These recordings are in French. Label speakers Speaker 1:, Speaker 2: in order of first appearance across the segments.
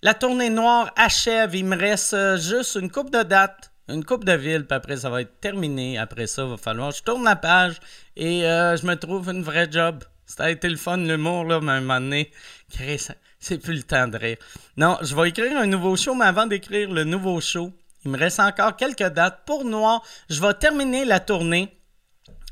Speaker 1: La tournée noire achève. Il me reste euh, juste une coupe de dates, une coupe de villes, puis après, ça va être terminé. Après ça, il va falloir je tourne la page et euh, je me trouve une vraie job. Ça a été le fun, l'humour, là, mais à un moment donné, Chris, c'est plus le temps de rire. Non, je vais écrire un nouveau show, mais avant d'écrire le nouveau show, il me reste encore quelques dates. Pour Noir, je vais terminer la tournée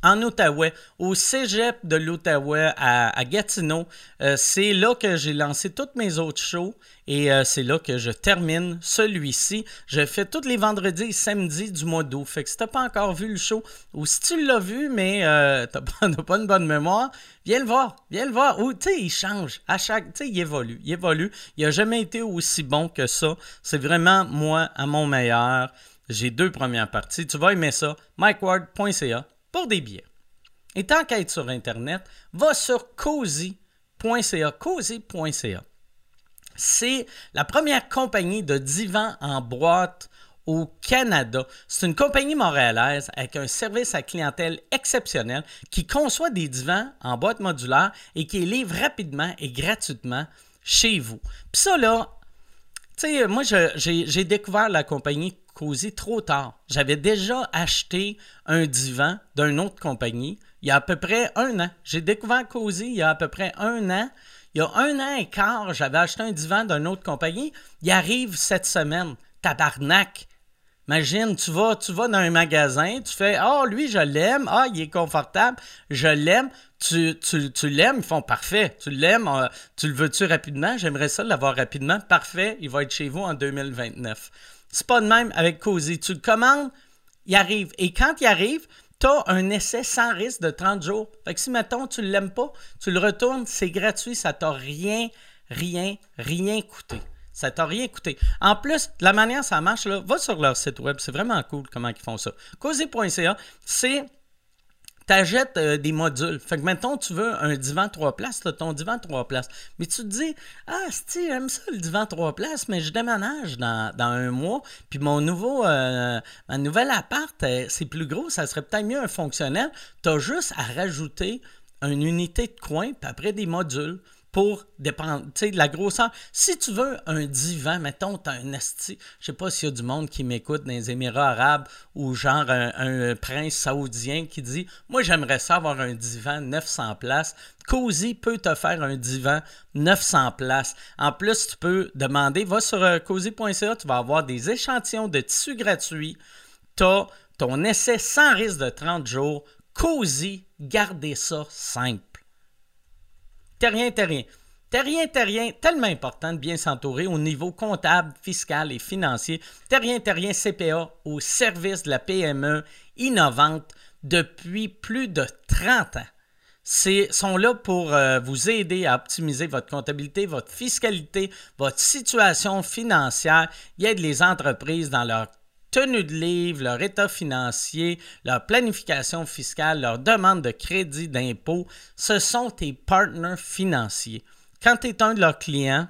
Speaker 1: en Outaouais, au cégep de l'Outaouais à, à Gatineau. Euh, c'est là que j'ai lancé toutes mes autres shows et euh, c'est là que je termine celui-ci. Je fais tous les vendredis et samedis du mois d'août. Fait que si t'as pas encore vu le show ou si tu l'as vu mais euh, t'as pas, t'as pas une bonne mémoire, viens le voir, viens le voir. Ou tu sais, il change à chaque, tu sais, il évolue, il évolue. Il a jamais été aussi bon que ça. C'est vraiment moi à mon meilleur. J'ai deux premières parties. Tu vas aimer ça. MikeWard.ca pour des billets. Et tant qu'à être sur Internet, va sur cozy.ca, cozy.ca. C'est la première compagnie de divans en boîte au Canada. C'est une compagnie montréalaise avec un service à clientèle exceptionnel qui conçoit des divans en boîte modulaire et qui les livre rapidement et gratuitement chez vous. Puis ça, là, tu sais, moi, je- j'ai j'ai découvert la compagnie Cozy trop tard. J'avais déjà acheté un divan d'une autre compagnie il y a à peu près un an. J'ai découvert Cozy il y a à peu près un an. Il y a un an et quart, j'avais acheté un divan d'une autre compagnie. Il arrive cette semaine. Tabarnak! Imagine, tu vas, tu vas dans un magasin, tu fais Ah, lui, je l'aime, ah, il est confortable, je l'aime, tu, tu, tu l'aimes, ils font parfait, tu l'aimes, euh, tu le veux-tu rapidement, j'aimerais ça l'avoir rapidement, parfait, il va être chez vous en 2029. C'est pas de même avec Cozy. Tu le commandes, il arrive. Et quand il arrive, tu as un essai sans risque de 30 jours. Fait que si, mettons, tu ne l'aimes pas, tu le retournes, c'est gratuit, ça t'a rien, rien, rien coûté. Ça t'a rien coûté. En plus, de la manière dont ça marche, là, va sur leur site web. C'est vraiment cool comment ils font ça. Causé.ca, c'est t'achètes euh, des modules. Fait que maintenant, tu veux un divan trois places, t'as ton divan trois places. Mais tu te dis, ah, si j'aime ça le divan trois places, mais je déménage dans, dans un mois, puis mon nouveau, euh, ma nouvelle appart, euh, c'est plus gros, ça serait peut-être mieux un fonctionnel. T'as juste à rajouter une unité de coin, puis après des modules pour dépendre, tu sais, de la grosseur. Si tu veux un divan, mettons, t'as un asti, je sais pas s'il y a du monde qui m'écoute dans les Émirats arabes ou genre un, un prince saoudien qui dit « Moi, j'aimerais ça avoir un divan 900 places. » Cozy peut te faire un divan 900 places. En plus, tu peux demander, va sur euh, cozy.ca, tu vas avoir des échantillons de tissus gratuits t'as ton essai sans risque de 30 jours. Cozy, gardez ça simple. Terrien, terrien. Terrien, terrien, tellement important de bien s'entourer au niveau comptable, fiscal et financier. Terrien, terrien, CPA au service de la PME innovante depuis plus de 30 ans. C'est sont là pour euh, vous aider à optimiser votre comptabilité, votre fiscalité, votre situation financière. Ils aident les entreprises dans leur tenue de livre, leur état financier, leur planification fiscale, leur demande de crédit d'impôt. Ce sont tes partenaires financiers. Quand tu es un de leurs clients,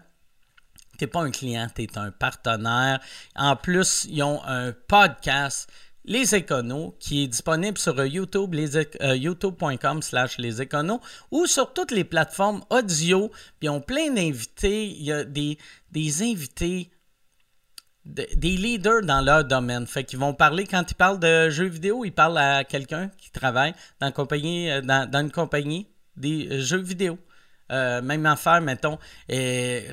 Speaker 1: T'es pas un client, t'es un partenaire. En plus, ils ont un podcast, Les Éconos, qui est disponible sur euh, YouTube, les éc- euh, youtube.com slash les éconos, ou sur toutes les plateformes audio. Puis ils ont plein d'invités. Il y a des, des invités de- des leaders dans leur domaine. Fait qu'ils vont parler, quand ils parlent de jeux vidéo, ils parlent à quelqu'un qui travaille dans, une compagnie, euh, dans, dans une compagnie des euh, jeux vidéo. Euh, même affaire, mettons, et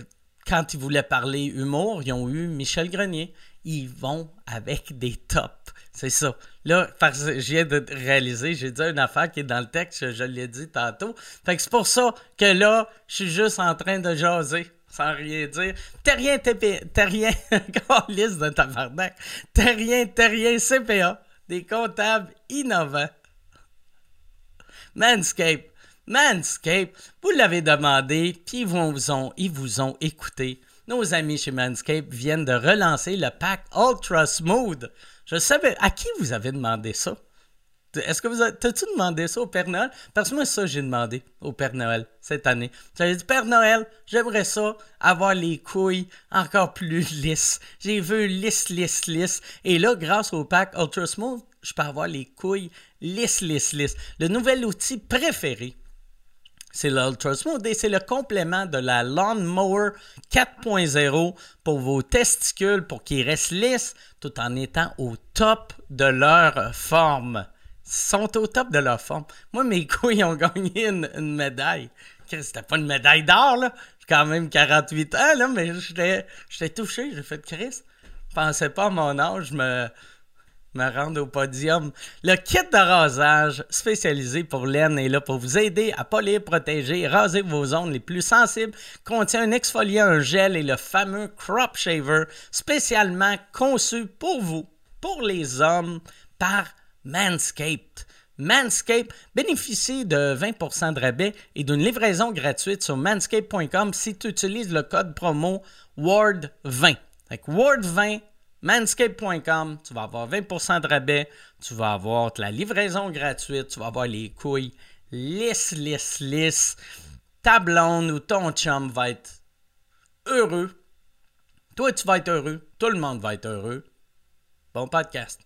Speaker 1: quand ils voulaient parler humour, ils ont eu Michel Grenier. Ils vont avec des tops. C'est ça. Là, parce que je viens de réaliser, j'ai dit une affaire qui est dans le texte, je, je l'ai dit tantôt. Fait que c'est pour ça que là, je suis juste en train de jaser sans rien dire. Terrien, TP, terrien, liste de tabarnak. Terrien, terrien, CPA, des comptables innovants. Manscape, Manscape, vous l'avez demandé, puis ils vous ont, ils vous ont écouté. Nos amis chez Manscape viennent de relancer le pack Ultra Smooth. Je savais, à qui vous avez demandé ça? Est-ce que vous avez... T'as-tu demandé ça au Père Noël? Parce que moi, ça, j'ai demandé au Père Noël cette année. J'avais dit, Père Noël, j'aimerais ça avoir les couilles encore plus lisses. J'ai vu lisse, lisse, lisse. Et là, grâce au pack Ultra Smooth, je peux avoir les couilles lisses, lisses, lisses. Le nouvel outil préféré C'est l'Ultra Smooth et c'est le complément de la Lawnmower 4.0 pour vos testicules pour qu'ils restent lisses tout en étant au top de leur forme. Ils sont au top de leur forme. Moi, mes couilles ont gagné une, une médaille. Christ, C'était pas une médaille d'or, là. J'ai quand même 48 ans, là, mais j'étais j'étais touché. J'ai fait Chris. Je pensais pas à mon âge, me me rendre au podium. Le kit de rasage spécialisé pour laine est là pour vous aider à polir, protéger et raser vos zones les plus sensibles. Contient un exfoliant, un gel et le fameux crop shaver spécialement conçu pour vous, pour les hommes, par Manscaped. Manscaped bénéficie de 20% de rabais et d'une livraison gratuite sur manscaped.com si tu utilises le code promo WARD20. Fait que WARD20 manscape.com, tu vas avoir 20% de rabais, tu vas avoir de la livraison gratuite, tu vas avoir les couilles lisses, lisses, lisses. Ta blonde ou ton chum va être heureux. Toi, tu vas être heureux. Tout le monde va être heureux. Bon podcast.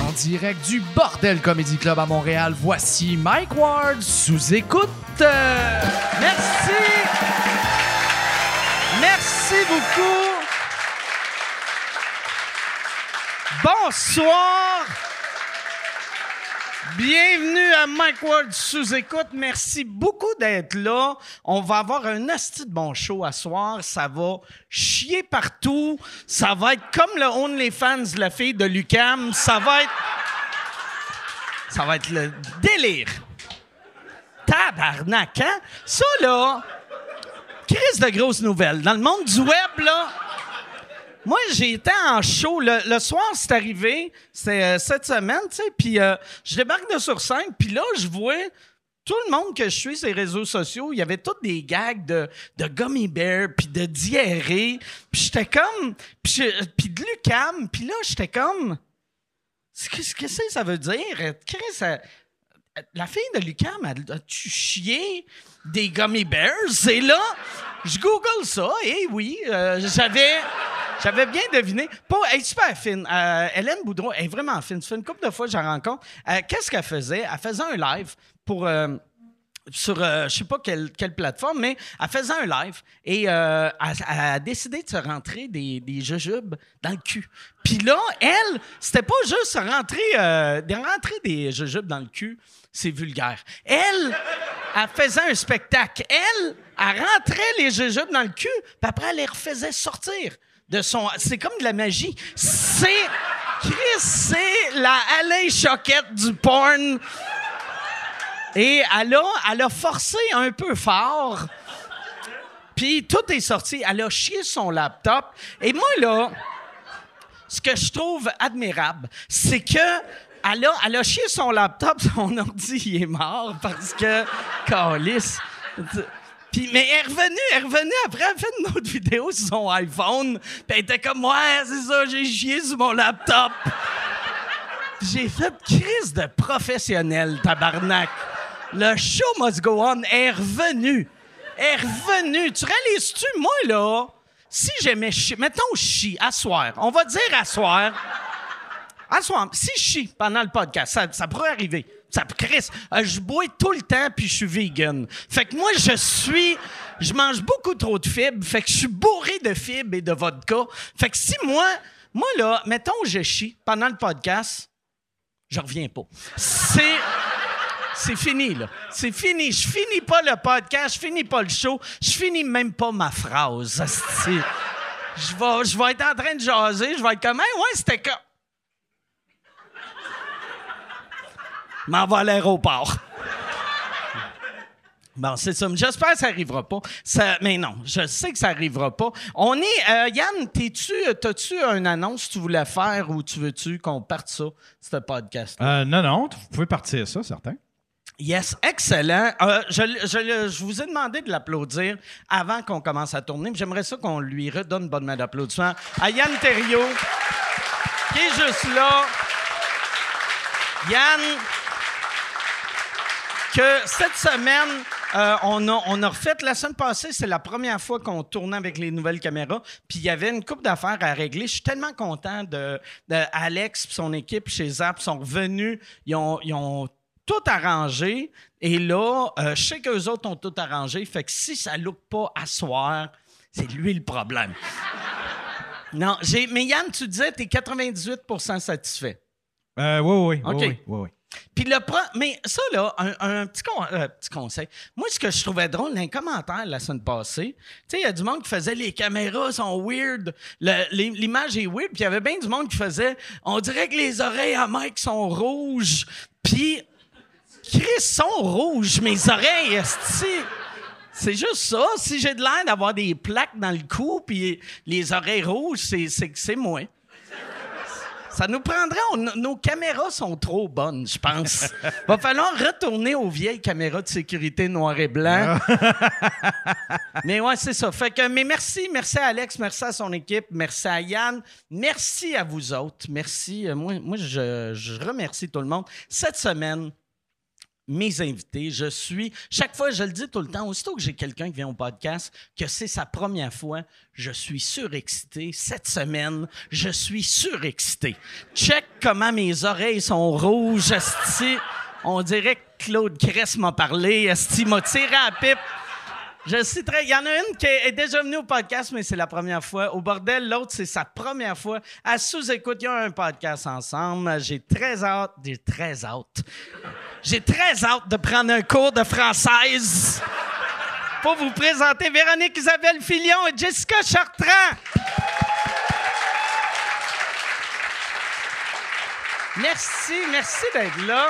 Speaker 2: En direct du Bordel Comedy Club à Montréal, voici Mike Ward sous écoute. Euh,
Speaker 3: Merci! Merci beaucoup! Bonsoir! Bienvenue à Mike Ward sous écoute. Merci beaucoup d'être là. On va avoir un asti de bon show à soir. Ça va chier partout. Ça va être comme le OnlyFans, la fille de Lucam. Ça va être. Ça va être le délire. Tabarnak, hein? Ça, là, crise de grosses nouvelles. Dans le monde du web, là, moi, j'ai été en show. Le, le soir, c'est arrivé, c'est euh, cette semaine, tu sais, puis euh, je débarque de sur scène, puis là, je vois tout le monde que je suis sur les réseaux sociaux, il y avait toutes des gags de, de gummy bear, puis de diarrhée, puis j'étais comme... Puis je- puis de l'UCAM, puis là, j'étais comme... C'est- Qu'est-ce qu'est-ce que ça veut dire? Chris, elle- elle- la fille de Lucam, as-tu chié des gummy bears? Et là, je google ça, et oui, euh, j'avais... J'avais bien deviné. Pas, elle est super fine. Euh, Hélène Boudreau, elle est vraiment fine. Ça fait une couple de fois que j'en rencontre. Euh, Qu'est-ce qu'elle faisait? Elle faisait un live pour... euh, sur euh, je sais pas quelle, quelle plateforme, mais elle faisait un live et euh, elle, elle a décidé de se rentrer des, des jujubes dans le cul. Puis là, elle, c'était pas juste se rentrer, euh, de rentrer des jujubes dans le cul, c'est vulgaire. Elle, elle faisait un spectacle. Elle, elle rentrait les jujubes dans le cul, puis après, elle les refaisait sortir de son... C'est comme de la magie. C'est... Chris, c'est la Alain Choquette du porn. Et elle a, elle a forcé un peu fort. Puis tout est sorti. Elle a chié son laptop. Et moi, là, ce que je trouve admirable, c'est que elle a, elle a chié son laptop, son ordi il est mort parce que. Calice. Puis, mais elle est revenue, elle est revenue après, elle a fait une autre vidéo sur son iPhone. Puis elle était comme, ouais, c'est ça, j'ai chié sur mon laptop. J'ai fait crise de professionnel, tabarnak. Le show must go on est revenu. Est revenu. Tu réalises-tu, moi, là, si j'aimais chier, mettons chier, asseoir. On va dire asseoir. Asseoir. Si je chie pendant le podcast, ça, ça pourrait arriver. Ça, Chris, euh, je bois tout le temps puis je suis vegan. Fait que moi, je suis. Je mange beaucoup trop de fibres. Fait que je suis bourré de fibres et de vodka. Fait que si moi. Moi, là, mettons, je chie pendant le podcast, je reviens pas. C'est. C'est fini, là. C'est fini. Je finis pas le podcast, je finis pas le show, je finis même pas ma phrase. asti. Je vais, je vais être en train de jaser, je vais être comme, Hey, ouais, c'était comme. M'en va à l'aéroport. Bon, c'est ça. Mais J'espère que ça arrivera pas. Ça- mais non, je sais que ça arrivera pas. On est. euh, Yann, t'es-tu, euh, t'as-tu une annonce que tu voulais faire ou tu veux-tu qu'on parte ça, ce podcast?
Speaker 4: Euh, non, non, t- vous pouvez partir ça, certain.
Speaker 3: Yes, excellent. Euh, je, le- je le- je vous ai demandé de l'applaudir avant qu'on commence à tourner. mais J'aimerais ça qu'on lui redonne une bonne main d'applaudissement à Yann Thériault, qui est juste là. Yann, que cette semaine, Euh, on, a, on a refait la semaine passée, c'est la première fois qu'on tournait avec les nouvelles caméras. Puis il y avait une coupe d'affaires à régler. Je suis tellement content de, de Alex et son équipe chez Zap sont revenus. Ils ont, ils ont tout arrangé. Et là, euh, je sais qu'eux autres ont tout arrangé. Fait que si ça look pas à soir, c'est lui le problème. non, j'ai. Mais Yann, tu disais que tu es 98 satisfait.
Speaker 4: Euh, oui, oui, oui.
Speaker 3: OK.
Speaker 4: oui, oui, oui.
Speaker 3: Puis le pro... Mais ça, là, un, un petit, con- euh, petit conseil. Moi, ce que je trouvais drôle, dans les commentaires la semaine passée, tu sais, il y a du monde qui faisait les caméras sont weird, le- les- l'image est weird, puis il y avait bien du monde qui faisait on dirait que les oreilles à Mike sont rouges, puis Chris sont rouges, mes oreilles, esti. C'est juste ça. Si j'ai de l'air d'avoir des plaques dans le cou, puis les oreilles rouges, c'est- c'est que c'est moi. Ça nous prendrait. on- nos caméras sont trop bonnes, je pense. Va falloir retourner aux vieilles caméras de sécurité noir et blanc. mais ouais, c'est ça. Fait que, mais merci, merci à Alex, merci à son équipe, merci à Yann, merci à vous autres. Merci. Euh, Moi, moi je, je remercie tout le monde. Cette semaine, mes invités, je suis. Chaque fois, je le dis tout le temps, aussitôt que j'ai quelqu'un qui vient au podcast, que c'est sa première fois, je suis surexcité. Cette semaine, je suis surexcité. Check comment mes oreilles sont rouges, esti. On dirait que Claude Cress m'a parlé, esti m'a tiré à la pipe. Je citerai, il y en a une qui est déjà venue au podcast, mais c'est la première fois. Au bordel, l'autre, c'est sa première fois. À sous-écoute, il y a un podcast ensemble. J'ai très hâte, j'ai très hâte. J'ai très hâte de prendre un cours de française pour vous présenter Véronique Isabelle Filion et Jessica Chartrand. Merci, merci d'être là.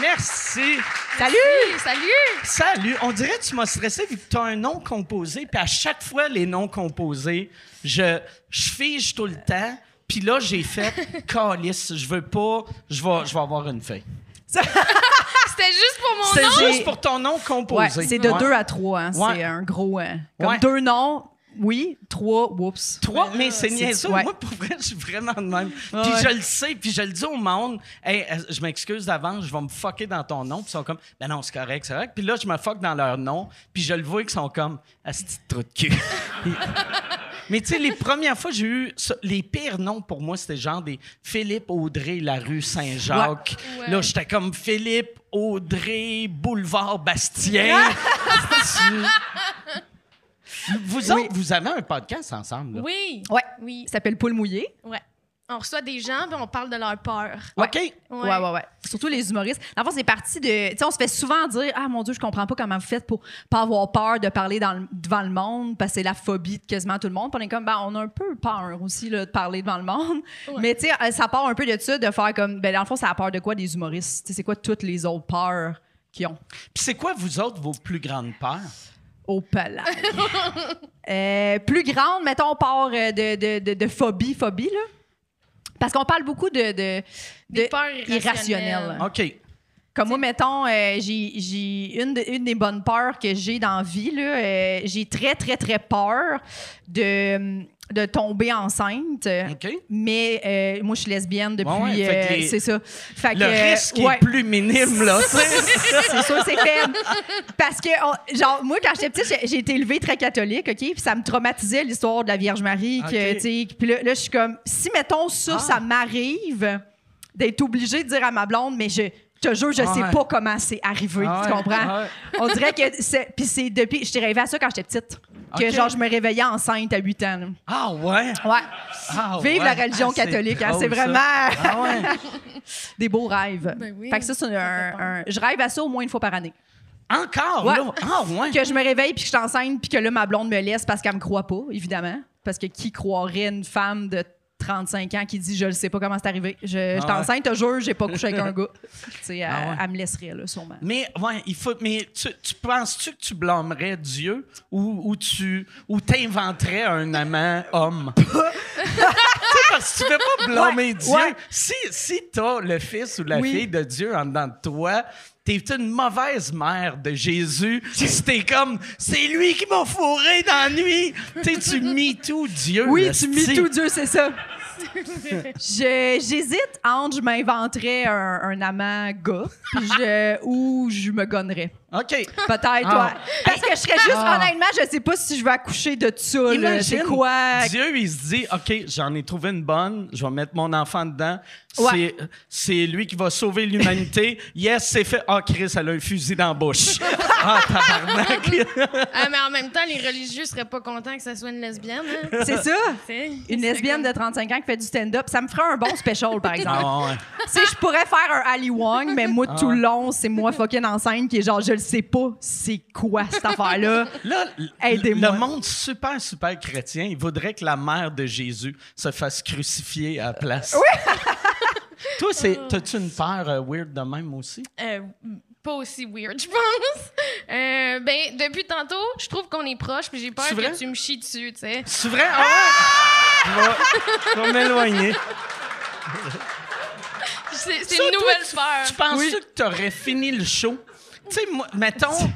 Speaker 3: Merci.
Speaker 5: Salut! Salut!
Speaker 3: Salut. On dirait que tu m'as stressé vu que tu as un nom composé, puis à chaque fois, les noms composés, je, je fige tout le temps. Puis là, j'ai fait « Calice, je veux pas, je vais, je vais avoir une feuille.
Speaker 5: C'était juste pour » mon
Speaker 3: C'est
Speaker 5: nom.
Speaker 3: juste pour ton nom
Speaker 6: Ouais,
Speaker 3: composé.
Speaker 6: c'est de
Speaker 3: Ouais.
Speaker 6: 2 à 3.
Speaker 3: Ouais.
Speaker 6: C'est un gros. hein. Comme
Speaker 3: Ouais.
Speaker 6: deux noms, oui. Trois, whoops.
Speaker 3: Trois, mais c'est
Speaker 6: c'est-
Speaker 3: niaiseux.
Speaker 6: ouais.
Speaker 3: Moi, pour vrai, je suis vraiment de même. Puis
Speaker 6: ouais.
Speaker 3: je le sais, puis je le dis au monde. Hey, euh, je m'excuse d'avance, je vais me fucker dans ton nom. Puis ils sont comme, ben non, c'est correct, c'est correct. Puis là, je me fuck dans leur nom, puis je le vois qu'ils sont comme, asti de trou de cul. mais tu sais, les premières fois, j'ai eu ça- les pires noms pour moi, c'était genre des Philippe Audrey, la rue Saint-Jacques.
Speaker 5: Ouais.
Speaker 3: Là, j'étais comme Philippe Audrey, boulevard Bastien. Tu- Vous, autres, vous avez un podcast ensemble, là?
Speaker 5: Oui.
Speaker 6: Ouais.
Speaker 5: Oui.
Speaker 6: Il s'appelle Poule Mouillé.
Speaker 5: Ouais. On reçoit des gens, puis on parle de leur peur.
Speaker 3: OK.
Speaker 5: Ouais.
Speaker 6: Ouais, ouais, ouais. Surtout les humoristes. Dans le fond, c'est parti de. Tu sais, on se fait souvent dire Ah mon Dieu, je comprends pas comment vous faites pour pas avoir peur de parler dans le- devant le monde, parce que c'est la phobie de quasiment tout le monde. Puis on est comme, ben, on a un peu peur aussi là, de parler devant le monde. Mais tu sais, euh, ça part un peu de ça, de faire comme. Ben, dans le fond, ça a peur de quoi des humoristes? Tu sais, c'est quoi toutes les autres peurs qu'ils ont?
Speaker 3: Puis c'est quoi, vous autres, vos plus grandes peurs?
Speaker 6: au palais. Euh, plus grande, mettons, on part euh, de, de, de, de phobie, phobie, là. Parce qu'on parle beaucoup de, de,
Speaker 5: Des
Speaker 6: de
Speaker 5: peurs irrationnelles.
Speaker 3: OK.
Speaker 6: Comme moi, mettons, euh, j'ai j'ai une, de- une des bonnes peurs que j'ai dans la vie, là, euh, j'ai très, très, très peur de, de tomber enceinte.
Speaker 3: OK.
Speaker 6: Mais euh, moi, je suis lesbienne depuis...
Speaker 3: Ouais, ouais, fait que
Speaker 6: euh,
Speaker 3: les-
Speaker 6: c'est ça. Fait
Speaker 3: Le
Speaker 6: que, euh,
Speaker 3: risque
Speaker 6: ouais.
Speaker 3: est plus minime, là. tu sais.
Speaker 6: c'est sûr, c'est faible. Parce que, on- genre, moi, quand j'étais petite, j'ai- j'ai été élevée très catholique, OK? Puis ça me traumatisait l'histoire de la Vierge Marie. Que,
Speaker 3: OK.
Speaker 6: tu sais, Puis là, là, je suis comme, si, mettons, ça,
Speaker 3: Ah.
Speaker 6: ça m'arrive d'être obligée de dire à ma blonde, mais je te jure, je
Speaker 3: Ah ouais.
Speaker 6: sais pas comment c'est arrivé.
Speaker 3: Ah
Speaker 6: tu
Speaker 3: ouais,
Speaker 6: comprends?
Speaker 3: ah ouais.
Speaker 6: On dirait que c'est. Puis c'est depuis. J'étais rêvée à ça quand j'étais petite. Que,
Speaker 3: OK.
Speaker 6: genre, je me réveillais enceinte à 8 ans. là.
Speaker 3: Ah ouais?
Speaker 6: Ouais.
Speaker 3: Ah
Speaker 6: Vive
Speaker 3: ouais.
Speaker 6: la religion
Speaker 3: Ah, c'est
Speaker 6: catholique, hein,
Speaker 3: drôle,
Speaker 6: c'est
Speaker 3: ça.
Speaker 6: vraiment
Speaker 3: Ah ouais?
Speaker 6: des beaux rêves.
Speaker 5: Ben oui,
Speaker 6: fait que ça, c'est
Speaker 5: ça fait
Speaker 6: un-
Speaker 5: peur.
Speaker 6: un. Je rêve à ça au moins une fois par année.
Speaker 3: Encore,
Speaker 6: Ouais.
Speaker 3: là? Ah ouais?
Speaker 6: que je me réveille puis que je suis enceinte puis que là ma blonde me laisse parce qu'elle me croit pas évidemment parce que qui croirait une femme de 35 ans qui dit je ne sais pas comment c'est arrivé je, je suis
Speaker 3: Ah ouais.
Speaker 6: enceinte te jure j'ai pas couché avec un gars tu sais elle,
Speaker 3: Ah ouais.
Speaker 6: elle me laisserait là sûrement
Speaker 3: Mais, ouais, il faut, mais tu, tu penses-tu que tu blâmerais Dieu ou, ou tu ou t'inventerais un amant homme? tu sais, parce que tu ne peux pas blâmer
Speaker 6: Ouais,
Speaker 3: Dieu.
Speaker 6: ouais.
Speaker 3: Si, si tu as le fils ou la
Speaker 6: Oui.
Speaker 3: fille de Dieu en dedans de toi, t'es une mauvaise mère de Jésus. Si t'es comme, c'est lui qui m'a fourré dans la nuit. Tu sais, tu me tout Dieu.
Speaker 6: oui
Speaker 3: esti.
Speaker 6: tu mis tout Dieu c'est ça Je- J'hésite entre je m'inventerais un, un amant gars puis je- ou je me gonnerais.
Speaker 3: OK.
Speaker 6: Peut-être,
Speaker 3: Ah.
Speaker 6: ouais. Parce que je serais juste,
Speaker 3: Ah.
Speaker 6: honnêtement, je sais pas si je vais accoucher de ça. là.
Speaker 3: Imagine,
Speaker 6: C'est quoi?
Speaker 3: Dieu, il se dit, OK, j'en ai trouvé une bonne, je vais mettre mon enfant dedans.
Speaker 6: Ouais.
Speaker 3: C'est- C'est lui qui va sauver l'humanité. yes, c'est fait. Ah, Chris, elle a un fusil dans la bouche. ah, tabarnak.
Speaker 5: Ah, mais en même temps, les religieux seraient pas contents que ça soit une lesbienne. Hein?
Speaker 6: C'est ça?
Speaker 5: C'est-
Speaker 6: Une
Speaker 5: c'est
Speaker 6: lesbienne
Speaker 5: comme-
Speaker 6: de 35 ans qui fait du stand-up, ça me ferait un bon special, par exemple.
Speaker 3: Ah, ouais.
Speaker 6: Tu sais, je pourrais faire un Ali Wong, mais moi, tout le long, c'est moi fucking en scène qui est genre, je le sais pas, c'est quoi cette affaire-là?
Speaker 3: Là, l-
Speaker 6: Aidez-moi.
Speaker 3: le monde super, super chrétien, il voudrait que la mère de Jésus se fasse crucifier à la place. Oui! Oh. Toi, c'est- t'as-tu une peur euh, weird de même aussi?
Speaker 5: Euh, pas aussi weird, je pense. Euh, ben, depuis tantôt, je trouve qu'on est proches, puis j'ai peur
Speaker 3: C'est vrai?
Speaker 5: que tu me chies dessus, tu sais.
Speaker 3: C'est vrai? Ah! ouais? Je vais- je vais m'éloigner.
Speaker 5: C'est c'est
Speaker 3: Ça,
Speaker 5: une
Speaker 3: toi,
Speaker 5: nouvelle
Speaker 3: tu-
Speaker 5: peur.
Speaker 3: Tu penses que tu aurais fini le show? Tu sais, moi, mettons, tu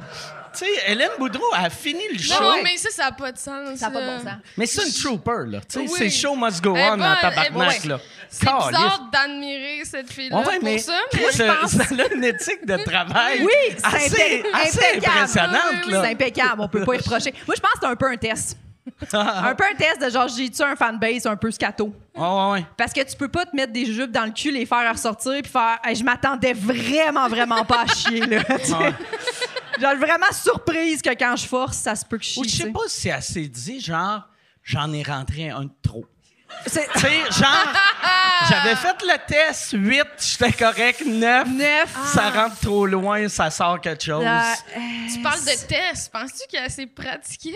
Speaker 3: sais, Hélène Boudreau a fini le show.
Speaker 5: Non,
Speaker 6: Ouais.
Speaker 5: mais ça, ça n'a pas de sens.
Speaker 6: Ça n'a pas de
Speaker 5: là.
Speaker 6: bon sens.
Speaker 3: Mais c'est une trooper, là. Tu sais,
Speaker 5: Oui. Eh
Speaker 3: c'est show must go on
Speaker 5: Elle est
Speaker 3: en
Speaker 5: bonne,
Speaker 3: tabarnak,
Speaker 5: elle-
Speaker 3: là.
Speaker 5: C'est
Speaker 3: Caliste.
Speaker 5: bizarre d'admirer cette fille-là
Speaker 3: Ouais,
Speaker 5: pour
Speaker 3: mais
Speaker 5: ça, mais
Speaker 3: moi,
Speaker 6: je
Speaker 3: ça-
Speaker 6: pense-
Speaker 3: ça a une éthique de travail
Speaker 6: Oui, c'est
Speaker 3: assez,
Speaker 6: impec-
Speaker 3: assez
Speaker 6: impeccable.
Speaker 3: impressionnante,
Speaker 5: Oui, oui,
Speaker 3: là.
Speaker 6: C'est impeccable, on peut pas y reprocher. Moi, je pense que c'est un peu un test.
Speaker 3: Ah.
Speaker 6: Un peu un test de genre, j'ai-tu un fanbase un peu scato?
Speaker 3: Ouais, ouais, ouais.
Speaker 6: Parce que tu peux pas te mettre des jupes dans le cul, les faire ressortir, puis faire Hey, Je m'attendais vraiment, vraiment pas à chier. Là. Tu sais. Genre, vraiment surprise que quand je force, ça se peut que je chie.
Speaker 3: Ou je
Speaker 6: tu
Speaker 3: sais
Speaker 6: sais.
Speaker 3: pas si c'est assez dit, genre, j'en ai rentré un de trop.
Speaker 6: C'est
Speaker 3: Tu sais, genre, j'avais fait le test, 8, j'étais correct, 9,
Speaker 6: neuf.
Speaker 3: ça rentre trop loin, ça sort quelque chose.
Speaker 6: Ah, La- euh,
Speaker 5: tu parles de test. Penses-tu qu'elle s'est pratiquée?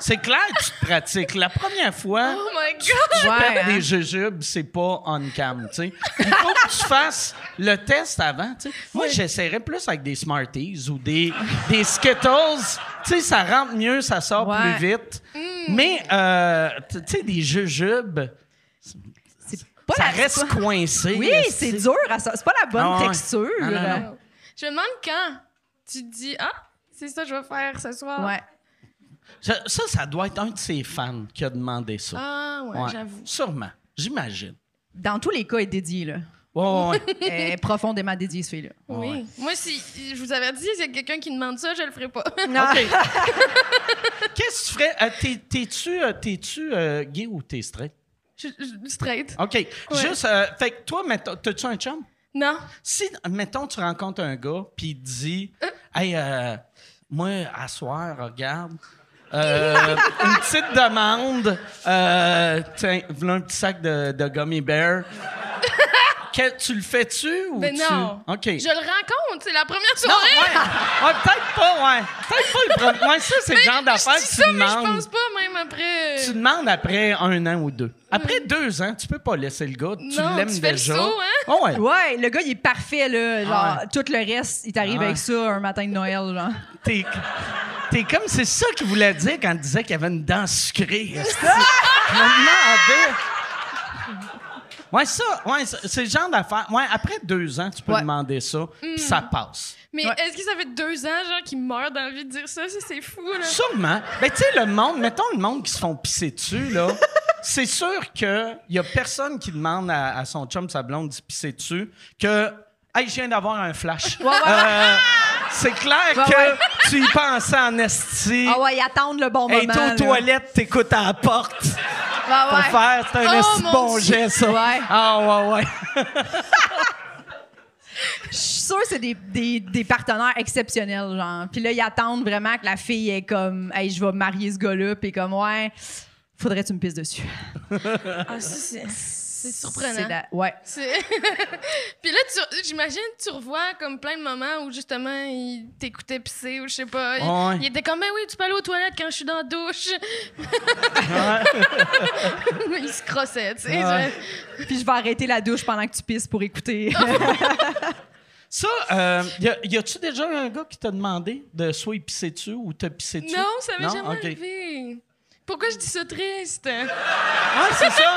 Speaker 3: C'est clair que tu te pratiques. La première fois,
Speaker 5: Oh my God!
Speaker 3: tu
Speaker 6: Ouais,
Speaker 3: perds
Speaker 6: hein.
Speaker 3: des jujubes, c'est pas on cam, tu sais. Il faut que tu fasses le test avant, tu sais. Moi, j'essaierais plus avec des Smarties ou des, des Skittles. Tu sais, ça rentre mieux, ça sort
Speaker 6: Ouais. Hmm.
Speaker 3: plus vite. Mais, euh, tu tu sais, des jujubes,
Speaker 6: C'est pas
Speaker 3: ça
Speaker 6: la-
Speaker 3: reste coincé.
Speaker 6: Oui, c'est dur. à ça- C'est pas la bonne
Speaker 3: Ah ouais.
Speaker 6: texture.
Speaker 3: Non, non, non.
Speaker 5: Je me demande quand tu te dis Ah, c'est ça que je vais faire ce soir.
Speaker 6: Ouais.
Speaker 3: Ça, ça, ça doit être un de ses fans qui a demandé ça.
Speaker 5: Ah, ouais,
Speaker 3: Ouais.
Speaker 5: j'avoue.
Speaker 3: Sûrement, j'imagine.
Speaker 6: Dans tous les cas, elle est dédiée. Là.
Speaker 3: Ouais, ouais, ouais.
Speaker 6: Elle est profondément dédiée, ce là
Speaker 5: Oui. Moi, si je vous avais dit, s'il y a quelqu'un qui demande ça, je le ferai pas.
Speaker 3: OK.
Speaker 5: Ah.
Speaker 3: Qu'est-ce que tu ferais? Euh, t'es- T'es-tu euh, t'es-tu, euh, gay ou t'es straight?
Speaker 5: je, je- straight.
Speaker 3: OK. Juste, euh, fait que toi, mettons, t'as-tu un chum?
Speaker 5: Non.
Speaker 3: Si, mettons, tu rencontres un gars, puis il te dit, Hey, euh, moi, à soir, regarde, euh, une petite demande, euh, tiens, voilà un petit sac de, de gummy bear. Que- tu le fais-tu ou
Speaker 5: Ben
Speaker 3: tu-
Speaker 5: non.
Speaker 3: OK.
Speaker 5: Je le rencontre. C'est la première
Speaker 3: Non,
Speaker 5: soirée.
Speaker 3: ouais, Ouais, peut-être pas, ouais. Peut-être pas le problème. Ouais, ça, c'est le genre d'affaire
Speaker 5: Je dis
Speaker 3: que tu
Speaker 5: ça, mais je
Speaker 3: demandes.
Speaker 5: pense pas, même après.
Speaker 3: Tu demandes après un an ou deux. Après deux ans, tu peux pas laisser le gars. Tu
Speaker 5: Hmm. Non,
Speaker 3: l'aimes
Speaker 5: tu
Speaker 3: déjà.
Speaker 5: fais le saut, hein?
Speaker 3: Ah ouais.
Speaker 6: Ouais, le gars, il est parfait. Là. Genre,
Speaker 3: Ah
Speaker 6: tout le reste, il t'arrive
Speaker 3: Ah ouais.
Speaker 6: avec ça un matin de Noël. Genre.
Speaker 3: T'es, t'es comme c'est ça qu'il voulait dire quand il disait qu'il y avait une dent sucrée. esti. Je me demandais. Ouais, ça, ouais, ça- c'est le genre d'affaire. Ouais, après deux ans, tu peux
Speaker 6: Ouais.
Speaker 3: demander ça,
Speaker 5: Hmm.
Speaker 3: puis ça passe.
Speaker 5: Mais
Speaker 6: Ouais.
Speaker 5: est-ce que ça fait deux ans, genre, qu'il meurt d'envie de dire ça? Ça, c'est fou, là.
Speaker 3: Sûrement. Mais tu sais, le monde, mettons le monde qui se font pisser dessus, là. c'est sûr qu'il y a personne qui demande à, à son chum, sa blonde, de se pisser dessus, que, hey, je viens d'avoir un flash.
Speaker 6: ouais, ouais.
Speaker 3: Euh, c'est clair
Speaker 6: Ouais,
Speaker 3: que
Speaker 6: ouais.
Speaker 3: tu y pensais en esti.
Speaker 6: Ah ouais, ils attendent le bon
Speaker 3: Hey,
Speaker 6: moment.
Speaker 3: t'es
Speaker 6: là.
Speaker 3: aux toilettes, t'écoutes à la porte
Speaker 6: Ah
Speaker 3: pour
Speaker 6: ouais.
Speaker 3: faire. C'est un
Speaker 5: Oh,
Speaker 3: esti
Speaker 5: mon
Speaker 3: bon
Speaker 5: Dieu.
Speaker 3: geste, ça.
Speaker 6: Ouais.
Speaker 3: Ah, ouais, ouais.
Speaker 6: Je suis sûre que c'est des, des- des partenaires exceptionnels, genre. Puis là, ils attendent vraiment que la fille est comme, hey, je vais marier ce gars-là, puis comme, ouais, faudrait que tu me pisses dessus.
Speaker 5: Ah, ça, c'est. C'est surprenant.
Speaker 6: C'est la- Ouais.
Speaker 5: C'est- Puis là, tu- j'imagine, tu revois comme plein de moments où justement, il t'écoutait pisser ou je sais pas. Il,
Speaker 3: Ouais.
Speaker 5: il était comme, ben oui, tu peux aller aux toilettes quand je suis dans la douche. il se crossait, tu sais.
Speaker 3: Ouais.
Speaker 6: Puis je vais arrêter la douche pendant que tu pisses pour écouter.
Speaker 3: Ça, euh, y, a- y a-tu déjà un gars qui t'a demandé de soit y pisser dessus ou te pisser
Speaker 5: je-
Speaker 3: dessus?
Speaker 5: Non, ça m'est
Speaker 3: Non?
Speaker 5: jamais
Speaker 3: Ok.
Speaker 5: arrivé. Pourquoi je dis ça triste?
Speaker 3: Ah, c'est ça!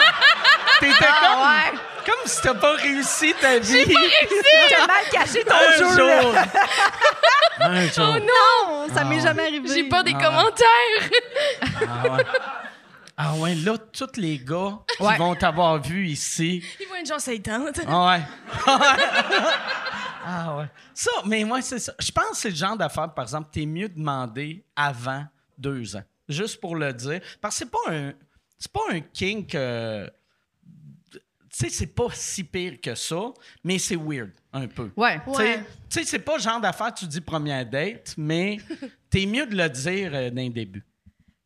Speaker 3: T'étais
Speaker 6: Ah, ouais.
Speaker 3: comme, comme si t'as pas réussi ta vie.
Speaker 6: T'as mal caché ton
Speaker 3: un
Speaker 6: jeu, là. Oh,
Speaker 3: jour! un jour.
Speaker 5: Ah.
Speaker 6: Non, ça m'est jamais arrivé.
Speaker 5: J'ai pas des
Speaker 3: Ah.
Speaker 5: commentaires.
Speaker 3: Ah ouais. Ah ouais, là, tous les gars qui
Speaker 6: Ouais.
Speaker 3: vont t'avoir vu ici.
Speaker 5: Ils vont être genre, ça y tente.
Speaker 3: Ah ouais. ah ouais. Ça, mais moi, c'est ça. Je pense que c'est le genre d'affaire, par exemple, t'es mieux demandé avant deux ans. Juste pour le dire. Parce que c'est pas un. C'est pas un kink. euh, tu sais, c'est pas si pire que ça, mais c'est weird, un peu.
Speaker 6: Ouais.
Speaker 5: Ouais.
Speaker 3: Tu sais- Tu sais, c'est pas le genre d'affaire que tu dis première date, mais t'es mieux de le dire euh, d'un début.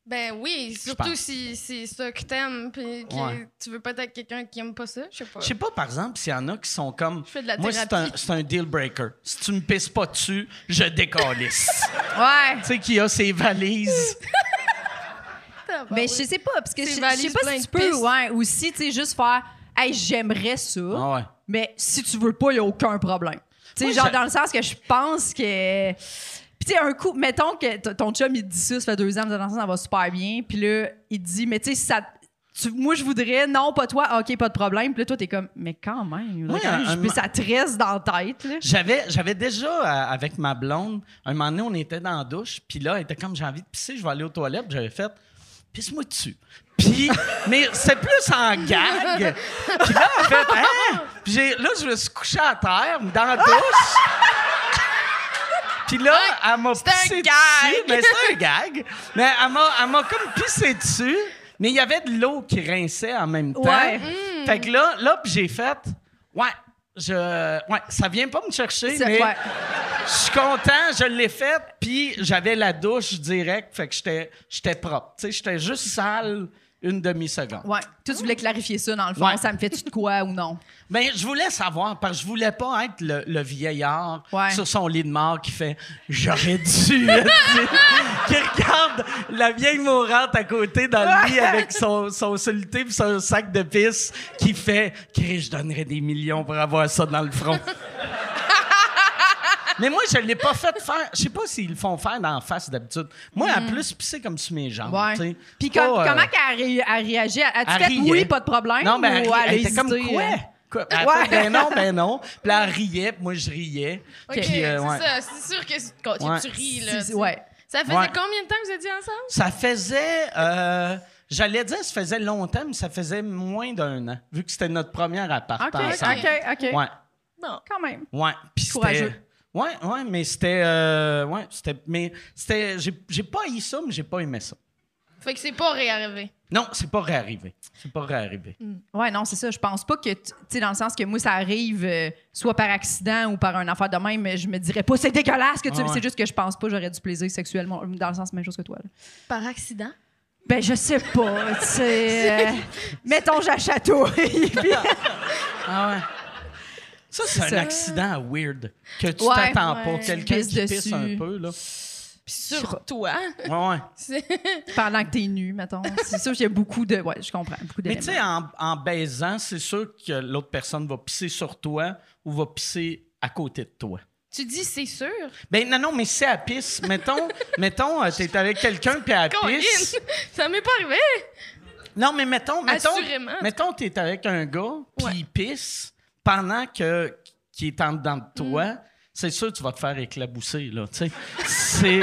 Speaker 5: Ben oui, surtout
Speaker 3: pense.
Speaker 5: si c'est ça que t'aimes, puis que
Speaker 3: Ouais.
Speaker 5: tu veux pas être avec quelqu'un qui aime pas ça, je sais pas.
Speaker 3: Je sais pas, par exemple, s'il y en a qui sont comme.
Speaker 5: fais de la
Speaker 3: Moi, c'est un,
Speaker 5: thérapie.
Speaker 3: c'est un deal breaker. Si tu me pisses pas dessus, je décalisse.
Speaker 6: Ouais.
Speaker 3: tu sais, qui a ses valises.
Speaker 5: Ah, bah
Speaker 3: Ben,
Speaker 6: Mais
Speaker 5: oui.
Speaker 6: je sais pas, parce que je
Speaker 5: Ces
Speaker 6: je sais
Speaker 5: valises
Speaker 6: pas
Speaker 5: pleines
Speaker 6: si
Speaker 5: de
Speaker 6: tu peux,
Speaker 5: pistes.
Speaker 6: ouais, aussi, tu sais, juste faire, hey, j'aimerais ça,
Speaker 3: Ah ouais.
Speaker 6: mais si tu veux pas, il y a aucun problème. Tu sais,
Speaker 3: Moi,
Speaker 6: genre,
Speaker 3: je-
Speaker 6: dans le sens que je pense que. Puis, tu sais, un coup, mettons que t- ton chum, il te dit ça, ça fait deux ans, vous êtes ensemble, ça va super bien, puis là, il te dit, mais tu sais, ça. tu- moi, je voudrais, non, pas toi, ok, pas de problème. Puis là, toi, t'es comme, mais quand même, il faudrait
Speaker 3: Ouais,
Speaker 6: quand même que
Speaker 3: un-
Speaker 6: je puisse- ça te reste dans la tête, là.
Speaker 3: J'avais, j'avais déjà, euh, avec ma blonde, un moment donné, on était dans la douche, puis là, elle était comme, j'ai envie de pisser, je vais aller aux toilettes. Puis J'avais fait, pisse-moi dessus. Puis, mais c'est plus en gag. Puis là, en fait, hein? Puis j'ai- là, je me suis couché à terre, dans la douche. Puis là, elle m'a
Speaker 5: c'était un
Speaker 3: pissé
Speaker 5: gag.
Speaker 3: dessus. Mais c'est un gag. Mais elle m'a, elle m'a comme pissé dessus. Mais il y avait de l'eau qui rinçait en même temps.
Speaker 6: Ouais.
Speaker 3: Fait que là, là puis j'ai fait... Ouais, je... Ouais, ça vient pas me chercher,
Speaker 6: C'est-
Speaker 3: mais...
Speaker 6: ouais.
Speaker 3: Je suis content, je l'ai fait, puis j'avais la douche direct, fait que j'étais, j'étais propre. Tu sais, j'étais juste sale une demi-seconde.
Speaker 6: Ouais. Toi, tu voulais clarifier ça, dans le fond,
Speaker 3: Ouais.
Speaker 6: ça me fait-tu de quoi ou non?
Speaker 3: Mais Ben, je voulais savoir, parce que je voulais pas être le, le vieillard
Speaker 6: Ouais.
Speaker 3: sur son lit de mort qui fait « J'aurais dû... » qui regarde la vieille mourante à côté dans le lit avec son, son soluté pis son sac de pisse qui fait « Chris, je donnerais des millions pour avoir ça dans le front. » Mais moi, je l'ai pas fait faire. Je sais pas s'ils le font faire dans la face d'habitude. Moi, en plus, pisser comme sur mes jambes.
Speaker 6: Hmm. Ouais.
Speaker 3: Ah, tu sais.
Speaker 6: Puis
Speaker 3: Pas,
Speaker 6: comme-
Speaker 3: euh,
Speaker 6: comment qu'elle ré- elle réagit? As-tu
Speaker 3: elle
Speaker 6: fait
Speaker 3: riait.
Speaker 6: oui, pas de problème?
Speaker 3: Non, mais elle,
Speaker 6: ou
Speaker 3: riait. Elle
Speaker 6: elle a
Speaker 3: était comme
Speaker 6: hésité,
Speaker 3: quoi?
Speaker 6: euh?
Speaker 3: Quoi? Elle
Speaker 6: Ouais.
Speaker 3: fait, ben non, ben non. Puis là, elle riait, puis moi je riais.
Speaker 5: Ok,
Speaker 3: Puis, euh, ouais.
Speaker 5: c'est ça. C'est sûr que c'est- quand
Speaker 3: Ouais.
Speaker 5: tu ris,
Speaker 6: Si-
Speaker 5: là.
Speaker 6: si-
Speaker 5: tu-
Speaker 6: ouais.
Speaker 5: Ça faisait
Speaker 3: Ouais.
Speaker 5: combien de temps que vous étiez ensemble?
Speaker 3: Ça faisait. euh, J'allais dire, ça faisait longtemps, mais ça faisait moins d'un an, vu que c'était notre première appart
Speaker 6: OK,
Speaker 3: ensemble.
Speaker 6: OK, OK.
Speaker 3: Ouais,
Speaker 5: Non.
Speaker 6: Quand même.
Speaker 3: ouais. Puis c'était-
Speaker 6: Courageux.
Speaker 3: Ouais, ouais, mais c'était. euh, ouais, c'était. Mais c'était. J'ai j'ai pas eu ça, mais j'ai pas aimé ça.
Speaker 5: Fait que c'est pas réarrivé.
Speaker 3: Non, c'est pas réarrivé. C'est pas réarrivé.
Speaker 6: Ouais, non, c'est ça. Je pense pas que, tu tu sais, dans le sens que moi, ça arrive euh, soit par accident ou par un affaire de même, mais je me dirais pas, c'est dégueulasse que tu.
Speaker 3: Ah ouais.
Speaker 6: C'est juste que je pense pas, j'aurais du plaisir sexuellement, dans le sens, même chose que toi. là.
Speaker 5: Par accident?
Speaker 6: Ben, je sais pas, tu sais. euh, mettons, j'achète tout.
Speaker 3: Ah ouais. Ça, c'est
Speaker 6: C'est
Speaker 3: un
Speaker 6: ça.
Speaker 3: accident weird que tu
Speaker 6: Ouais,
Speaker 3: t'attends
Speaker 5: ouais.
Speaker 3: pas.
Speaker 5: Tu
Speaker 3: Quelqu'un
Speaker 6: pisses
Speaker 3: qui pisse
Speaker 6: dessus.
Speaker 3: un peu, là.
Speaker 5: Puis
Speaker 6: Je sais
Speaker 5: sur toi.
Speaker 3: Ouais, ouais.
Speaker 5: C'est-
Speaker 6: Pendant que t'es nu, mettons. C'est sûr qu'il y a beaucoup de. Ouais, je comprends. Beaucoup
Speaker 3: Mais tu
Speaker 6: d'éléments.
Speaker 3: sais, en, en baisant, c'est sûr que l'autre personne va pisser sur toi ou va pisser à côté de toi.
Speaker 5: tu dis c'est sûr.
Speaker 3: Ben non, non, mais si elle pisse, mettons, mettons, euh, t'es avec quelqu'un puis elle pisse.
Speaker 5: Colin, ça m'est pas arrivé.
Speaker 3: Non, mais mettons, mettons,
Speaker 5: Assurément.
Speaker 3: mettons, t'es avec un gars puis
Speaker 5: Ouais.
Speaker 3: il pisse pendant que qu'il est en dedans de toi.
Speaker 5: Mm.
Speaker 3: C'est sûr que tu vas te faire éclabousser là, tu sais. C'est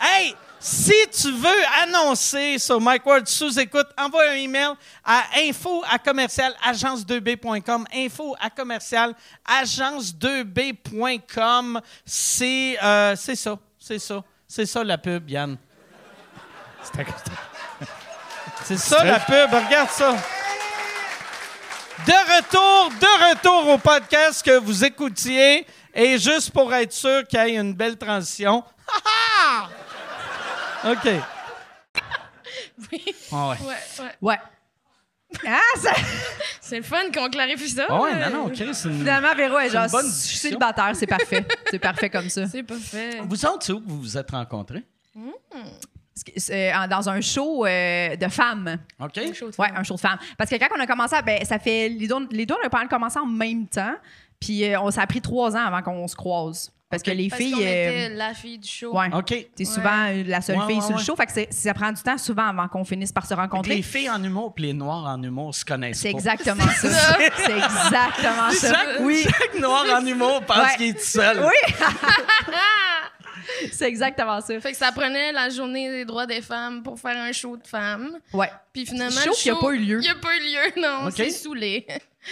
Speaker 2: Hey, si tu veux annoncer sur Mike Ward sous écoute, envoie un email à info à commercial agence2b.com. Info à commercial agence2b.com. C'est euh, c'est ça, c'est ça. C'est ça la pub, Yann. C'est ça la pub, regarde ça. De retour, de retour au podcast que vous écoutiez. Et juste pour être sûr qu'il y ait une belle transition. Ha, ha! OK.
Speaker 5: Oui.
Speaker 3: Ah ouais.
Speaker 5: Ouais, ouais.
Speaker 6: Ouais. Ah, ça.
Speaker 5: C'est le fun qu'on clarifie ça.
Speaker 3: Ah ouais, non, non, Chris, c'est une-
Speaker 6: Finalement, Véro est genre.
Speaker 3: bonne
Speaker 6: Je suis
Speaker 3: discussion.
Speaker 6: célibataire, c'est parfait. c'est parfait comme ça.
Speaker 5: C'est pas fait.
Speaker 3: Vous autres, c'est où que vous vous êtes rencontrés?
Speaker 6: C'est, euh, dans un show euh, de femmes.
Speaker 3: OK?
Speaker 6: Ouais, un show de femmes. Parce que quand on a commencé, à- ben, ça fait. Les deux, les deux on a pas mal commencé en même temps. Puis euh, on, ça a pris trois ans avant qu'on se croise. Parce que les
Speaker 5: Parce
Speaker 6: filles.
Speaker 5: qu'on était
Speaker 6: euh,
Speaker 5: la fille du show.
Speaker 6: ouais.
Speaker 3: OK.
Speaker 6: T'es souvent euh, la seule
Speaker 3: Ouais,
Speaker 6: fille
Speaker 3: ouais,
Speaker 6: sur le
Speaker 3: ouais.
Speaker 6: show. Fait que c'est- ça prend du temps souvent avant qu'on finisse par se
Speaker 3: Les
Speaker 6: rencontrer.
Speaker 3: filles en humour puis les noirs en humour se connaissent
Speaker 6: C'est
Speaker 3: pas.
Speaker 6: exactement ça. C'est exactement ça.
Speaker 3: Chaque,
Speaker 6: Oui.
Speaker 3: chaque noir en humour pense
Speaker 6: Ouais.
Speaker 3: qu'il est tout seul.
Speaker 6: Oui! C'est exactement ça.
Speaker 5: Fait que ça prenait la journée des droits des femmes pour faire un show de femmes.
Speaker 6: Ouais.
Speaker 5: Puis finalement,
Speaker 6: Show
Speaker 5: le
Speaker 6: qui a pas eu lieu.
Speaker 5: Il n'y a pas eu lieu, non.
Speaker 3: Ok.
Speaker 5: C'est saoulé.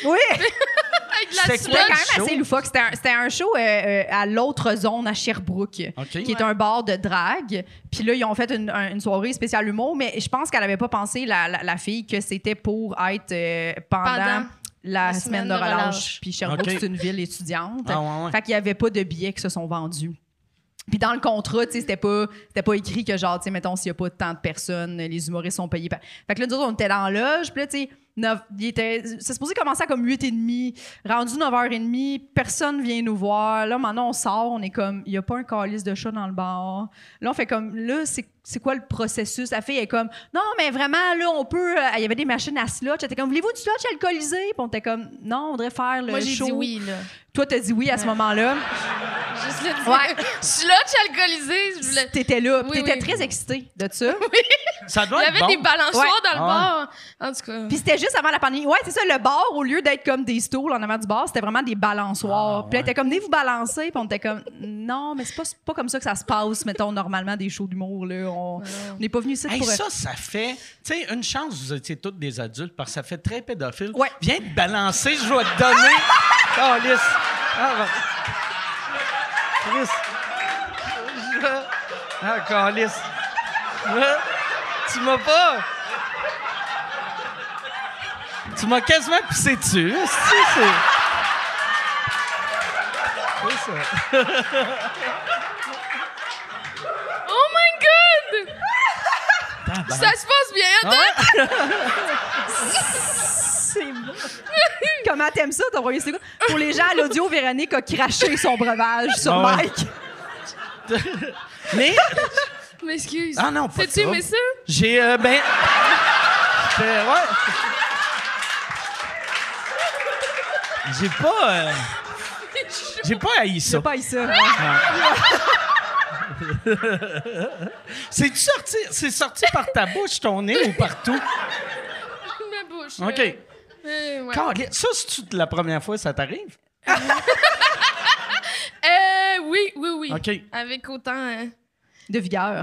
Speaker 6: Oui!
Speaker 5: Avec de la
Speaker 3: C'était
Speaker 5: sludge.
Speaker 6: C'était quand même
Speaker 3: show.
Speaker 6: assez loufoque. C'était un, c'était un show euh, euh, à l'autre zone, à Sherbrooke,
Speaker 3: OK.
Speaker 6: qui est un bar de drague. Puis là, ils ont fait une, un- une soirée spéciale humour, mais je pense qu'elle n'avait pas pensé, la, la- la fille, que c'était pour être euh, pendant,
Speaker 5: Pendant
Speaker 6: la,
Speaker 5: la semaine
Speaker 6: semaine, de
Speaker 5: de
Speaker 6: relâche.
Speaker 5: relâche.
Speaker 6: Puis Sherbrooke,
Speaker 3: OK.
Speaker 6: c'est une ville étudiante.
Speaker 3: Ah, ouais, ouais.
Speaker 6: Fait qu'il n'y avait pas de billets qui se sont vendus. Puis dans le contrat, tu sais, c'était pas, c'était pas écrit que genre, tu sais, mettons, s'il y a pas tant de personnes, les humoristes sont payés. par- Fait que là, nous autres, on était dans la loge, puis là, tu sais, neuf- il était, c'est supposé commencer à comme 8h30, rendu 9h30, personne vient nous voir. Là, maintenant, on sort, on est comme, il y a pas un calice de chat dans le bar. Là, on fait comme, là, c'est, c'est quoi le processus? La fille est comme, non, mais vraiment, là, on peut, euh, il y avait des machines à slotch. Elle était comme, voulez-vous du slotch alcoolisé? Puis on était comme, non, on voudrait faire le
Speaker 5: Moi, j'ai
Speaker 6: show.
Speaker 5: dit oui, là.
Speaker 6: Toi, t'as dit oui à ce moment-là.
Speaker 5: Juste le dire.
Speaker 6: Ouais.
Speaker 5: Je suis là, je suis alcoolisée. Je voulais...
Speaker 6: T'étais là,
Speaker 5: Oui,
Speaker 6: puis t'étais
Speaker 5: oui.
Speaker 6: très excitée de ça.
Speaker 3: Ça
Speaker 5: Il
Speaker 3: doit
Speaker 5: y
Speaker 3: être
Speaker 5: avait
Speaker 3: bon.
Speaker 5: des balançoires dans
Speaker 6: Ouais.
Speaker 5: le
Speaker 3: Ah
Speaker 5: bar. En tout cas.
Speaker 6: Puis c'était juste avant la pandémie. Ouais, c'est ça, le bar, au lieu d'être comme des stools en avant du bar, c'était vraiment des balançoires.
Speaker 3: Ah,
Speaker 6: Puis là, t'étais comme, venez vous balancer. Puis on était comme, non, mais c'est pas, c'est pas comme ça que ça se passe, mettons, normalement, des shows d'humour. Là. On on n'est pas venu ici
Speaker 3: Hey,
Speaker 6: pour.
Speaker 3: ça, ça fait. Tu sais, une chance, vous étiez tous des adultes parce que ça fait très pédophile.
Speaker 6: Ouais.
Speaker 3: Viens te balancer, je vais te donner. Calisse. Ah, va- Chris. Je- Ah, calisse. Je- Tu m'as pas. Tu m'as quasiment pissé dessus. là. C'est- c'est- C'est ça.
Speaker 5: Oh my god! Ça se passe bien, hein,
Speaker 6: Ah
Speaker 5: attends!
Speaker 6: C'est bon. Comment t'aimes ça, ton premier secours? Pour les gens à l'audio, Véronique a craché son breuvage sur
Speaker 3: Ah ouais.
Speaker 6: Mike.
Speaker 3: Mais
Speaker 5: M'excuse.
Speaker 3: Ah non, pas
Speaker 5: T'as-tu
Speaker 3: ça.
Speaker 5: aimé ça?
Speaker 3: j'ai. euh, ben. J'étais- ouais. J'ai pas. euh, J'ai pas haï ça.
Speaker 6: C'est pas ici. hein.
Speaker 3: Ah. C'est sorti, c'est sorti par ta bouche, ton nez ou partout?
Speaker 5: Ma bouche.
Speaker 3: OK.
Speaker 5: euh, euh, ouais.
Speaker 3: Calais. Ça, c'est-tu la première fois que ça t'arrive?
Speaker 5: Euh, oui, oui, oui.
Speaker 3: OK.
Speaker 5: Avec autant. euh,
Speaker 6: De vigueur.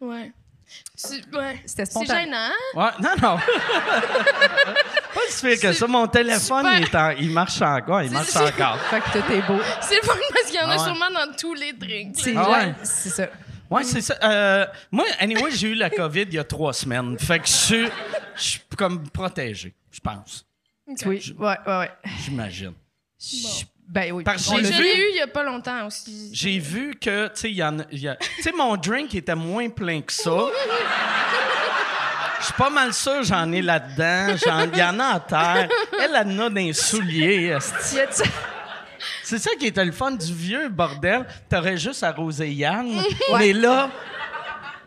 Speaker 5: ouais. C'est- ouais.
Speaker 6: C'était
Speaker 5: C'est
Speaker 6: spontané.
Speaker 5: gênant. hein?
Speaker 3: Ouais, non, non. pas si pire que ça. Mon téléphone,
Speaker 5: Super.
Speaker 3: il, est en- il marche encore. Il marche
Speaker 5: C'est-
Speaker 3: encore.
Speaker 6: Fait que tout est beau.
Speaker 5: C'est fun parce qu'il y en
Speaker 3: Ah
Speaker 5: a
Speaker 3: ouais.
Speaker 5: sûrement dans tous les drinks.
Speaker 6: C'est,
Speaker 5: là.
Speaker 3: Ah ouais.
Speaker 6: c'est ça.
Speaker 3: Ouais, c'est ça. Euh, moi, anyway, j'ai eu la COVID il y a trois semaines. Fait que je suis- je suis comme protégé, je pense.
Speaker 6: Oui, ouais, ouais, ouais.
Speaker 3: J'imagine.
Speaker 6: Chut, Ben oui.
Speaker 3: Parce que
Speaker 6: On
Speaker 3: j'ai
Speaker 6: l'a
Speaker 5: Je
Speaker 3: vu.
Speaker 5: l'ai eu il y a pas longtemps aussi.
Speaker 3: J'ai vu que, tu sais, il y en a- il y a- tu sais, mon drink était moins plein que ça. Je suis pas mal sûr, j'en ai là-dedans. J'en- Il y en a en terre. Elle, elle en a dans les souliers. esti.
Speaker 6: Y a-tu-
Speaker 3: C'est ça qui était le fun du vieux bordel. T'aurais juste arrosé Yann. Mais là,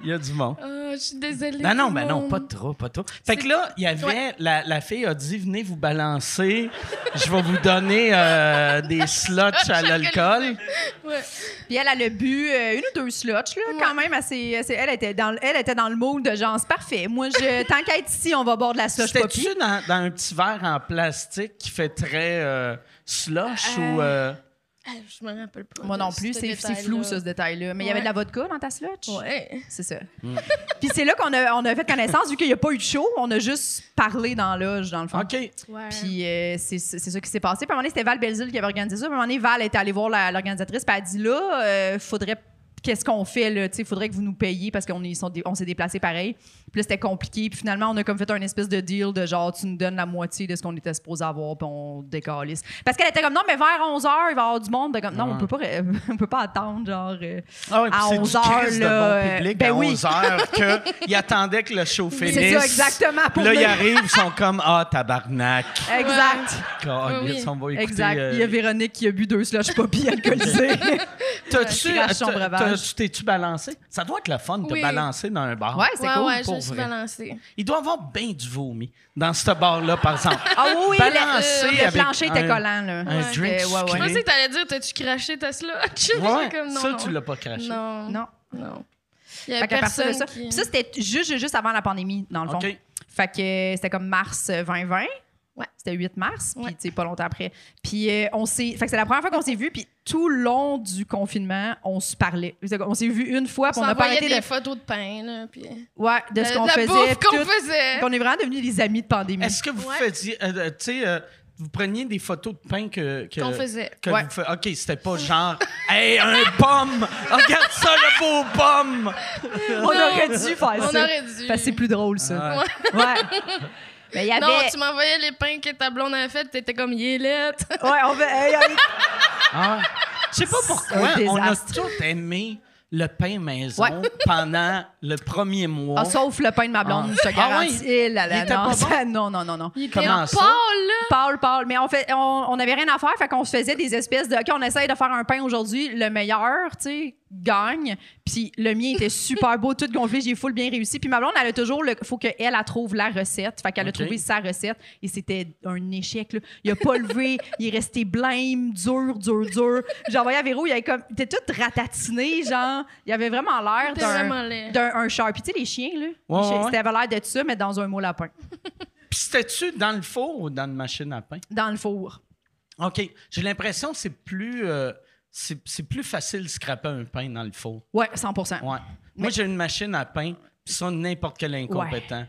Speaker 3: il y a du monde.
Speaker 5: Ah, je suis désolée.
Speaker 3: Non, non,
Speaker 5: tout le
Speaker 3: ben non,
Speaker 5: monde.
Speaker 3: pas trop, pas trop. Fait que là, il y avait,
Speaker 5: Ouais.
Speaker 3: la, la fille a dit, venez vous balancer, je vais vous donner euh, des slots à l'alcool.
Speaker 5: Ouais.
Speaker 6: Puis elle, elle a bu euh, une ou deux slots, là, quand même. Assez, assez- elle, était dans, le- elle était dans le mood de genre, c'est parfait. Moi, je, tant qu'à être ici, on va boire de la slush
Speaker 3: C'était-tu
Speaker 6: poppy.
Speaker 3: dans, dans un petit verre en plastique qui fait très euh, slush
Speaker 5: Euh,
Speaker 3: ou... euh,
Speaker 5: Ah, je me rappelle pas.
Speaker 6: Moi
Speaker 5: de
Speaker 6: non plus,
Speaker 5: ce
Speaker 6: c'est c'est
Speaker 5: détail-là.
Speaker 6: flou, ça, ce détail-là. Mais il y avait
Speaker 5: Ouais.
Speaker 6: de la vodka dans ta slush?
Speaker 5: Ouais.
Speaker 6: C'est ça.
Speaker 5: Mm.
Speaker 6: Puis c'est là qu'on a, on a fait connaissance, vu qu'il n'y a pas eu de show. On a juste parlé dans la loge, dans le fond.
Speaker 3: OK.
Speaker 5: Ouais.
Speaker 6: Puis euh, c'est c'est ça qui s'est passé. Puis à un moment donné, c'était Val Belzile qui avait organisé ça. Puis à un moment donné, Val était allée voir la- l'organisatrice. Puis elle a dit là, euh, faudrait. Qu'est-ce qu'on fait là? Il faudrait que vous nous payiez parce qu'on est- sont dé- on s'est déplacé pareil. Puis là, c'était compliqué. Puis finalement, on a comme fait un espèce de deal de genre, tu nous donnes la moitié de ce qu'on était supposé avoir, puis on décalisse. Parce qu'elle était comme, non, mais vers 11h, il va y avoir du monde. Puis comme, non, on peut pas, ré- on peut pas attendre, genre. euh,
Speaker 3: Ah ouais, puis
Speaker 6: À
Speaker 3: c'est du
Speaker 6: 11 heures,
Speaker 3: Christ de
Speaker 6: là,
Speaker 3: bon public
Speaker 6: ben
Speaker 3: à
Speaker 6: oui.
Speaker 3: 11 heures que il attendait que le show finisse.
Speaker 6: C'est ça, exactement. Pour
Speaker 3: Là,
Speaker 6: nous.
Speaker 3: ils arrivent, ils sont comme « Ah, tabarnak!
Speaker 6: Exact.
Speaker 3: Calisse, on va écouter,
Speaker 6: Exact.
Speaker 3: euh,
Speaker 6: Il y a Véronique qui a bu deux slush poppy alcoolisés.
Speaker 3: T'as-tu,
Speaker 6: crache son
Speaker 3: t'as-
Speaker 6: breuvage.
Speaker 3: t'as- tu t'es-tu balancé? Ça doit être le fun de
Speaker 5: Oui.
Speaker 3: balancer dans un bar.
Speaker 6: ouais, c'est
Speaker 5: Ouais,
Speaker 6: cool.
Speaker 5: ouais, je
Speaker 3: pour
Speaker 5: me suis
Speaker 3: vrai.
Speaker 5: balancée.
Speaker 3: Il doit y avoir bien du vomi dans ce bar-là, par exemple.
Speaker 6: Ah oui, oui,
Speaker 3: Balancer
Speaker 6: le, le
Speaker 3: avec
Speaker 6: plancher était
Speaker 3: un-
Speaker 6: collant. Là.
Speaker 3: un
Speaker 6: C'était-
Speaker 3: drink
Speaker 6: ouais,
Speaker 5: Je
Speaker 6: ouais.
Speaker 3: sucré.
Speaker 5: pensais que t'allais dire, t'as-tu craché ta slotch?
Speaker 3: Ouais,
Speaker 5: J'étais comme, non,
Speaker 3: ça,
Speaker 5: non.
Speaker 3: tu l'as pas craché.
Speaker 5: Non.
Speaker 6: Non.
Speaker 5: Non. Il y avait
Speaker 6: Fait qu'à partir
Speaker 5: personne
Speaker 6: de ça.
Speaker 5: qui...
Speaker 6: Puis ça, c'était juste, juste avant la pandémie, dans le fond.
Speaker 3: OK.
Speaker 6: Fait que euh, c'était comme mars euh, 2020.
Speaker 5: Ouais.
Speaker 6: C'était le 8 mars,
Speaker 5: Ouais.
Speaker 6: puis tu sais, pas longtemps après. Puis euh, on s'est. Fait que c'est la première fois qu'on s'est vus, puis tout le long du confinement, on se parlait. C'est-à-dire qu'on s'est vus une fois, puis on n'a pas
Speaker 5: s'envoyait
Speaker 6: arrêté
Speaker 5: des
Speaker 6: de.
Speaker 5: photos de pain, là, puis...
Speaker 6: Ouais, de ce
Speaker 5: La-
Speaker 6: qu'on
Speaker 5: la
Speaker 6: faisait.
Speaker 5: bouffe
Speaker 6: puis
Speaker 5: qu'on
Speaker 6: tout.
Speaker 5: faisait.
Speaker 6: Qu'on est vraiment devenus des amis de pandémie.
Speaker 3: Est-ce que vous
Speaker 5: Ouais.
Speaker 3: faisiez, euh, euh, tu sais, euh, vous preniez des photos de pain que. que-
Speaker 5: Qu'on faisait.
Speaker 3: que
Speaker 6: Ouais.
Speaker 3: vous fa- OK, c'était pas genre, hey, un pomme! Oh, Regarde ça, le beau pomme!
Speaker 6: On aurait dû faire
Speaker 5: On
Speaker 6: ça.
Speaker 5: aurait dû.
Speaker 6: Parce que c'est plus drôle, ça.
Speaker 3: Ouais.
Speaker 6: Ouais. Mais il y avait.
Speaker 5: Non, tu m'envoyais les pains que ta blonde avait fait, pis t'étais comme, il est laid.
Speaker 6: Ouais, on euh, va- hey, hey.
Speaker 3: Ah. Je sais pas pourquoi,
Speaker 6: C'est un
Speaker 3: on a
Speaker 6: désastre.
Speaker 3: tous aimé le pain maison
Speaker 6: Ouais.
Speaker 3: pendant le premier mois.
Speaker 6: Ah, sauf le pain de ma blonde, je te
Speaker 3: Ah
Speaker 6: garantis.
Speaker 3: oui?
Speaker 6: Eh là là,
Speaker 3: Il était
Speaker 6: non,
Speaker 3: pas
Speaker 6: ça- non, non, non, non.
Speaker 5: Il était
Speaker 3: Comment ça?
Speaker 5: pâle, là.
Speaker 6: Parle, parle. Mais on fait, on, on avait rien à faire, fait qu'on se faisait des espèces de. OK, on essaye de faire un pain aujourd'hui, le meilleur, tu sais, gagne. Puis le mien était super beau, tout gonflé, j'ai full bien réussi. Puis ma blonde, elle a toujours le. Faut qu'elle, elle trouve la recette. Fait qu'elle
Speaker 3: OK.
Speaker 6: a trouvé sa recette et c'était un échec, là. Il a pas levé, il est resté blême, dur, dur, dur. J'ai envoyé à Véro, il avait comme. Il était tout ratatiné, genre. Il avait vraiment l'air
Speaker 5: T'es
Speaker 6: d'un.
Speaker 5: vraiment laid.
Speaker 6: d'un un char. Puis tu sais, les chiens, là.
Speaker 3: Ouais,
Speaker 6: les chiens,
Speaker 3: ouais, ouais.
Speaker 6: C'était avait l'air de ça, mais dans un mot lapin.
Speaker 3: Puis c'était-tu dans le four ou dans la machine à pain?
Speaker 6: Dans le four.
Speaker 3: OK, j'ai l'impression que c'est plus, euh, c'est c'est plus facile de scraper un pain dans le four.
Speaker 6: Ouais, 100 ouais.
Speaker 3: Ouais. Moi, j'ai une machine à pain, puis ça, n'importe quel incompétent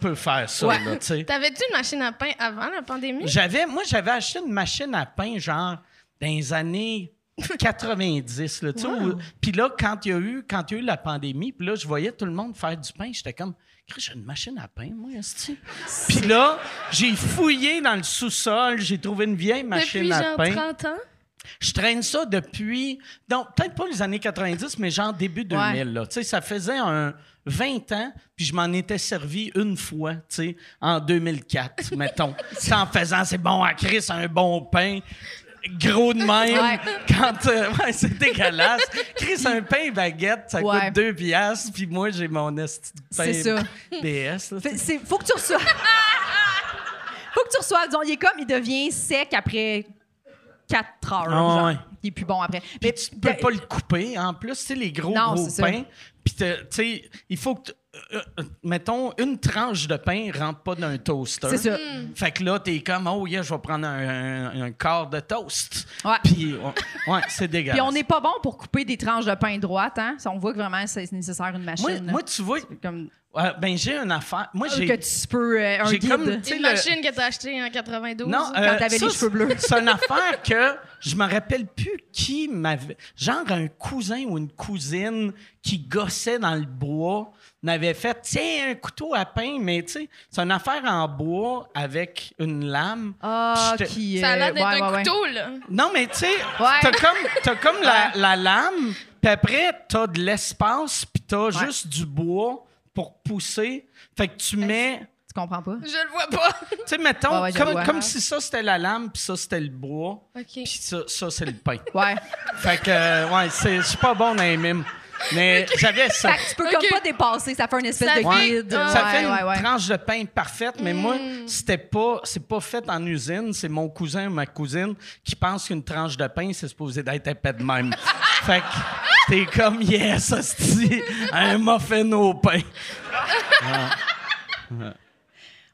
Speaker 3: peut faire ça,
Speaker 6: Ouais.
Speaker 3: là, tu sais.
Speaker 5: T'avais-tu une machine à pain avant la pandémie?
Speaker 3: J'avais, moi, j'avais acheté une machine à pain, genre, dans les années 90, là, tu sais, où- Puis là, quand il y a eu, quand il y a eu la pandémie, puis là, je voyais tout le monde faire du pain, j'étais comme, Christ, j'ai une machine à pain, moi, esti. Puis là, j'ai fouillé dans le sous-sol, j'ai trouvé une vieille machine
Speaker 5: Depuis
Speaker 3: à
Speaker 5: genre
Speaker 3: pain.
Speaker 5: 30 ans?
Speaker 3: Je traîne ça depuis, donc peut-être pas les années 90, mais genre début 2000.
Speaker 6: Ouais.
Speaker 3: là. Tu sais, ça faisait un 20 ans, puis je m'en étais servi une fois, tu sais, en 2004, mettons. C'est en faisant, c'est bon à Chris, un bon pain. Gros de même.
Speaker 6: Ouais.
Speaker 3: Quand, euh, ouais, c'est dégueulasse. Chris, un pain baguette, ça
Speaker 6: Ouais.
Speaker 3: coûte 2 piastres, puis moi, j'ai mon esti de pain
Speaker 6: C'est ça.
Speaker 3: BS. là.
Speaker 6: Fait- c'est- faut que tu reçois. faut que tu reçois. Disons, il est comme, il devient sec après 4 heures.
Speaker 3: Ah,
Speaker 6: genre.
Speaker 3: ouais.
Speaker 6: Il est plus bon après.
Speaker 3: Puis tu peux pas le couper. En plus, tu sais, les gros,
Speaker 6: Non,
Speaker 3: gros
Speaker 6: c'est ça.
Speaker 3: pains. Puis, te- tu sais, il faut que. t- euh, euh, mettons, une tranche de pain rentre pas dans un toaster. Mm.
Speaker 6: C'est ça.
Speaker 3: Fait que là, t'es comme, oh yeah, je vais prendre un, un- un quart de toast.
Speaker 6: Ouais.
Speaker 3: Puis, on- ouais, c'est dégueulasse.
Speaker 6: Puis on n'est pas bon pour couper des tranches de pain droite, hein? Ça, on voit que vraiment, c'est nécessaire une machine.
Speaker 3: Moi,
Speaker 6: là.
Speaker 3: moi, tu vois,
Speaker 6: comme,
Speaker 3: euh, ben, j'ai une affaire. Moi, j'ai.
Speaker 6: que tu peux. euh, un
Speaker 3: j'ai
Speaker 6: guide.
Speaker 3: comme- Tu sais,
Speaker 5: Une
Speaker 3: le-
Speaker 5: machine que t'as achetée en 92?
Speaker 3: Non, euh,
Speaker 6: quand t'avais les
Speaker 3: ça,
Speaker 6: cheveux bleus.
Speaker 3: C'est une affaire que je me rappelle plus qui m'avait. Genre un cousin ou une cousine qui gossait dans le bois n'avait fait tiens un couteau à pain mais tu sais c'est une affaire en bois avec une lame.
Speaker 6: Ah,
Speaker 3: Puis j'étais-
Speaker 6: qui.
Speaker 5: Ça a
Speaker 6: euh,
Speaker 5: l'air d'être
Speaker 6: ouais,
Speaker 5: un
Speaker 6: ouais, ouais.
Speaker 5: couteau, là.
Speaker 3: Non mais tu sais t'as comme t'as comme la, la lame puis après t'as de l'espace puis t'as juste du bois pour pousser. Fait que tu mets
Speaker 6: Tu comprends pas?
Speaker 5: Je le vois pas.
Speaker 3: tu sais mettons
Speaker 6: Ouais, ouais, je
Speaker 3: comme
Speaker 6: vois.
Speaker 3: comme si ça c'était la lame puis ça c'était le bois
Speaker 5: OK.
Speaker 3: puis ça ça c'est le pain.
Speaker 6: Ouais.
Speaker 3: Fait que, euh, ouais, c'est- je suis pas bon dans les mimes. Mais j'avais ça.
Speaker 6: Fait que tu peux
Speaker 5: Ok. euh,
Speaker 6: comme pas dépasser, ça fait une espèce
Speaker 5: Ça
Speaker 6: de
Speaker 5: fait-
Speaker 6: guide.
Speaker 5: Ouais.
Speaker 3: Ça
Speaker 6: Ouais,
Speaker 3: fait une
Speaker 6: ouais, Mm. ouais.
Speaker 3: tranche de pain parfaite, mais moi, c'était pas, c'est pas fait en usine. C'est mon cousin ou ma cousine qui pense qu'une tranche de pain, c'est supposé d'être épais de même. fait que t'es comme, yes, hostie, un muffin au pain.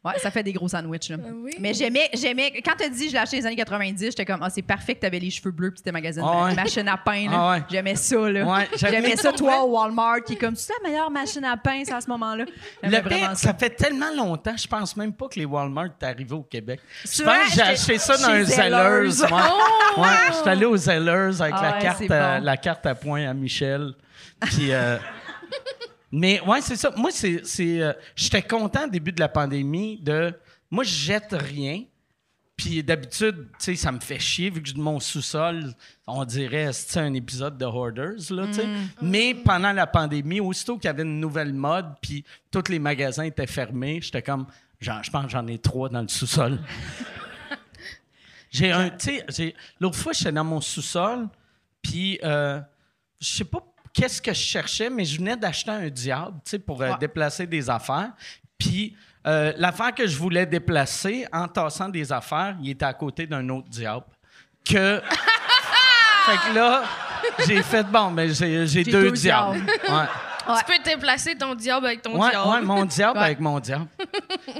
Speaker 6: Ouais, ça fait des gros sandwichs. là.
Speaker 5: Ah oui.
Speaker 6: Mais j'aimais, j'aimais. Quand t'as dit je l'ai acheté les années 90, j'étais comme, ah, c'est parfait que t'avais les cheveux bleus, puis t'étais magazine,
Speaker 3: Ah ouais.
Speaker 6: une machine à pain. là.
Speaker 3: Ah ouais.
Speaker 6: J'aimais ça, là.
Speaker 3: Ouais, j'avais-
Speaker 6: j'aimais ça, toi, au Walmart, qui est comme, c'est la meilleure machine à pain, ça, à ce moment-là. J'aimais
Speaker 3: Le pain,
Speaker 6: vraiment
Speaker 3: ça fait tellement longtemps, je pense même pas que les Walmart t'es arrivé au Québec. Je
Speaker 6: Souvent,
Speaker 3: pense que j'ai
Speaker 6: j'étais
Speaker 3: acheté ça dans
Speaker 6: chez
Speaker 3: un Zellers.
Speaker 6: Zellers. Oh!
Speaker 3: Ouais, ouais je suis allé au Zellers avec
Speaker 6: Ah
Speaker 3: la,
Speaker 6: ouais,
Speaker 3: carte,
Speaker 6: c'est
Speaker 3: à,
Speaker 6: bon.
Speaker 3: la carte à point à Michel. Puis, euh, mais ouais, c'est ça. Moi, c'est, c'est, euh, j'étais content au début de la pandémie de. Moi, je jette rien. Puis d'habitude, tu sais, ça me fait chier vu que j'ai de mon sous-sol, on dirait c'est un épisode de Hoarders là, tu sais.
Speaker 6: Mm.
Speaker 3: Mais pendant la pandémie, aussitôt qu'il y avait une nouvelle mode, puis tous les magasins étaient fermés, j'étais comme genre, je pense que j'en ai trois dans le sous-sol. j'ai un, tu sais, j'ai- l'autre fois j'étais dans mon sous-sol, puis euh, je sais pas qu'est-ce que je cherchais, mais je venais d'acheter un diable, tu sais, pour euh,
Speaker 6: Ouais.
Speaker 3: déplacer des affaires. Puis euh, l'affaire que je voulais déplacer en tassant des affaires, il était à côté d'un autre diable. Que. fait que là, j'ai fait bon, mais j'ai j'ai
Speaker 6: J'ai
Speaker 3: deux,
Speaker 6: deux
Speaker 3: diables. Ouais.
Speaker 5: Tu peux déplacer ton diable avec ton
Speaker 3: Ouais,
Speaker 5: diable.
Speaker 3: ouais, mon diable
Speaker 6: Ouais.
Speaker 3: avec mon diable.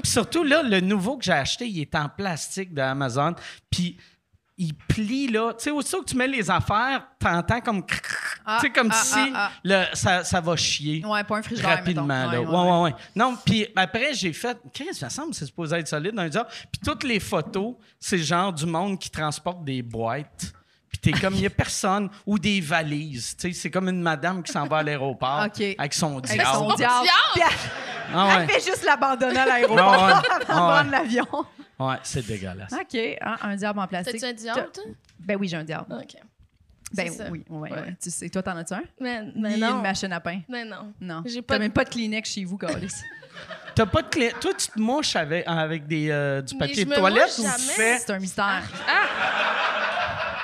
Speaker 3: Puis surtout, là, le nouveau que j'ai acheté, il est en plastique de Amazon. Puis il plie, là. Tu sais, aussitôt que tu mets les affaires, t'entends comme... crrr,
Speaker 6: Ah,
Speaker 3: tu sais, comme
Speaker 6: ah,
Speaker 3: si
Speaker 6: ah, ah.
Speaker 3: le- ça, ça va chier.
Speaker 6: Ouais, pas un frigidaire,
Speaker 3: Rapidement,
Speaker 6: mettons.
Speaker 3: là.
Speaker 6: Ouais,
Speaker 3: Ouais,
Speaker 6: ouais,
Speaker 3: ouais, ouais. Non, puis après, j'ai fait... Qu'est-ce que ça semble? C'est supposé être solide dans les heures. Puis toutes les photos, c'est genre du monde qui transporte des boîtes. Puis t'es comme, il y a personne. Ou des valises. Tu sais, c'est comme une madame qui s'en va à l'aéroport
Speaker 6: OK.
Speaker 3: avec son
Speaker 6: Avec
Speaker 3: diable.
Speaker 6: son
Speaker 5: Diable.
Speaker 6: diable. Puis
Speaker 3: Ah
Speaker 6: elle,
Speaker 3: ouais.
Speaker 6: elle fait juste l'abandonner à l'aéroport.
Speaker 3: Ah ouais.
Speaker 6: Elle
Speaker 3: Ah
Speaker 6: abandonne
Speaker 3: ouais.
Speaker 6: l'avion.
Speaker 3: Ouais, c'est dégueulasse.
Speaker 6: OK. hein, un diable en plastique.
Speaker 5: T'as-tu un diable, toi?
Speaker 6: Ben oui, j'ai un diable.
Speaker 5: OK.
Speaker 6: Ben
Speaker 5: C'est ça.
Speaker 6: oui, ouais,
Speaker 5: Ouais.
Speaker 6: ouais. Tu sais, toi, t'en as-tu un?
Speaker 5: Mais,
Speaker 6: Ni
Speaker 5: mais non.
Speaker 6: une machine à pain.
Speaker 5: Mais non.
Speaker 6: Non.
Speaker 5: J'ai
Speaker 6: T'as
Speaker 5: pas de-
Speaker 6: même pas de Kleenex chez vous, Carlis.
Speaker 3: T'as pas de clé. Toi, tu te mouches avec, avec des, euh, du
Speaker 5: Mais
Speaker 3: papier
Speaker 5: je
Speaker 3: de
Speaker 5: me
Speaker 3: toilette ou
Speaker 5: mouche
Speaker 3: tu
Speaker 5: jamais.
Speaker 3: fais.
Speaker 6: C'est un mystère.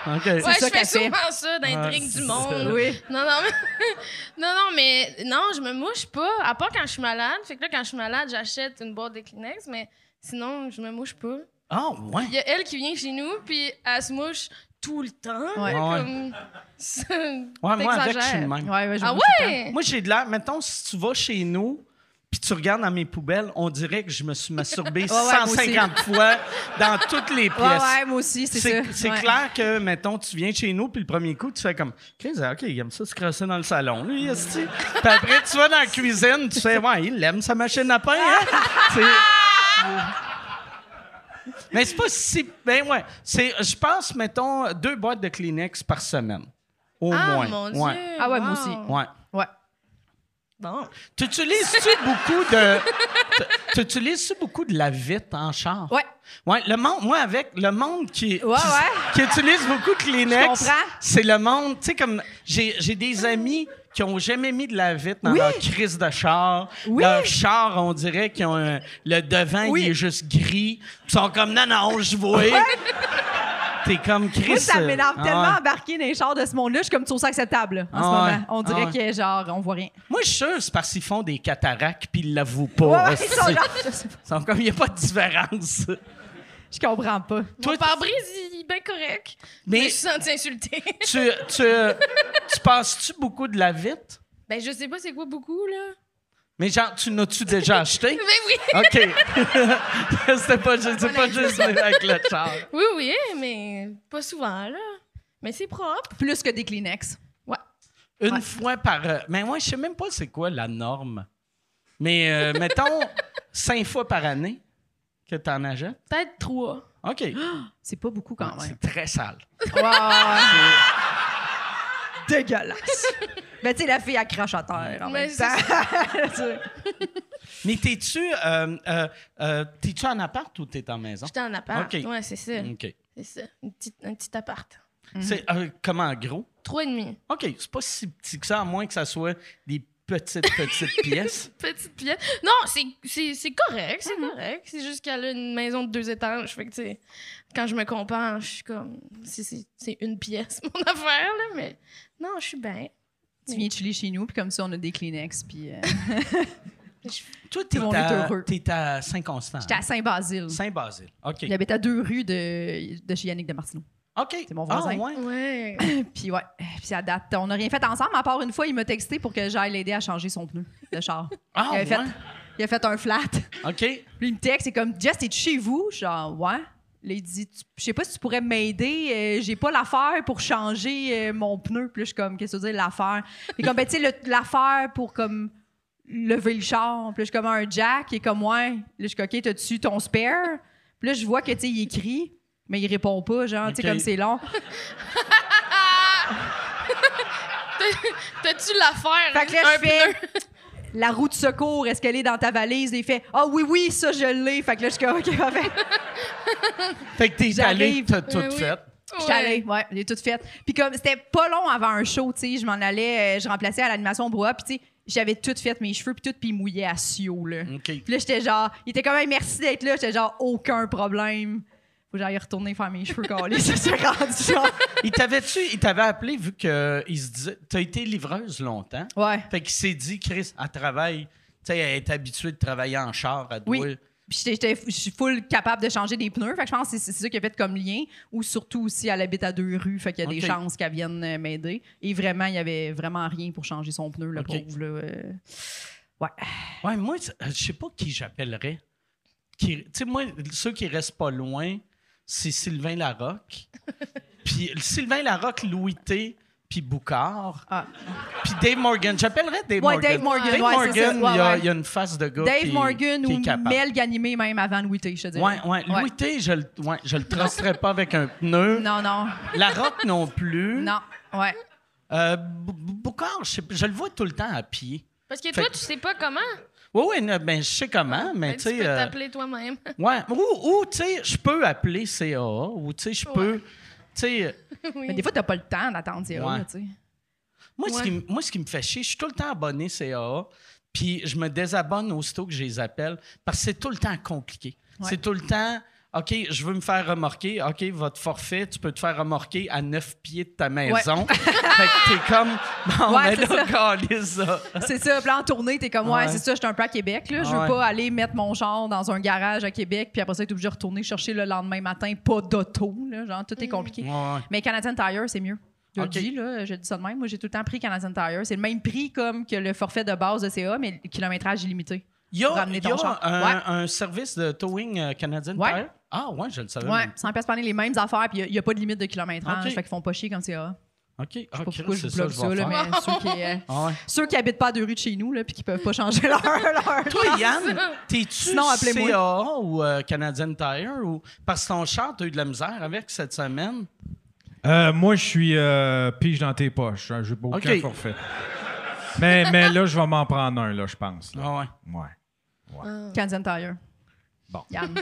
Speaker 3: OK.
Speaker 5: Ouais,
Speaker 6: ça
Speaker 5: je fais
Speaker 6: qu'elle fait.
Speaker 5: souvent ça dans les
Speaker 3: Ah,
Speaker 5: drinks
Speaker 3: c'est
Speaker 5: du monde.
Speaker 3: ça.
Speaker 6: Oui.
Speaker 5: Non, non, mais... non, non, mais non, je me mouche pas, à part quand je suis malade. Fait que là, quand je suis malade, j'achète une boîte de Kleenex, mais sinon, je me mouche pas.
Speaker 3: Ah, ouais.
Speaker 5: Il y a elle qui vient chez nous, puis elle se mouche tout le temps.
Speaker 6: Ouais.
Speaker 3: Ah ouais.
Speaker 5: Comme...
Speaker 3: Ouais,
Speaker 5: ouais,
Speaker 3: moi, avec, je suis le même.
Speaker 6: Ouais, ouais, je
Speaker 5: Ah
Speaker 6: vois tout le
Speaker 5: ouais?
Speaker 3: Moi, j'ai de l'air. Mettons, si tu vas chez nous puis tu regardes dans mes poubelles, on dirait que je me suis masturbé
Speaker 6: ouais, moi aussi.
Speaker 3: 150 fois dans toutes les pièces.
Speaker 6: temps. Ouais, ouais, moi aussi, c'est
Speaker 3: C'est
Speaker 6: ça.
Speaker 3: c'est
Speaker 6: Ouais.
Speaker 3: clair que, mettons, tu viens chez nous, puis le premier coup, tu fais comme, OK, OK, il aime ça se crosser dans le salon, lui, esti. Puis après, tu vas dans la cuisine, tu fais, ouais, il aime sa machine à pain, hein? C'est- Mais c'est pas si. Ben ouais. c'est- Je pense, mettons, deux boîtes de Kleenex par semaine. Au
Speaker 5: Ah,
Speaker 3: moins.
Speaker 5: mon
Speaker 3: Ouais.
Speaker 5: Dieu.
Speaker 6: Ah ouais, moi
Speaker 5: wow.
Speaker 6: aussi.
Speaker 3: Ouais.
Speaker 6: Ouais.
Speaker 5: Bon.
Speaker 3: T'utilises-tu beaucoup de. T'utilises-tu beaucoup de la vite en char?
Speaker 6: Ouais.
Speaker 3: Ouais, le monde, moi, avec le monde qui, qui,
Speaker 6: ouais.
Speaker 3: qui utilise beaucoup de Kleenex,
Speaker 6: Je comprends.
Speaker 3: c'est le monde, tu sais, comme j'ai j'ai des amis qui ont jamais mis de la vitre dans
Speaker 6: Oui.
Speaker 3: leur crise de char.
Speaker 6: Oui.
Speaker 3: Leur char, on dirait qu'ils ont un- le devant,
Speaker 6: Oui.
Speaker 3: il est juste gris. Ils sont comme, non, non, je vois. T'es comme Chris.
Speaker 6: Moi, ça m'énerve
Speaker 3: euh,
Speaker 6: tellement
Speaker 3: ah ouais.
Speaker 6: embarqué dans les chars de ce monde-là, je suis comme, tu trouves ça acceptable, là, en ce
Speaker 3: Ah ouais.
Speaker 6: moment. On dirait
Speaker 3: Ah
Speaker 6: que, genre, on voit rien.
Speaker 3: Moi, je suis sûr, c'est parce qu'ils font des cataractes puis ils l'avouent
Speaker 6: Ouais,
Speaker 3: pas.
Speaker 6: ouais, ils
Speaker 3: hostie.
Speaker 6: sont là. Je, sais pas.
Speaker 3: Ils sont comme, il n'y a pas de différence.
Speaker 6: Je comprends pas.
Speaker 5: Mon pare-brise, il est bien correct.
Speaker 3: Mais-
Speaker 5: Mais, je suis sentie insultée.
Speaker 3: tu, tu, tu passes-tu beaucoup de la vite?
Speaker 5: ben, je sais pas c'est quoi beaucoup, là.
Speaker 3: Mais genre, tu n'as-tu déjà acheté?
Speaker 5: Mais oui,
Speaker 3: OK. C'était pas, ju- c'est pas juste avec le char.
Speaker 5: oui, oui, eh, mais pas souvent, là. Mais c'est propre.
Speaker 6: Plus que des Kleenex.
Speaker 5: Ouais.
Speaker 3: Une fois par... euh, Mais moi, je sais même pas c'est quoi la norme. Mais euh, mettons, cinq fois par année que tu en achètes.
Speaker 5: Peut-être trois.
Speaker 3: OK. Ah,
Speaker 6: C'est pas beaucoup quand même.
Speaker 3: C'est très sale.
Speaker 6: Ouais, ouais, ouais. Dégueulasse. Mais tu sais, la fille, elle crache à terre en
Speaker 5: Mais
Speaker 6: même
Speaker 5: c'est
Speaker 6: temps.
Speaker 3: Mais t'es-tu euh, euh, euh, t'es-tu en appart ou t'es en maison?
Speaker 5: J'étais en appart.
Speaker 3: Ok.
Speaker 5: Ouais, c'est ça.
Speaker 6: Mm.
Speaker 3: OK.
Speaker 5: C'est ça. Une petite, un petit appart.
Speaker 6: Mhm.
Speaker 3: C'est euh, comment gros?
Speaker 5: Trois et demi.
Speaker 3: OK, c'est pas si petit que ça, à moins que ça soit des petites, petites pièces.
Speaker 5: Petite pièce. Non, c'est, c'est, c'est correct, c'est
Speaker 6: Mm-hmm.
Speaker 5: correct. C'est juste qu'elle a une maison de deux étages. Fait que, tu sais, quand je me compare, je suis comme. C'est, c'est, c'est une pièce, mon affaire, là. Mais non, je suis bien.
Speaker 6: tu viens chiller chez nous, puis comme ça, on a des Kleenex, puis...
Speaker 3: Ah.
Speaker 6: euh,
Speaker 3: Toi, t'es
Speaker 6: On est
Speaker 3: à,
Speaker 6: heureux.
Speaker 3: t'es à Saint-Constant. hein?
Speaker 6: J'étais à Saint-Basile.
Speaker 3: Saint-Basile. OK.
Speaker 6: Il habite à deux rues de, de chez Yannick de Martineau.
Speaker 3: OK.
Speaker 6: C'est mon voisin.
Speaker 3: Ah, ouais.
Speaker 5: Ouais.
Speaker 6: Puis ouais, puis à date, on n'a rien fait ensemble, à part une fois, il m'a texté pour que j'aille l'aider à changer son pneu de char.
Speaker 3: Ah,
Speaker 6: il, avait
Speaker 3: ouais?
Speaker 6: fait, il a fait un flat.
Speaker 3: OK.
Speaker 6: Puis il me texte, c'est comme, Jess, t'es chez vous? Je suis Genre, ouais. Là, il dit, Tu- je sais pas si tu pourrais m'aider, euh, j'ai pas l'affaire pour changer euh, mon pneu. Puis là, je suis comme, qu'est-ce que tu veux dire, l'affaire? Puis comme, ben, tu sais, le- l'affaire pour comme lever le char. Puis là, je suis comme un jack, il est comme, ouais. Là, je suis comme, OK, t'as-tu ton spare? Puis là, je vois que, tu sais, il écrit, mais il répond pas, genre, tu sais,
Speaker 3: OK.
Speaker 6: comme c'est long.
Speaker 5: T'as-tu l'affaire?
Speaker 6: Fait que là, je fais la roue de secours, est-ce qu'elle est dans ta valise? Il fait Ah oui, oui, ça, je l'ai. Fait que là, je suis comme, OK, parfait.
Speaker 3: Fait que t'es allé,
Speaker 6: J'arrive.
Speaker 3: t'as tout
Speaker 5: Ouais, oui.
Speaker 3: fait.
Speaker 6: Je suis allée, ouais, j'ai tout fait. Puis comme c'était pas long avant un show, tu sais, je m'en allais, euh, je remplaçais à l'animation brouhaha, puis tu sais, j'avais tout fait mes cheveux, puis tout, puis mouillé à Sio, là.
Speaker 3: OK.
Speaker 6: Puis là, j'étais genre, il était quand même merci d'être là, j'étais genre, aucun problème. Faut que j'aille retourner faire mes cheveux calés, ça s'est rendu genre.
Speaker 3: il t'avait-tu... Il t'avait appelé vu que il se disait... T'as été livreuse longtemps.
Speaker 6: Ouais.
Speaker 3: Fait qu'il s'est dit, Chris, elle travaille... Tu sais, elle est habituée de travailler en char. Elle
Speaker 6: Oui.
Speaker 3: doit...
Speaker 6: Puis j'étais- j'étais fou- je suis full capable de changer des pneus. Fait que je pense que c'est c'est ça qui a fait comme lien. Ou surtout aussi, elle habite à deux rues. Fait qu'il y a
Speaker 3: Ok.
Speaker 6: des chances qu'elle vienne euh, m'aider. Et vraiment, il y avait vraiment rien pour changer son pneu, le
Speaker 3: Ok.
Speaker 6: pauvre. là, euh.
Speaker 3: Ouais, moi, c'est- euh, je sais pas qui j'appellerais. qui. Tu sais, moi, ceux qui restent pas loin, c'est Sylvain Larocque. puis Sylvain Larocque, Louis T. Puis Boucard.
Speaker 6: Ah.
Speaker 3: Puis Dave Morgan. J'appellerais Dave
Speaker 6: Ouais,
Speaker 3: Morgan.
Speaker 6: Dave Morgan,
Speaker 3: Dave
Speaker 6: ouais,
Speaker 3: Morgan,
Speaker 6: c'est ça,
Speaker 3: il,
Speaker 6: ouais,
Speaker 3: y a,
Speaker 6: ouais.
Speaker 3: il y a une face de gars
Speaker 6: Dave
Speaker 3: qui,
Speaker 6: Morgan
Speaker 3: qui est
Speaker 6: ou
Speaker 3: capable.
Speaker 6: Mel Ganimé, même avant Louis T, je te dirais.
Speaker 3: Ouais, ouais. Louis T, je le, ouais, je le tracerais pas avec un pneu.
Speaker 6: Non, non.
Speaker 3: La rock non plus.
Speaker 6: Non, ouais.
Speaker 3: Euh, Bou- Bou- Boucard, je, sais pas, je le vois tout le temps à pied.
Speaker 5: Parce que
Speaker 3: Fait
Speaker 5: toi,
Speaker 3: que-
Speaker 5: tu sais pas comment.
Speaker 3: Oui, oui, non, ben, je sais comment, mais
Speaker 5: Ben,
Speaker 3: tu
Speaker 5: tu peux
Speaker 3: sais. euh,
Speaker 5: t'appeler toi-même.
Speaker 3: ouais. Ou, ou, tu sais, je peux appeler CAA, ou tu sais, je peux. Tu sais,
Speaker 5: Oui.
Speaker 6: Mais des fois, t'as pas le temps d'attendre, c'est
Speaker 3: Ouais.
Speaker 6: là, tu sais.
Speaker 3: moi, ce
Speaker 5: Ouais.
Speaker 3: qui, m- moi, ce qui me fait chier, je suis tout le temps abonné CAA, puis je me désabonne aussitôt que je les appelle, parce que c'est tout le temps compliqué.
Speaker 6: Ouais.
Speaker 3: C'est tout le temps. OK, je veux me faire remorquer. OK, votre forfait, tu peux te faire remorquer à neuf pieds de ta maison. fait que t'es comme. Bon,
Speaker 6: Ouais,
Speaker 3: ben
Speaker 6: c'est
Speaker 3: là, calisse ça.
Speaker 6: C'est ça, puis là, en tournée, t'es comme, ouais,
Speaker 3: Ouais.
Speaker 6: c'est ça, j'étais un peu à Québec, là. Je veux
Speaker 3: Ouais.
Speaker 6: pas aller mettre mon char dans un garage à Québec, puis après ça, t'es obligé de retourner chercher le lendemain matin, pas d'auto, là. Genre, tout est compliqué.
Speaker 3: Ouais.
Speaker 6: Mais Canadian Tire, c'est mieux. Je le
Speaker 3: Ok.
Speaker 6: dis, là, je dis ça de même. Moi, j'ai tout le temps pris Canadian Tire. C'est le même prix comme que le forfait de base de CA, mais le kilométrage illimité.
Speaker 3: Il y a,
Speaker 6: pour ramener
Speaker 3: il y a
Speaker 6: ton char.
Speaker 3: un,
Speaker 6: Ouais.
Speaker 3: un service de towing euh, canadien
Speaker 6: Ouais.
Speaker 3: Tire? Ah ouais, je le savais.
Speaker 6: Ouais,
Speaker 3: même.
Speaker 6: 100 pièces par année, les mêmes affaires, puis il n'y a, pas de limite de kilométrage.
Speaker 3: Ok.
Speaker 6: Fait qu'ils font pas chier comme CA.
Speaker 3: OK,
Speaker 6: Je sais
Speaker 3: ah,
Speaker 6: pas pourquoi
Speaker 3: Chris, c'est
Speaker 6: je vous
Speaker 3: ça,
Speaker 6: bloque
Speaker 3: je
Speaker 6: ça,
Speaker 3: vais
Speaker 6: là,
Speaker 3: faire.
Speaker 6: mais ceux qui, euh,
Speaker 3: Ah ouais.
Speaker 6: ceux qui habitent pas à deux rues de chez nous, là, puis qui peuvent pas changer leur. leur...
Speaker 3: Toi, Yann, t'es-tu
Speaker 6: Sinon, appelez-moi.
Speaker 3: CAA ou euh, Canadian Tire? Ou... Parce que ton char, t'as eu de la misère avec cette semaine.
Speaker 4: Euh, moi, je suis euh, pige dans tes poches. hein, J'ai pas aucun
Speaker 3: OK.
Speaker 4: forfait. Mais, mais là, je vais m'en prendre un, là, je pense. là.
Speaker 3: Ah ouais.
Speaker 4: Ouais.
Speaker 6: Canadian Tire.
Speaker 4: Bon.
Speaker 6: Yann.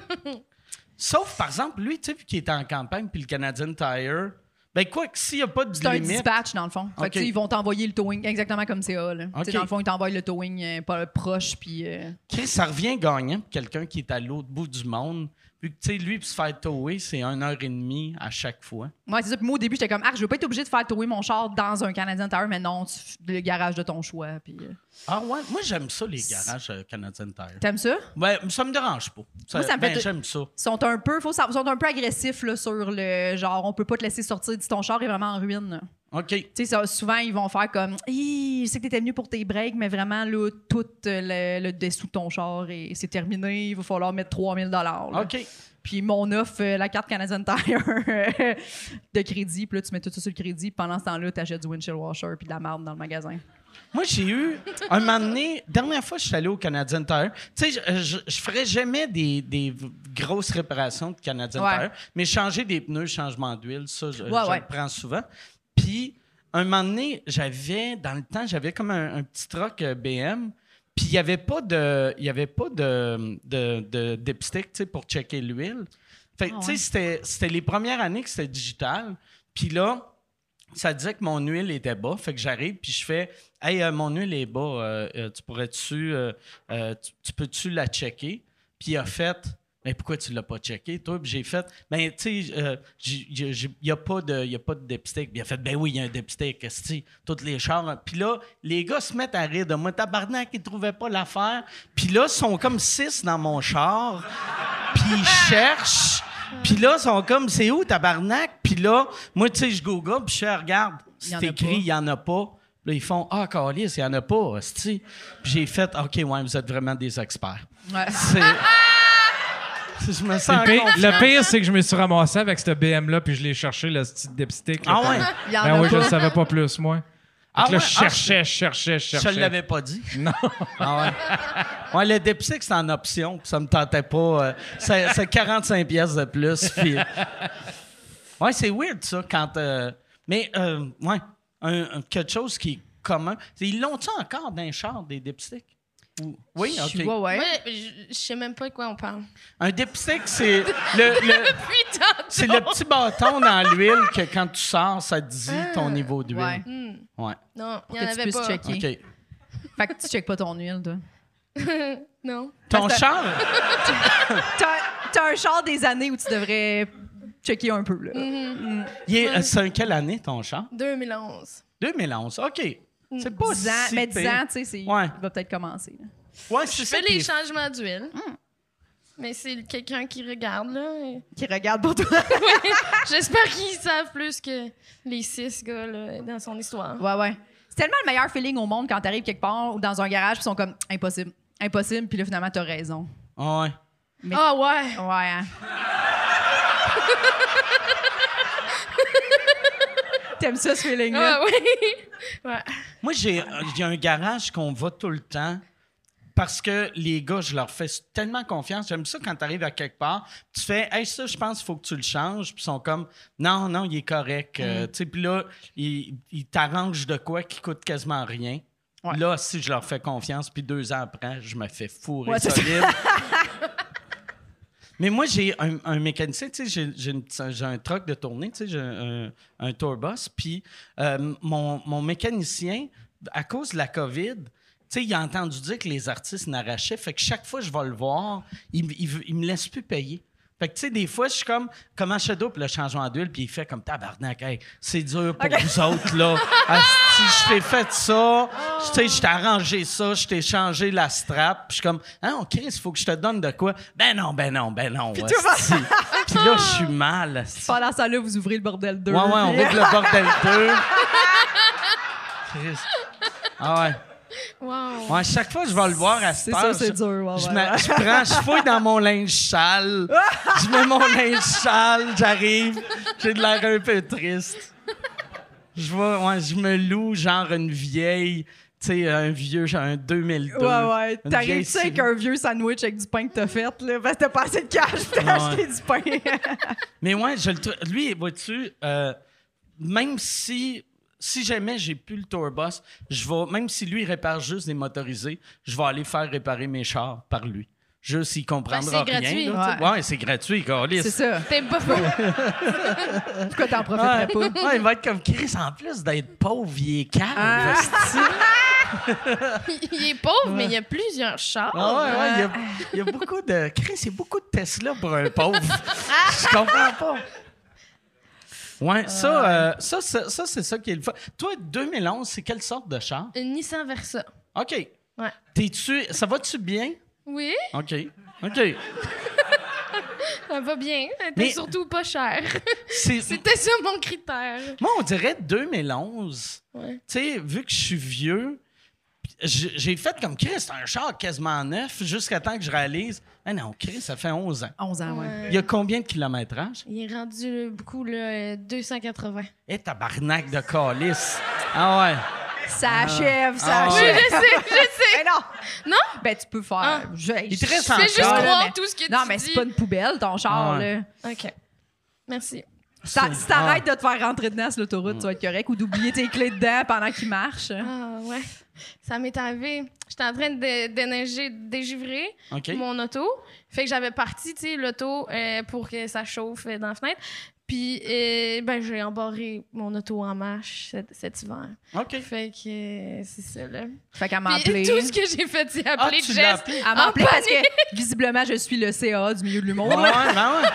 Speaker 3: Sauf, par exemple, lui, tu sais, vu qu'il était en campagne, puis le Canadian Tire, ben quoi que s'il n'y a pas de
Speaker 6: C'est un
Speaker 3: limite...
Speaker 6: dispatch, dans le fond. Fait
Speaker 3: Ok.
Speaker 6: que, tu sais, ils vont t'envoyer le towing exactement comme CA. Là. Tu sais,
Speaker 3: Ok.
Speaker 6: Dans le fond, ils t'envoient le towing euh, pas proche, puis. euh,
Speaker 3: Chris, ça revient gagnant pour quelqu'un qui est à l'autre bout du monde. Vu que, tu sais, lui, pour se faire tower, c'est une heure et demie à chaque fois.
Speaker 6: Ouais, c'est ça. Puis moi, au début, j'étais comme, ah, je veux pas être obligé de faire tower mon char dans un Canadian Tire, mais non, tu f- le garage de ton choix. Puis, euh,
Speaker 3: Ah ouais? Moi, j'aime ça, les garages euh, Canadian Tire.
Speaker 6: T'aimes ça?
Speaker 3: Ouais, ça me dérange pas.
Speaker 6: Moi, ça me fait
Speaker 3: ben,
Speaker 6: de-
Speaker 3: j'aime ça.
Speaker 6: Ils sont un peu, faut savoir- ils sont un peu agressifs là, sur le genre, on peut pas te laisser sortir si ton char est vraiment en ruine. là.
Speaker 3: OK.
Speaker 6: Tu sais, ça, souvent, ils vont faire comme, Hi, je sais que t'étais venu pour tes breaks, mais vraiment, là, tout euh, le, le dessous de ton char, et c'est terminé, il va falloir mettre 3000 dollars.
Speaker 3: OK.
Speaker 6: Puis mon offre, euh, la carte Canadian Tire euh, de crédit, puis là, tu mets tout ça sur le crédit, puis pendant ce temps-là, t'achètes du windshield washer puis de la marde dans le magasin.
Speaker 3: Moi, j'ai eu, un moment donné, dernière fois que je suis allé au Canadian Tire, tu sais, je, je, je ferais jamais des, des v- grosses réparations de Canadian
Speaker 6: Ouais.
Speaker 3: Tire, mais changer des pneus, changement d'huile, ça, je,
Speaker 6: Ouais,
Speaker 3: je
Speaker 6: ouais.
Speaker 3: le prends souvent. Puis, un moment donné, j'avais, dans le temps, j'avais comme un, un petit truck euh, BM, puis il n'y avait pas de, il y avait pas de, de, de dipstick, tu sais, pour checker l'huile. Fait que,
Speaker 6: Ah
Speaker 3: tu sais,
Speaker 6: ouais.
Speaker 3: c'était- c'était les premières années que c'était digital, puis là ça disait que mon huile était bas. Fait que j'arrive, puis je fais Hey, euh, mon huile est bas. euh, euh, tu pourrais-tu. euh, euh, tu, tu peux-tu la checker? Puis il a fait Mais pourquoi tu l'as pas checké, toi? Puis j'ai fait Ben, tu sais, euh, j'ai- j'ai- j'ai- il n'y a, pas de- il y a pas de dipstick. Puis il a fait Ben oui, il y a un dipstick. esti, Toutes les chars. hein. Puis là, les gars se mettent à rire de moi. Tabarnak, ils trouvaient pas l'affaire. Puis là, ils sont comme six dans mon char. Puis ils cherchent. Puis là, ils sont comme, c'est où, tabarnak? Puis là, moi, tu sais, je google, puis je fais, regarde,
Speaker 6: y en
Speaker 3: c'est
Speaker 6: a pas.
Speaker 3: écrit, il y en a pas. Puis là, ils font, ah, calice, il y en a pas, hostie. Puis j'ai fait, OK, ouais, vous êtes vraiment des experts.
Speaker 6: Ouais.
Speaker 3: C'est...
Speaker 4: Ah,
Speaker 3: je me sens
Speaker 4: Le pire,
Speaker 3: confiant.
Speaker 4: ah! le pire, c'est que je me suis ramassé avec ce BM-là, puis je l'ai cherché, le petit dipstick. là,
Speaker 3: Ah
Speaker 4: comme-
Speaker 3: ouais?
Speaker 6: Il y en
Speaker 4: Ben
Speaker 6: a
Speaker 4: oui, je le
Speaker 6: pas.
Speaker 4: savais pas plus, moi.
Speaker 3: Ah
Speaker 4: Fait que là,
Speaker 3: ouais?
Speaker 4: je
Speaker 3: Ah,
Speaker 4: cherchais, je cherchais,
Speaker 3: Je
Speaker 4: je cherchais.
Speaker 3: ne l'avais pas dit.
Speaker 4: Non.
Speaker 3: Ah ouais. ouais, le dipstick, c'est en option, puis ça me tentait pas. euh, c'est c'est 45 pièces de plus. puis- Ouais, c'est weird, ça, quand... euh, Mais, euh, ouais, un- un- quelque chose qui est commun. Ils l'ont-tu encore dans les chars, des dipsticks? Ou- Oui,
Speaker 6: Je suis-
Speaker 3: OK.
Speaker 6: ouais, ouais.
Speaker 5: Moi, je je sais même pas de quoi on parle.
Speaker 3: Un dipstick, c'est le... le-
Speaker 5: Depuis tantôt.
Speaker 3: C'est le petit bâton dans l'huile que quand tu sors, ça te dit ton niveau d'huile.
Speaker 6: ouais.
Speaker 3: Ouais.
Speaker 5: Hmm.
Speaker 3: ouais.
Speaker 5: Non, il
Speaker 6: Pour
Speaker 5: y en
Speaker 6: que tu
Speaker 5: avait
Speaker 6: puisses
Speaker 5: pas.
Speaker 6: checker.
Speaker 3: OK.
Speaker 6: Fait que tu checkes pas ton huile, toi.
Speaker 5: Non.
Speaker 3: Ton
Speaker 6: Parce que-
Speaker 3: char,
Speaker 6: T'as t'as un char des années où tu devrais checker un peu, là.
Speaker 3: il est- euh, c'est en quelle année, ton char?
Speaker 5: 2011.
Speaker 3: 2011, OK. C'est pas
Speaker 6: 10 ans,
Speaker 3: si
Speaker 6: mais 10
Speaker 3: pire.
Speaker 6: ans, tu sais, c'est-
Speaker 3: Ouais.
Speaker 6: il va peut-être commencer. là.
Speaker 3: Ouais, c'est
Speaker 5: Je
Speaker 3: ça
Speaker 5: fais
Speaker 3: qui
Speaker 5: les
Speaker 3: est-
Speaker 5: changements d'huile.
Speaker 6: Hmm.
Speaker 5: Mais c'est quelqu'un qui regarde, là. et-
Speaker 6: Qui regarde pour toi.
Speaker 5: J'espère qu'ils savent plus que les six gars, là, dans son histoire.
Speaker 6: ouais, ouais. C'est tellement le meilleur feeling au monde quand t'arrives quelque part ou dans un garage, puis ils sont comme impossible, impossible, puis là, finalement, t'as raison.
Speaker 3: Ah ouais.
Speaker 6: Mais-
Speaker 5: Ah ouais.
Speaker 6: Ouais. hein. T'aimes ça, ce feeling-là?
Speaker 5: Ah oui. ouais.
Speaker 3: Moi, j'ai euh, j'ai un garage qu'on va tout le temps parce que les gars, je leur fais tellement confiance. J'aime ça quand tu arrives à quelque part, tu fais Hey, ça, je pense qu'il faut que tu le changes. Puis ils sont comme Non, non, il est correct. Euh,
Speaker 6: Mm.
Speaker 3: tu sais, Puis là, ils ils t'arrangent de quoi qui coûte quasiment rien.
Speaker 6: Ouais.
Speaker 3: Là, si je leur fais confiance, puis deux ans après, je me fais fourrer
Speaker 6: Ouais, c'est ça.
Speaker 3: solide. Mais moi, j'ai un, un mécanicien, tu sais, j'ai- j'ai une petite- j'ai un truck de tournée, tu sais, j'ai un, un- un tour bus. Puis euh, mon, mon mécanicien, à cause de la COVID, tu sais, il a entendu dire que les artistes n'arrachaient. Fait que chaque fois que je vais le voir, il, me- il veut- il me laisse plus payer. Fait que, tu sais, des fois, je suis comme, comment je fais double le changement d'huile, puis il fait comme, tabarnak, hey, c'est dur pour vous autres, là. Si je t'ai fait ça, tu sais, je t'ai arrangé ça, je t'ai changé la strap, puis je suis comme, ah, on Chris, faut que je te donne de quoi? Ben non, ben non, ben non. Puis, puis là, je suis mal. asti.
Speaker 6: Pendant ça, là, vous ouvrez le bordel 2.
Speaker 3: Ouais, ouais, on
Speaker 6: puis-
Speaker 3: ouvre le bordel 2. Christ. Ah ouais.
Speaker 5: Wow.
Speaker 3: Ouais, chaque fois que je vais le voir à
Speaker 6: C'est
Speaker 3: cette heure,
Speaker 6: ça, c'est
Speaker 3: je-
Speaker 6: dur. ouais,
Speaker 3: Je,
Speaker 6: ouais,
Speaker 3: me- je prends, je fouille dans mon linge sale. je mets mon linge sale, j'arrive. J'ai de l'air un peu triste. Je vois, ouais, je me loue genre une vieille, tu sais, un vieux, genre un 2002.
Speaker 6: Ouais, ouais.
Speaker 3: une vieille
Speaker 6: T'arrives-tu avec
Speaker 3: Civic.
Speaker 6: un vieux sandwich avec du pain que t'as fait, là? Parce que t'as pas assez de cash pour
Speaker 3: Ouais.
Speaker 6: acheter du pain.
Speaker 3: Mais ouais, je le trou- lui, vois-tu, euh, même si si jamais j'ai plus le tour bus, je vais même si lui il répare juste des motorisés, je vais aller faire réparer mes chars par lui. Juste, il comprendra
Speaker 5: Ben, c'est
Speaker 3: rien.
Speaker 5: gratuit.
Speaker 3: là, tu sais. ouais, c'est gratuit, câlisse.
Speaker 6: c'est ça.
Speaker 5: T'es pas fou.
Speaker 6: Pourquoi t'en profiterais
Speaker 3: Ouais.
Speaker 6: pas?
Speaker 3: Ouais, il va être comme Chris en plus d'être pauvre, il est calme.
Speaker 6: Ah.
Speaker 3: hostie.
Speaker 5: Il est pauvre, mais il y a plusieurs chars.
Speaker 3: Ah ouais, ouais, il y a- il y, a beaucoup de. Chris, il y a beaucoup de Tesla pour un pauvre. Je comprends pas. Ouais, ça, euh, ça, ça, ça, c'est ça qui est le fun. Toi, 2011, c'est quelle sorte de char?
Speaker 5: Une Nissan Versa.
Speaker 3: OK.
Speaker 5: Ouais.
Speaker 3: T'es-tu. Ça va-tu bien?
Speaker 5: Oui,
Speaker 3: OK. OK.
Speaker 5: ça va bien. Elle était
Speaker 3: Mais-
Speaker 5: surtout pas chère.
Speaker 3: C'est.
Speaker 5: C'était ça mon critère.
Speaker 3: Moi, on dirait 2011.
Speaker 5: Ouais.
Speaker 3: tu sais, vu que je suis vieux, j- j'ai fait comme Chris, c'est un char quasiment neuf jusqu'à temps que je réalise. Ah non, Chris, ça fait 11 ans.
Speaker 6: 11 ans, Ah ouais.
Speaker 3: Il y a combien de hein? kilométrages?
Speaker 5: Euh, Il est rendu beaucoup, là, euh, 280.
Speaker 3: Eh, tabarnak de calice. Ah ouais.
Speaker 6: Ça achève, ça
Speaker 3: Ah,
Speaker 5: Oui,
Speaker 6: achève.
Speaker 5: je sais, je sais.
Speaker 6: Mais non!
Speaker 5: Non?
Speaker 6: Ben, tu peux faire.
Speaker 5: Ah.
Speaker 6: Je-
Speaker 3: Il te
Speaker 6: je-
Speaker 3: reste
Speaker 6: je fais
Speaker 3: encore.
Speaker 5: Fais juste
Speaker 3: Ah,
Speaker 6: là,
Speaker 5: croire
Speaker 6: mais-
Speaker 5: tout ce que
Speaker 6: Non,
Speaker 5: tu
Speaker 6: mais
Speaker 5: dis.
Speaker 6: c'est pas une poubelle, ton char,
Speaker 3: Ah ouais. Ah.
Speaker 6: là.
Speaker 5: OK. Merci.
Speaker 6: Ça- si t'arrêtes de te faire rentrer dedans sur l'autoroute, tu vas être correct. Ou d'oublier tes clés dedans pendant qu'il marche.
Speaker 5: Ah ouais. Ça m'est arrivé. J'étais en train de déneiger, dégivrer
Speaker 3: OK.
Speaker 5: mon auto. Fait que j'avais parti, tu sais, l'auto euh, pour que ça chauffe euh, dans la fenêtre. Puis, euh, ben, j'ai embarré mon auto en marche cet, cet hiver.
Speaker 3: OK.
Speaker 5: Fait que euh, c'est ça, là.
Speaker 6: Fait qu'elle m'a
Speaker 5: Puis,
Speaker 6: appelé.
Speaker 5: tout ce que j'ai fait, c'est
Speaker 3: Ah,
Speaker 5: appeler
Speaker 3: tu l'as
Speaker 5: Jess.
Speaker 3: appelé?
Speaker 6: Elle m'a appelé
Speaker 5: Ah,
Speaker 6: parce que, visiblement, je suis le CA du milieu de l'humour.
Speaker 3: Ouais, ouais, ben ouais.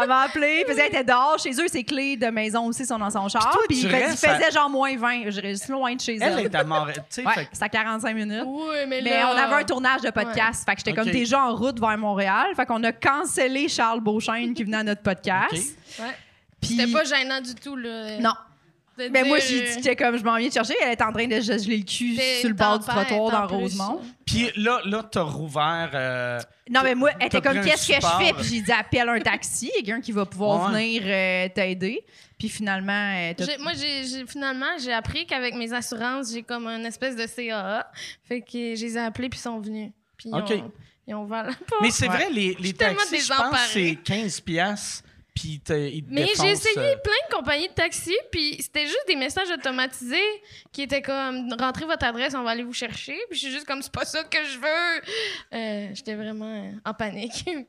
Speaker 6: Elle m'a appelé, faisait, elle était dehors chez eux, ses clés de maison aussi sont dans son char.
Speaker 3: toi,
Speaker 6: Puis
Speaker 3: tu
Speaker 6: il faisait- il
Speaker 3: restes à-
Speaker 6: faisait genre moins 20. Je reste loin de chez elle.
Speaker 3: Elle est à mort. Tu sais, fait
Speaker 6: Ouais,
Speaker 3: que-
Speaker 6: c'est à 45 minutes.
Speaker 5: Oui, mais,
Speaker 6: Mais
Speaker 5: là-
Speaker 6: on avait un tournage de podcast. Fait que j'étais comme
Speaker 3: Ok.
Speaker 6: déjà en route vers Montréal. Fait qu'on a cancellé Charles Beauchesne qui venait à notre podcast.
Speaker 3: OK.
Speaker 5: Ouais.
Speaker 6: Puis-
Speaker 5: C'était pas gênant du tout, là.
Speaker 6: Non.
Speaker 5: De
Speaker 6: Mais moi,
Speaker 5: dire, euh,
Speaker 6: j'ai dit, j'étais comme, je m'en viens te chercher. Elle est en train de geler le cul
Speaker 5: T'es
Speaker 6: sur le bord du
Speaker 5: tempête,
Speaker 6: trottoir
Speaker 5: en
Speaker 6: dans
Speaker 5: plus.
Speaker 6: Rosemont.
Speaker 3: Puis là, là t'as rouvert. euh,
Speaker 6: Non, mais moi, elle
Speaker 3: T'as
Speaker 6: était comme,
Speaker 3: pris un
Speaker 6: qu'est-ce que
Speaker 3: support.
Speaker 6: je fais? Puis j'ai dit, appelle un taxi, quelqu'un qui va pouvoir
Speaker 3: Ouais.
Speaker 6: venir euh, t'aider. Puis finalement, euh, t'as-
Speaker 5: J'ai- moi, j'ai, j'ai- finalement, j'ai appris qu'avec mes assurances, j'ai comme une espèce de CAA. Fait que je les ai appelés, puis ils sont venus. Puis ils
Speaker 3: OK.
Speaker 5: ont- ils ont ouvert la porte.
Speaker 3: Mais c'est
Speaker 6: Ouais.
Speaker 3: vrai, les, les
Speaker 5: suis tellement
Speaker 3: taxis, je pense que c'est
Speaker 5: désemparée.
Speaker 3: 15 piastres, puis te- ils te
Speaker 5: Mais
Speaker 3: défoncent,
Speaker 5: j'ai essayé
Speaker 3: euh,
Speaker 5: plein de compagnies de taxi, puis c'était juste des messages automatisés qui étaient comme « Rentrez votre adresse, on va aller vous chercher. » Puis je suis juste comme « C'est pas ça que je veux! Euh, J'étais vraiment euh, en panique.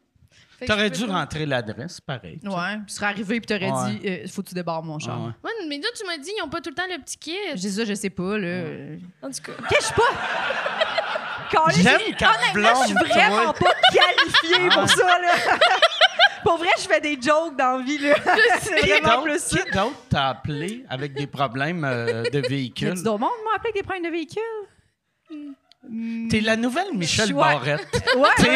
Speaker 5: Fait que
Speaker 3: T'aurais
Speaker 5: je
Speaker 3: dû
Speaker 5: peux pas.
Speaker 3: rentrer l'adresse, pareil.
Speaker 6: Ouais, puis tu serais arrivé puis t'aurais
Speaker 3: Ouais.
Speaker 6: dit euh, faut que tu débarres mon char.
Speaker 3: Ah ouais.
Speaker 5: Ouais, mais là, tu m'as dit, ils ont pas tout le temps le petit kit.
Speaker 6: J'ai dit ça, je sais pas, là. Euh,
Speaker 5: En tout cas,
Speaker 6: Qu'est-ce que je suis pas? Quand
Speaker 3: J'aime quand
Speaker 6: Oh, Honnêtement, je suis
Speaker 3: blonde, toi.
Speaker 6: vraiment pas qualifiée
Speaker 3: Ah.
Speaker 6: pour ça, là. pour vrai, je fais des jokes dans la vie, là. C'est
Speaker 3: Qui
Speaker 6: vraiment
Speaker 3: d'autre-
Speaker 6: plus ça.
Speaker 3: qui d'autre t'a appelé avec des problèmes euh, de véhicule?
Speaker 6: Y'a-tu d'autres monde, moi, appelé avec des problèmes de véhicule?
Speaker 3: T'es la nouvelle Michelle
Speaker 6: Chouette.
Speaker 3: Barrette.
Speaker 6: Ouais,
Speaker 3: Mm. T'es-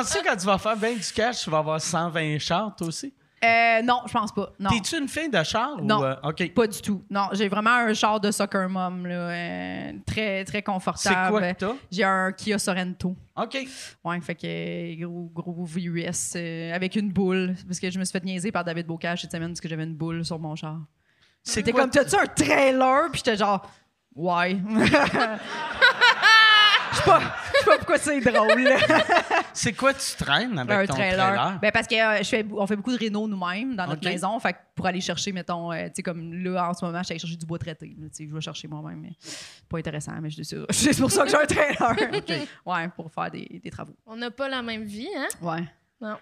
Speaker 3: tu penses que quand tu vas faire bien du cash, tu vas avoir 120 chars, toi aussi?
Speaker 6: Euh, non, je pense pas. Non.
Speaker 3: T'es-tu une fille de char?
Speaker 6: Non.
Speaker 3: Ou, euh, OK.
Speaker 6: Pas du tout. Non, j'ai vraiment un genre de soccer mom, là, euh, très, très confortable.
Speaker 3: C'est quoi que t'as?
Speaker 6: J'ai un Kia Sorento.
Speaker 3: OK.
Speaker 6: Ouais, fait que gros, gros VUS euh, avec une boule. Parce que je me suis fait niaiser par David Bocage cette semaine parce que j'avais une boule sur mon char.
Speaker 3: C'est
Speaker 6: C'était
Speaker 3: quoi
Speaker 6: comme, t'as-tu un trailer? Puis j'étais genre, ouais. Je sais pas, je sais pas pourquoi c'est drôle. là.
Speaker 3: C'est quoi tu traînes avec
Speaker 6: un
Speaker 3: ton
Speaker 6: trailer.
Speaker 3: trailer?
Speaker 6: Ben parce que euh, je fais, on fait beaucoup de réno nous-mêmes dans notre
Speaker 3: Ok.
Speaker 6: maison. Fait que pour aller chercher, mettons, euh, tu sais, comme là, en ce moment, je suis allée chercher du bois traité. là, Tu sais, je vais chercher moi-même. mais c'est Pas intéressant, mais je suis sûre. C'est pour ça que j'ai un trailer. Ouais, pour faire des, des travaux.
Speaker 5: On n'a pas la même vie, hein?
Speaker 6: Ouais.
Speaker 5: Non.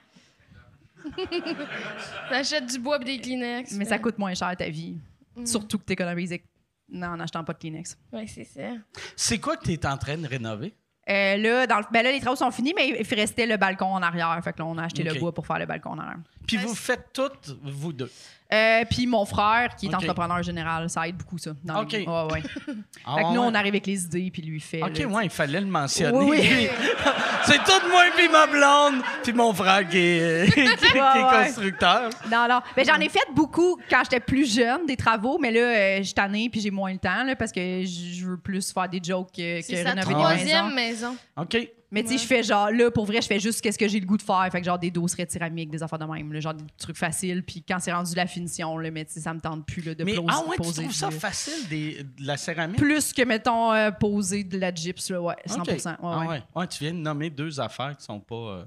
Speaker 5: T'achètes du bois pis des Kleenex.
Speaker 6: Mais ça coûte moins cher ta vie.
Speaker 5: hein. Mm.
Speaker 6: Surtout que t'économises éc- non, en achetant pas de Kleenex.
Speaker 5: Ouais, c'est ça.
Speaker 3: C'est quoi que tu es en train de rénover?
Speaker 6: Euh, là, dans le- ben là, les travaux sont finis, mais il restait le balcon en arrière. Fait que là, on a acheté
Speaker 3: Ok.
Speaker 6: le bois pour faire le balcon en arrière.
Speaker 3: Puis
Speaker 5: Ouais,
Speaker 3: vous
Speaker 5: c'est-
Speaker 3: faites toutes, vous deux.
Speaker 6: Euh, Puis mon frère, qui est
Speaker 3: Ok.
Speaker 6: entrepreneur général, ça aide beaucoup, ça. Dans
Speaker 3: Ok.
Speaker 6: les... ouais, ouais.
Speaker 3: Ah,
Speaker 6: Fait que nous,
Speaker 3: ouais.
Speaker 6: on arrive avec les idées, puis lui fait. là,
Speaker 3: OK,
Speaker 6: tu sais.
Speaker 3: ouais, il fallait le mentionner.
Speaker 6: Oui, oui.
Speaker 3: lui. C'est tout moi puis ma blonde, puis mon frère qui est, qui est- qui est
Speaker 6: Ouais, ouais.
Speaker 3: constructeur.
Speaker 6: Non, non. Mais j'en ai fait beaucoup quand j'étais plus jeune, des travaux, mais là, euh, je suis tannée, puis j'ai moins le temps, là, parce que je je veux plus faire des jokes que, que
Speaker 5: C'est sa
Speaker 6: rénover des maisons.
Speaker 5: troisième maison.
Speaker 3: OK.
Speaker 6: Mais tu sais, je fais genre, là, pour vrai, je fais juste qu'est-ce que j'ai le goût de faire. Fait que genre des dossers céramiques, des affaires de même, là, genre des trucs faciles. Puis quand c'est rendu la finition, là, mais tu sais, ça me tente plus là, de
Speaker 3: Mais
Speaker 6: plos-
Speaker 3: ah ouais, tu
Speaker 6: poser
Speaker 3: trouves
Speaker 6: du-
Speaker 3: ça facile des- de la céramique?
Speaker 6: Plus que, mettons, euh, poser de la gyps, là, ouais, 100
Speaker 3: OK.
Speaker 6: ouais,
Speaker 3: Ah
Speaker 6: ouais.
Speaker 3: ouais. Ouais, tu viens de nommer deux affaires qui sont pas. euh,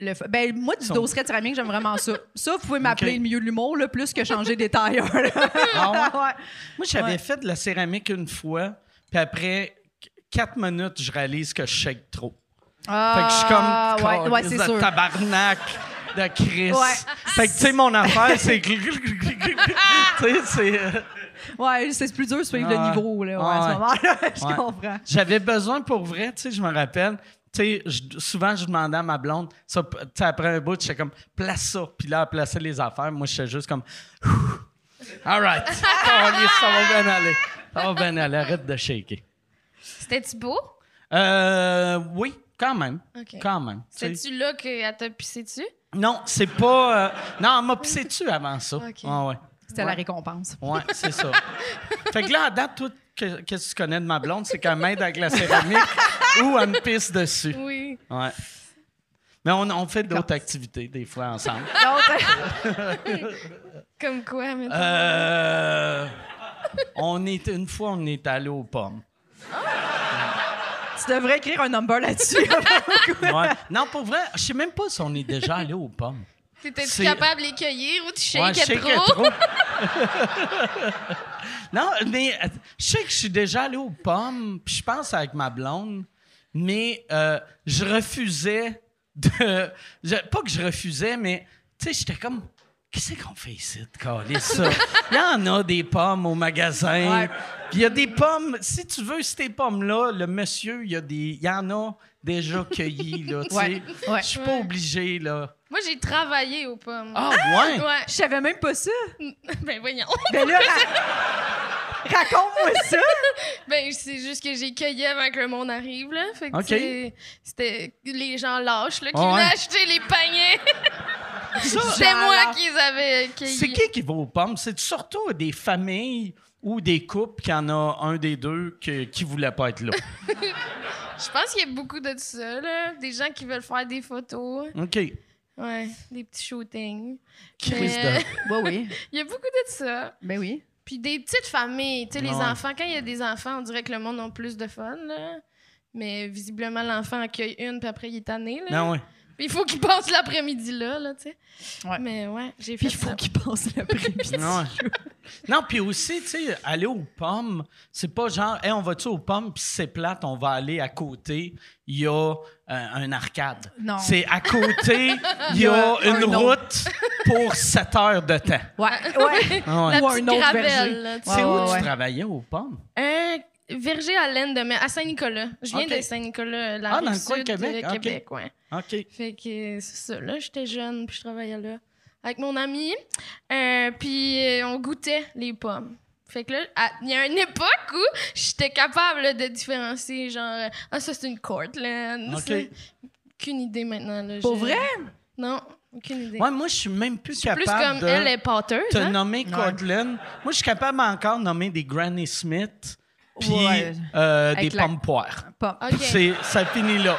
Speaker 6: Le fa- ben, moi, du
Speaker 3: Son-
Speaker 6: dosseret céramique, j'aime vraiment ça. Ça, vous pouvez m'appeler
Speaker 3: OK.
Speaker 6: le milieu de l'humour, là, plus que changer des tailleurs. là.
Speaker 3: Ah ouais?
Speaker 6: Ouais.
Speaker 3: Moi, j'avais
Speaker 6: Ouais.
Speaker 3: fait de la céramique une fois, puis après qu- quatre minutes, je réalise que je shake trop. Fait que je suis comme.
Speaker 6: Ah, ouais, ouais,
Speaker 3: Calisse
Speaker 6: c'est
Speaker 3: de
Speaker 6: sûr.
Speaker 3: Tabarnak de Chris.
Speaker 6: Ouais.
Speaker 3: Fait que, tu sais, mon affaire, c'est. tu sais, c'est. euh,
Speaker 6: Ouais, c'est plus dur de suivre
Speaker 3: Ah,
Speaker 6: le niveau là, ouais,
Speaker 3: ah,
Speaker 6: à
Speaker 3: ouais.
Speaker 6: ce moment-là. Je
Speaker 3: Ouais.
Speaker 6: comprends.
Speaker 3: J'avais besoin pour vrai, tu sais, je me rappelle. Tu sais, je- souvent, je demandais à ma blonde, ça, tu sais, après un bout, j'étais comme, place ça. Puis là, elle plaçait les affaires. Moi, j'étais juste comme, Ouh. all right, Calisse, ça va bien aller. Ça va bien aller, arrête de shaker.
Speaker 5: C'était-tu beau?
Speaker 3: Euh, oui, quand même.
Speaker 5: OK.
Speaker 3: Quand même. tu sais.
Speaker 5: C'était-tu là qu'elle t'a pissé dessus?
Speaker 3: Non, c'est pas. euh, Non, elle m'a pissé dessus avant ça.
Speaker 5: Ok.
Speaker 3: Ah ouais.
Speaker 6: C'était la récompense.
Speaker 3: Ouais, c'est ça. fait que là, à date, tout que- qu'est-ce que tu connais de ma blonde, c'est qu'elle m'aide avec la céramique ou elle me pisse dessus.
Speaker 5: Oui.
Speaker 3: Ouais. Mais on, on fait d'autres activités, des fois, ensemble.
Speaker 5: Comme quoi, maintenant?
Speaker 3: Euh, on est, une fois, on est allé aux pommes.
Speaker 6: Tu devrais écrire un number là-dessus.
Speaker 3: Ouais. Non, pour vrai, je sais même pas si on est déjà allé aux pommes. c'est-
Speaker 5: T'étais-tu capable de les cueillir ou tu
Speaker 3: Ouais,
Speaker 5: shakeais
Speaker 3: je sais
Speaker 5: trop?
Speaker 3: que non, mais euh, je sais que je suis déjà allé aux pommes, puis je pense avec ma blonde, mais euh, je refusais de. je- pas que je refusais, mais tu sais, j'étais comme. Qu'est-ce qu'on fait ici de coller ça? Il y en a des pommes au magasin.
Speaker 6: Ouais.
Speaker 3: Puis il y a des pommes. Si tu veux, ces pommes-là, le monsieur, il y, a des, il y en a déjà cueillies, là. Tu sais,
Speaker 6: Ouais, ouais.
Speaker 3: je suis pas obligé, là.
Speaker 5: Moi, j'ai travaillé aux pommes.
Speaker 3: Ah, ouais!
Speaker 5: Ouais.
Speaker 6: Je savais même pas ça.
Speaker 5: Ben voyons.
Speaker 6: Ben là, ra- raconte-moi ça.
Speaker 5: Ben c'est juste que j'ai cueilli avant que le monde arrive là. Fait que
Speaker 3: Ok.
Speaker 5: c'est- c'était les gens lâches là qui
Speaker 3: Ah ouais.
Speaker 5: venaient acheter les paniers. C'est
Speaker 6: Genre
Speaker 5: moi
Speaker 6: lâche.
Speaker 5: qui les avais cueillis.
Speaker 3: C'est qui qui va aux pommes? C'est surtout des familles ou des couples qu'il y en a un des deux que- qui ne voulait pas être là.
Speaker 5: Je pense qu'il y a beaucoup de ça là, des gens qui veulent faire des photos,
Speaker 3: OK.
Speaker 5: ouais, des petits shootings.
Speaker 3: Crise
Speaker 5: Mais-
Speaker 3: de-
Speaker 6: Ben oui.
Speaker 5: Il y a beaucoup de ça.
Speaker 6: Ben oui.
Speaker 5: Puis des petites familles, tu sais les
Speaker 3: Ouais.
Speaker 5: enfants quand il y a des enfants, on dirait que le monde a plus de fun là. Mais visiblement l'enfant accueille une puis après il est tanné là.
Speaker 3: Non, ouais.
Speaker 5: Puis Il faut qu'il passe l'après-midi là, là, tu sais.
Speaker 6: Ouais.
Speaker 5: Mais ouais, j'ai fait
Speaker 6: Puis il faut
Speaker 5: ça.
Speaker 6: qu'il pense le prix.
Speaker 3: Non, ouais. non puis aussi, tu sais, aller aux pommes, c'est pas genre, hey, on va-tu aux pommes, puis si c'est plate, on va aller à côté, il y a euh, un arcade.
Speaker 6: Non.
Speaker 3: C'est à côté, il y a
Speaker 6: Il y a un
Speaker 3: une
Speaker 6: autre.
Speaker 3: route pour 7 heures de temps.
Speaker 6: Ouais. ouais.
Speaker 3: Ah ouais.
Speaker 5: La
Speaker 6: Ou un
Speaker 5: petite
Speaker 6: autre verger.
Speaker 5: gravelle, là, tu
Speaker 3: C'est
Speaker 5: sais.
Speaker 3: où
Speaker 6: ouais,
Speaker 3: tu
Speaker 6: ouais.
Speaker 3: travaillais aux pommes?
Speaker 5: Euh, Verger à l'Inde, mais à Saint-Nicolas. Je viens
Speaker 3: Ok.
Speaker 5: de Saint-Nicolas, la
Speaker 3: Ah,
Speaker 5: rive
Speaker 3: dans le coin de
Speaker 5: sud
Speaker 3: Québec, ok.
Speaker 5: Québec, ouais.
Speaker 3: OK.
Speaker 5: Fait que c'est ça, là, j'étais jeune, puis je travaillais là avec mon ami. Euh, puis euh, on goûtait les pommes. Fait que là, à- il y a une époque où j'étais capable là, de différencier, genre, euh, ah, ça c'est une Cortland.
Speaker 3: Ok.
Speaker 5: C'est- Aucune idée maintenant. Là,
Speaker 6: Pour
Speaker 5: je-
Speaker 6: vrai?
Speaker 5: Non, Aucune idée.
Speaker 3: Ouais, moi, je suis même plus capable
Speaker 5: Plus comme
Speaker 3: de
Speaker 5: elle est pâteuse.
Speaker 3: te
Speaker 5: hein?
Speaker 3: nommer Cortland. Moi, je suis capable encore de nommer des Granny Smith puis
Speaker 6: Ouais.
Speaker 3: euh, des
Speaker 6: Avec la-
Speaker 3: pommes poires.
Speaker 6: Pas-
Speaker 5: Ok.
Speaker 3: C'est, ça finit là.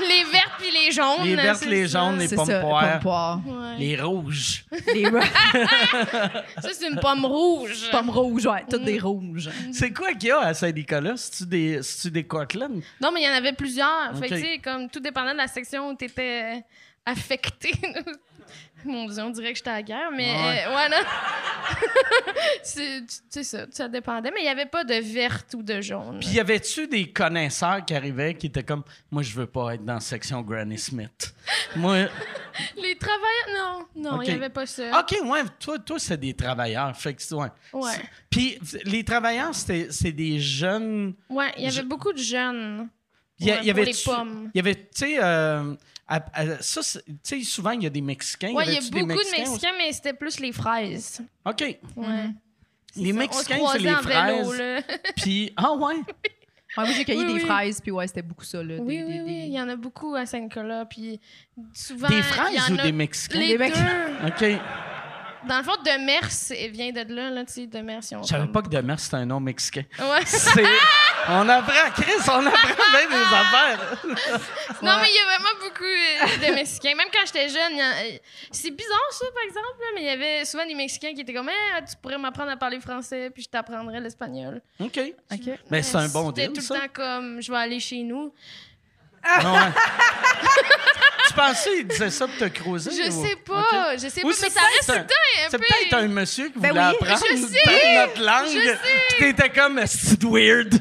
Speaker 5: Les vertes puis les jaunes.
Speaker 3: Les
Speaker 5: hein,
Speaker 3: vertes,
Speaker 5: c'est
Speaker 3: les
Speaker 5: ça.
Speaker 3: jaunes, les
Speaker 6: C'est
Speaker 3: pommes
Speaker 6: ça,
Speaker 3: poires,
Speaker 6: pommes poires.
Speaker 5: Ouais.
Speaker 3: les rouges.
Speaker 6: Les
Speaker 5: Ça, c'est une pomme rouge.
Speaker 6: pommes rouges, ouais, toutes des rouges.
Speaker 3: C'est quoi qu'il y a à Saint-Nicolas? C'est-tu des, c'est-tu des Cortland?
Speaker 5: Non, mais il y en avait plusieurs. Fait que,
Speaker 3: Ok.
Speaker 5: tu sais, comme tout dépendant de la section où t'étais euh, affecté. Mon Dieu, on dirait que j'étais à la guerre, mais
Speaker 3: Ouais.
Speaker 5: euh, ouais, non. c'est tu- tu sais ça, ça dépendait, mais il n'y avait pas de verte ou de jaune.
Speaker 3: Puis y avait-tu des connaisseurs qui arrivaient qui étaient comme Moi, je veux pas être dans la section Granny Smith. Moi.
Speaker 5: Les travailleurs, non, non, il
Speaker 3: Ok. Ah!
Speaker 5: n'y avait pas ça.
Speaker 3: OK, ouais, toi, toi c'est des travailleurs. Fait que, c'est- ouais.
Speaker 5: Ouais.
Speaker 3: C'est- Puis les travailleurs, c'était- c'est des jeunes.
Speaker 5: Ouais, il y avait
Speaker 3: Je-
Speaker 5: beaucoup de jeunes.
Speaker 3: Il y, a-
Speaker 5: Ouais,
Speaker 3: il y
Speaker 5: pour
Speaker 3: avait.
Speaker 5: les pommes.
Speaker 3: Il y avait, tu sais, euh, à- à- ça, c'est- tu sais, souvent, il y a des Mexicains.
Speaker 5: Ouais, il y a
Speaker 3: avait-tu des
Speaker 5: beaucoup de
Speaker 3: aussi?
Speaker 5: Mexicains, mais c'était plus les fraises.
Speaker 3: OK. Les
Speaker 5: Ouais. Ça, on se
Speaker 3: Mexicains, c'est
Speaker 5: croisait
Speaker 3: les
Speaker 5: en vélo,
Speaker 3: fraises.
Speaker 5: là.
Speaker 3: Puis, ah ouais.
Speaker 6: Ouais, moi, j'ai cueilli
Speaker 5: Oui,
Speaker 6: des
Speaker 5: oui.
Speaker 6: fraises, puis ouais, c'était beaucoup ça. Là,
Speaker 5: Oui,
Speaker 6: des,
Speaker 5: oui,
Speaker 6: des-
Speaker 5: oui. Il
Speaker 6: des-
Speaker 5: y en a beaucoup à Saint-Nicolas. Puis souvent.
Speaker 3: Des
Speaker 5: Ben, il y
Speaker 3: fraises
Speaker 5: en
Speaker 3: ou
Speaker 5: a-
Speaker 3: des Mexicains?
Speaker 5: Les
Speaker 6: Des
Speaker 5: deux.
Speaker 3: OK.
Speaker 5: Dans le fond, Demers elle vient de là, là, tu sais, Demers. ils ont
Speaker 3: Je savais
Speaker 5: comme-
Speaker 3: pas que Demers, c'était un nom mexicain.
Speaker 5: Ouais.
Speaker 3: C'est- On apprend, Chris, on apprend même des affaires.
Speaker 5: Non, mais il y a vraiment beaucoup euh, de Mexicains. Même quand j'étais jeune, il y en- euh, c'est bizarre ça, par exemple, là, mais il y avait souvent des Mexicains qui étaient comme Eh, tu pourrais m'apprendre à parler français, puis je t'apprendrais l'espagnol. Euh,
Speaker 3: OK.
Speaker 6: Ok.
Speaker 3: Mais c'est un bon
Speaker 5: C'était
Speaker 3: deal,
Speaker 5: tout
Speaker 3: ça.
Speaker 5: le temps comme Je vais aller chez nous.
Speaker 3: Ah, Ouais. tu pensais qu'il disait ça pour te creuser?
Speaker 5: Je sais pas, je sais pas,
Speaker 3: Ou
Speaker 5: mais
Speaker 3: c'est
Speaker 5: ça
Speaker 3: peut-être
Speaker 5: reste
Speaker 3: un-
Speaker 5: tout le temps un
Speaker 3: C'est
Speaker 5: peu-
Speaker 3: peut-être un monsieur qui
Speaker 6: Ben
Speaker 3: voulait
Speaker 6: oui,
Speaker 3: apprendre
Speaker 5: je sais,
Speaker 3: peut-être notre langue.
Speaker 5: je sais.
Speaker 3: Puis t'étais comme, c'est weird.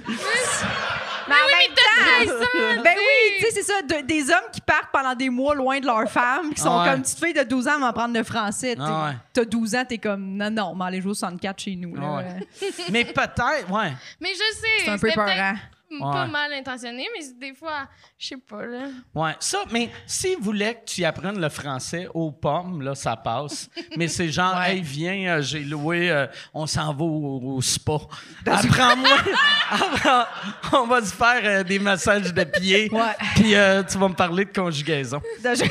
Speaker 6: Mais en même
Speaker 5: T'as 13
Speaker 6: temps-
Speaker 5: ans,
Speaker 6: Ben
Speaker 5: tu
Speaker 6: oui, tu sais, c'est ça, de- des hommes qui partent pendant des mois loin de leur femme, qui sont
Speaker 3: Ah ouais.
Speaker 6: comme petite fille de 12 ans, m'en prendre le français. tu sais.
Speaker 3: Ah ouais.
Speaker 6: T'as 12 ans, t'es comme, non, non, m'en aller jouer au 64 chez nous. là.
Speaker 3: Ah ouais. Mais peut-être, ouais.
Speaker 5: Mais je sais.
Speaker 6: C'est un peu
Speaker 5: c'était peut-être
Speaker 6: peurant.
Speaker 5: Pas
Speaker 3: Ouais.
Speaker 5: mal intentionné, mais des fois, je sais pas, là.
Speaker 3: Ouais, ça, mais s'il voulait que tu y apprennes le français aux pommes, là, ça passe. Mais c'est genre, hey, viens, euh, j'ai loué, euh, on s'en va au, au spa. Apprends-moi. Apprends- on va se faire euh, des massages de pieds.
Speaker 6: Ouais.
Speaker 3: Puis euh, tu vas me parler de conjugaison.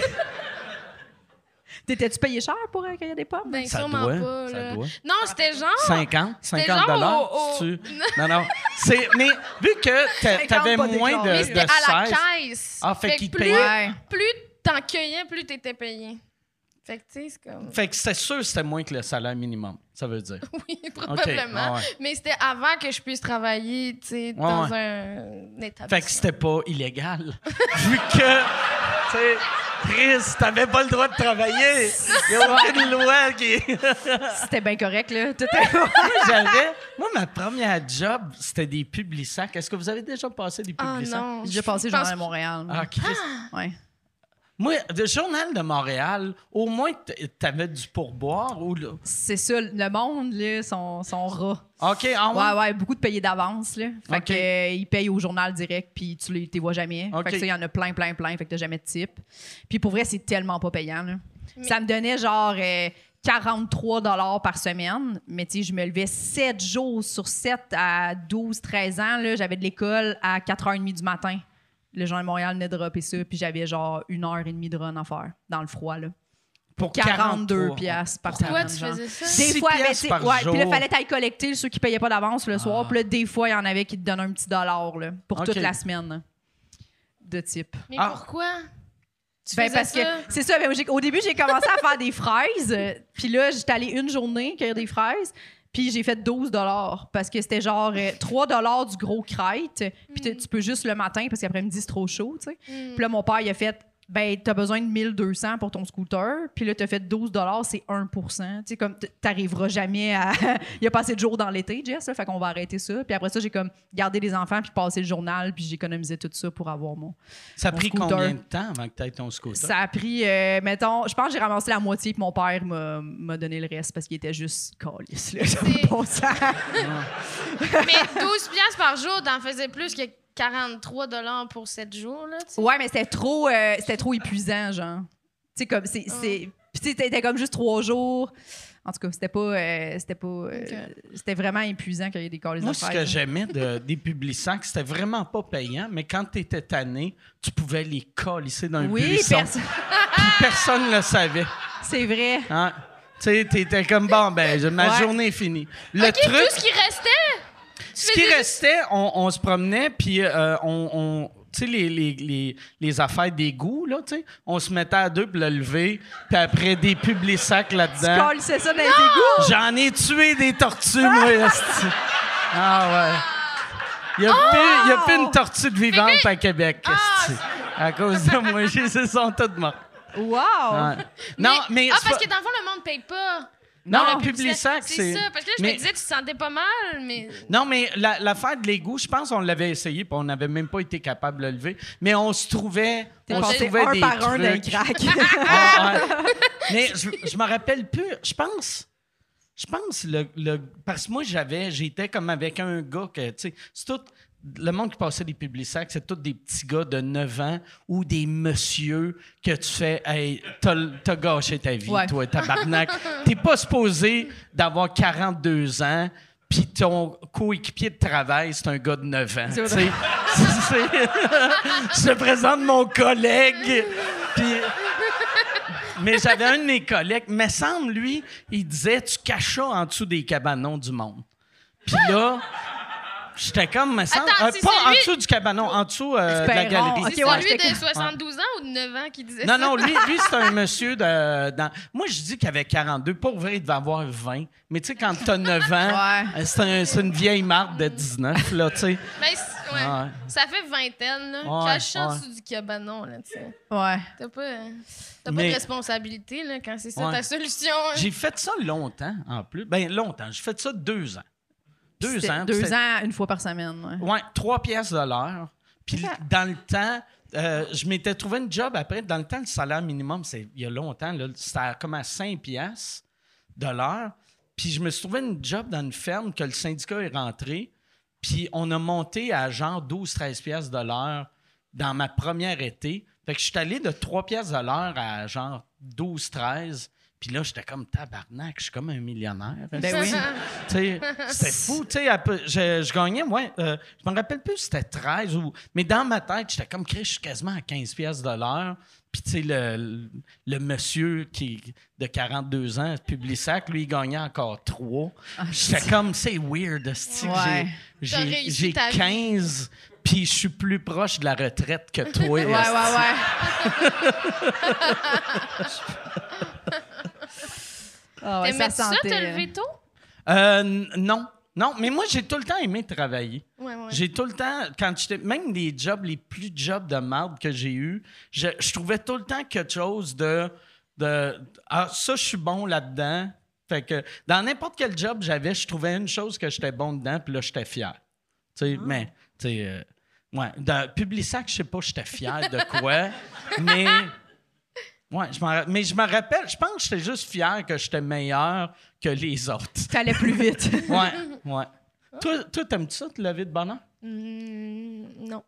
Speaker 6: T'étais-tu payé cher pour euh, cueillir des pommes?
Speaker 5: Ben,
Speaker 3: Ça
Speaker 5: sûrement
Speaker 3: doit,
Speaker 5: pas,
Speaker 3: ça
Speaker 5: là.
Speaker 3: doit.
Speaker 5: Non, c'était genre.
Speaker 3: 50, 50
Speaker 5: genre
Speaker 3: dollars,
Speaker 5: au- au-
Speaker 3: tu- Non, non. C'est, mais vu que
Speaker 6: 50
Speaker 3: tu avais
Speaker 6: pas
Speaker 3: moins de,
Speaker 5: Mais
Speaker 6: déclaré.
Speaker 3: de
Speaker 5: c'était à la
Speaker 3: 16,
Speaker 5: caisse.
Speaker 3: Ah, fait
Speaker 5: que
Speaker 3: qu'il
Speaker 5: plus,
Speaker 3: payait.
Speaker 6: Ouais.
Speaker 5: plus t'en cueillais, plus t'étais payé. Fait que, tu sais, c'est comme.
Speaker 3: fait que c'était sûr que c'était moins que le salaire minimum, ça veut dire.
Speaker 5: Oui, probablement.
Speaker 3: ah ouais.
Speaker 5: Mais c'était avant que je puisse travailler, tu sais, dans
Speaker 3: ouais.
Speaker 5: un établissement.
Speaker 3: Fait que c'était pas illégal. Vu que, tu sais, Chris, t'avais pas le droit de travailler. Il y a aucune loi qui.
Speaker 6: C'était bien correct, là. Tout est-
Speaker 3: moi, j'avais. Moi, ma première job, c'était des publisacs. Est-ce que vous avez déjà passé des
Speaker 5: Ah
Speaker 3: publisacs?
Speaker 5: non.
Speaker 6: J'ai déjà passé
Speaker 5: pense-
Speaker 6: genre à Montréal.
Speaker 3: Ah, Chris.
Speaker 6: Ouais.
Speaker 3: Moi, le Journal de Montréal, au moins, t- t'avais du pourboire ou là.
Speaker 6: C'est ça, le monde, là, sont, sont rats.
Speaker 3: OK, en
Speaker 6: Ouais, ouais, beaucoup de payés d'avance, là. Fait
Speaker 3: Ah Ok.
Speaker 6: que, euh, ils payent au journal direct, puis tu les t'y vois jamais.
Speaker 3: Ok.
Speaker 6: Fait que ça, il y en a plein, plein, plein, fait que t'as jamais de type. Puis pour vrai, c'est tellement pas payant, là. Ça me donnait genre euh, 43 par semaine, mais tu sais, je me levais 7 jours sur 7 à 12, 13 ans, là. J'avais de l'école à 4h30 du matin. Le Journal de Montréal venait de dropper ça, puis j'avais genre une heure et demie de run à faire dans le froid, là.
Speaker 3: pour
Speaker 6: 42
Speaker 3: 43.
Speaker 6: piastres par semaine.
Speaker 5: Pourquoi tu
Speaker 6: genre.
Speaker 5: faisais ça?
Speaker 3: C'est-
Speaker 6: Des
Speaker 3: Six
Speaker 6: fois, ben,
Speaker 3: piastres
Speaker 6: t'sais,
Speaker 3: par
Speaker 6: ouais, puis là,
Speaker 3: jour. Ah.
Speaker 6: fallait aller collecter ceux qui payaient pas d'avance le soir. Puis là, des fois, il y en avait qui te donnaient un petit dollar là, pour
Speaker 3: Ok.
Speaker 6: toute la semaine là, de type.
Speaker 5: Mais
Speaker 3: Ah.
Speaker 5: pourquoi? Tu
Speaker 6: Ben,
Speaker 5: faisais
Speaker 6: parce
Speaker 5: ça?
Speaker 6: que c'est ça. ben, j'ai- au début, j'ai commencé à faire des fraises. euh, Puis là, j'étais allée une journée cueillir des fraises. Puis j'ai fait 12 dollars parce que c'était genre euh, 3 dollars du gros crête.
Speaker 5: Mm.
Speaker 6: Puis t- tu peux juste le matin parce qu'après-midi, c'est trop chaud. tu sais. Puis là, mon père, il a fait ben t'as besoin de 1200 pour ton scooter. Puis là, t'as fait 12 dollars, c'est 1 Tu sais, comme t- t'arriveras jamais à. il a passé de jour dans l'été, Jess, là, fait qu'on va arrêter ça. Puis après ça, j'ai comme gardé les enfants, puis passé le journal, puis j'économisais tout ça pour avoir mon.
Speaker 3: Ça a
Speaker 6: Mon
Speaker 3: pris
Speaker 6: scooter.
Speaker 3: combien de temps avant que t'aies ton scooter?
Speaker 6: Ça a pris, euh, mettons, je pense que j'ai ramassé la moitié, puis mon père m'a m'a donné le reste parce qu'il était juste calice. là.
Speaker 5: C'est-
Speaker 6: Bon sang.
Speaker 5: Mais 12 piastres par jour, t'en faisais plus que 43 dollars pour 7 jours, là, tu sais.
Speaker 6: Ouais, mais c'était trop, Ah. euh, c'était trop épuisant, genre. Tu sais, comme, c'est. c'est- Puis tu sais, t'étais comme juste trois jours. En tout cas, c'était pas. euh, c'était pas. euh,
Speaker 5: Ok.
Speaker 6: C'était vraiment épuisant qu'il y ait des corps les
Speaker 3: Moi, ce
Speaker 6: affaires.
Speaker 3: que
Speaker 6: là.
Speaker 3: j'aimais de- des publicsacs, c'était vraiment pas payant, mais quand tu étais tanné, tu pouvais les colisser dans un
Speaker 6: Oui,
Speaker 3: buisson.
Speaker 6: perso-
Speaker 3: Puis personne ne le savait.
Speaker 6: c'est vrai.
Speaker 3: Hein? Tu sais, t'étais comme, bon, ben, je- ma
Speaker 6: Ouais.
Speaker 3: journée est finie. Le
Speaker 5: OK,
Speaker 3: truc,
Speaker 5: tout ce qui restait?
Speaker 3: ce qui restait, on, on se promenait, puis euh, on... on- tu sais, les, les, les, les affaires des goûts, là, tu sais, on se mettait à deux pour le lever, puis après des publicsacs
Speaker 6: Tu
Speaker 3: là-dedans.
Speaker 6: colles c'est ça dans les égouts.
Speaker 3: J'en ai tué des tortues, moi, esti. Ah ouais. Il n'y a, plus- y a
Speaker 5: Oh!
Speaker 3: plus une tortue de vivante à
Speaker 5: Ah,
Speaker 3: Québec, esti. À cause de moi, j'ai ces sont toutes mortes.
Speaker 6: Wow!
Speaker 3: Ouais. Non, mais...
Speaker 5: Ah,
Speaker 3: c'est
Speaker 5: parce
Speaker 3: pas-
Speaker 5: que dans le fond, le monde paye pas.
Speaker 3: non,
Speaker 5: Ah,
Speaker 3: le public sac, c'est...
Speaker 5: C'est ça, parce que là, je
Speaker 3: mais-
Speaker 5: me disais, tu te sentais pas mal, mais.
Speaker 3: Non, mais la- l'affaire de l'égout, je pense qu'on l'avait essayé, puis on n'avait même pas été capable de le lever. Mais on se trouvait...
Speaker 6: T'es
Speaker 3: On se
Speaker 6: passé
Speaker 3: trouvait
Speaker 6: un
Speaker 3: des
Speaker 6: par un d'un
Speaker 3: trucs.
Speaker 6: crack.
Speaker 3: Ah, ouais. Mais je, je me rappelle plus. Je pense. Je pense le, le- parce que moi j'avais j'étais comme avec un gars que tu sais c'est tout le monde qui passait des publicsacs, c'est tous des petits gars de 9 ans ou des messieurs que tu fais hey, t'as t'as gâché ta vie
Speaker 6: Ouais.
Speaker 3: toi tabarnak. T'es pas supposé d'avoir 42 ans puis ton coéquipier de travail, c'est un gars de 9 ans.
Speaker 6: C'est
Speaker 3: tu
Speaker 6: vrai.
Speaker 3: sais. C'est- Je te présente mon collègue. Puis mais j'avais un de mes collègues, me semble, lui, il disait Tu caches ça en dessous des cabanons du monde. Puis là, j'étais comme, me semble,
Speaker 5: Attends,
Speaker 3: euh,
Speaker 5: c'est
Speaker 3: pas en
Speaker 5: celui-
Speaker 3: dessous du cabanon, en dessous euh, de la
Speaker 6: Perron.
Speaker 3: galerie.
Speaker 6: Ok,
Speaker 5: C'est
Speaker 6: ouais,
Speaker 5: celui
Speaker 6: j'étais
Speaker 5: de
Speaker 6: comme-
Speaker 5: 72 ans ou de 9 ans qui disait
Speaker 3: Non,
Speaker 5: ça?
Speaker 3: non, lui, lui c'est un monsieur de. dans- Moi, je dis qu'il avait 42. Pour vrai, il devait avoir 20. Mais tu sais, quand t'as 9 ans,
Speaker 6: Ouais.
Speaker 3: euh, c'est un- c'est une vieille marque de 19, là, tu sais.
Speaker 5: Ben, c'est- ouais.
Speaker 3: Ah, ouais.
Speaker 5: Ça fait vingtaine, là.
Speaker 3: Ouais,
Speaker 5: Cache ça en
Speaker 3: ouais.
Speaker 5: dessous du cabanon, là, tu sais.
Speaker 6: ouais.
Speaker 5: T'as pas, euh, t'as pas
Speaker 3: Mais-
Speaker 5: de responsabilité, là, quand c'est ça
Speaker 3: Ouais.
Speaker 5: ta solution. hein.
Speaker 3: J'ai fait ça longtemps, en plus. Ben, longtemps. J'ai fait ça deux ans. Deux
Speaker 6: C'était
Speaker 3: ans. puis
Speaker 6: Deux
Speaker 3: c'était-
Speaker 6: ans, une fois par semaine. ouais. Ah.
Speaker 3: Ouais, trois pièces de l'heure. Puis dans le temps, euh, je m'étais trouvé une job après. Dans le temps, le salaire minimum, c'est il y a longtemps, là, c'était comme à 5 pièces de l'heure. Puis je me suis trouvé une job dans une ferme que le syndicat est rentré. Puis on a monté à genre 12-13 pièces de l'heure dans ma première été. Fait que je suis allé de 3 pièces de l'heure à genre 12-13. Puis là, j'étais comme tabarnak, je suis comme un millionnaire.
Speaker 6: Ben oui.
Speaker 3: Tu sais, C'était fou. tu sais, à peu- Je, je gagnais, ouais, euh, je me rappelle plus si c'était 13 ou. Mais dans ma tête, j'étais comme, Chris, je suis quasiment à 15 pièces de l'heure. Puis, tu sais, le, le- le monsieur qui, de 42 ans, Publisac, lui, il gagnait encore 3. j'étais comme, c'est weird, esti, que
Speaker 6: Ouais.
Speaker 3: j'ai-
Speaker 5: T'as
Speaker 3: j'ai
Speaker 5: réussi
Speaker 3: j'ai
Speaker 5: ta vie.
Speaker 3: 15, puis je suis plus proche de la retraite que toi.
Speaker 6: Ouais, ouais,
Speaker 3: esti.
Speaker 6: ouais. Ah ouais,
Speaker 5: T'aimais
Speaker 6: ça
Speaker 5: ça,
Speaker 6: sentait.
Speaker 5: te lever tôt?
Speaker 3: Euh, n- non. Non, mais moi, j'ai tout le temps aimé travailler.
Speaker 5: Ouais, ouais.
Speaker 3: J'ai tout le temps, quand j'étais, même les jobs, les plus jobs de marde que j'ai eu, je, je trouvais tout le temps quelque chose de, de ah, ça, je suis bon là-dedans. Fait que dans n'importe quel job j'avais, je trouvais une chose que j'étais bon dedans, puis là, j'étais fier. Tu sais, mais, tu sais, euh, ouais, dans Publisac, je sais pas, j'étais fier de quoi, mais. Ouais, je m'en ra- mais je me rappelle, je pense que j'étais juste fier que j'étais meilleur que les autres.
Speaker 6: T'allais plus vite.
Speaker 3: Ouais, ouais. Toi, toi, t'aimes-tu ça, te lever de bonheur?
Speaker 5: Mm, non.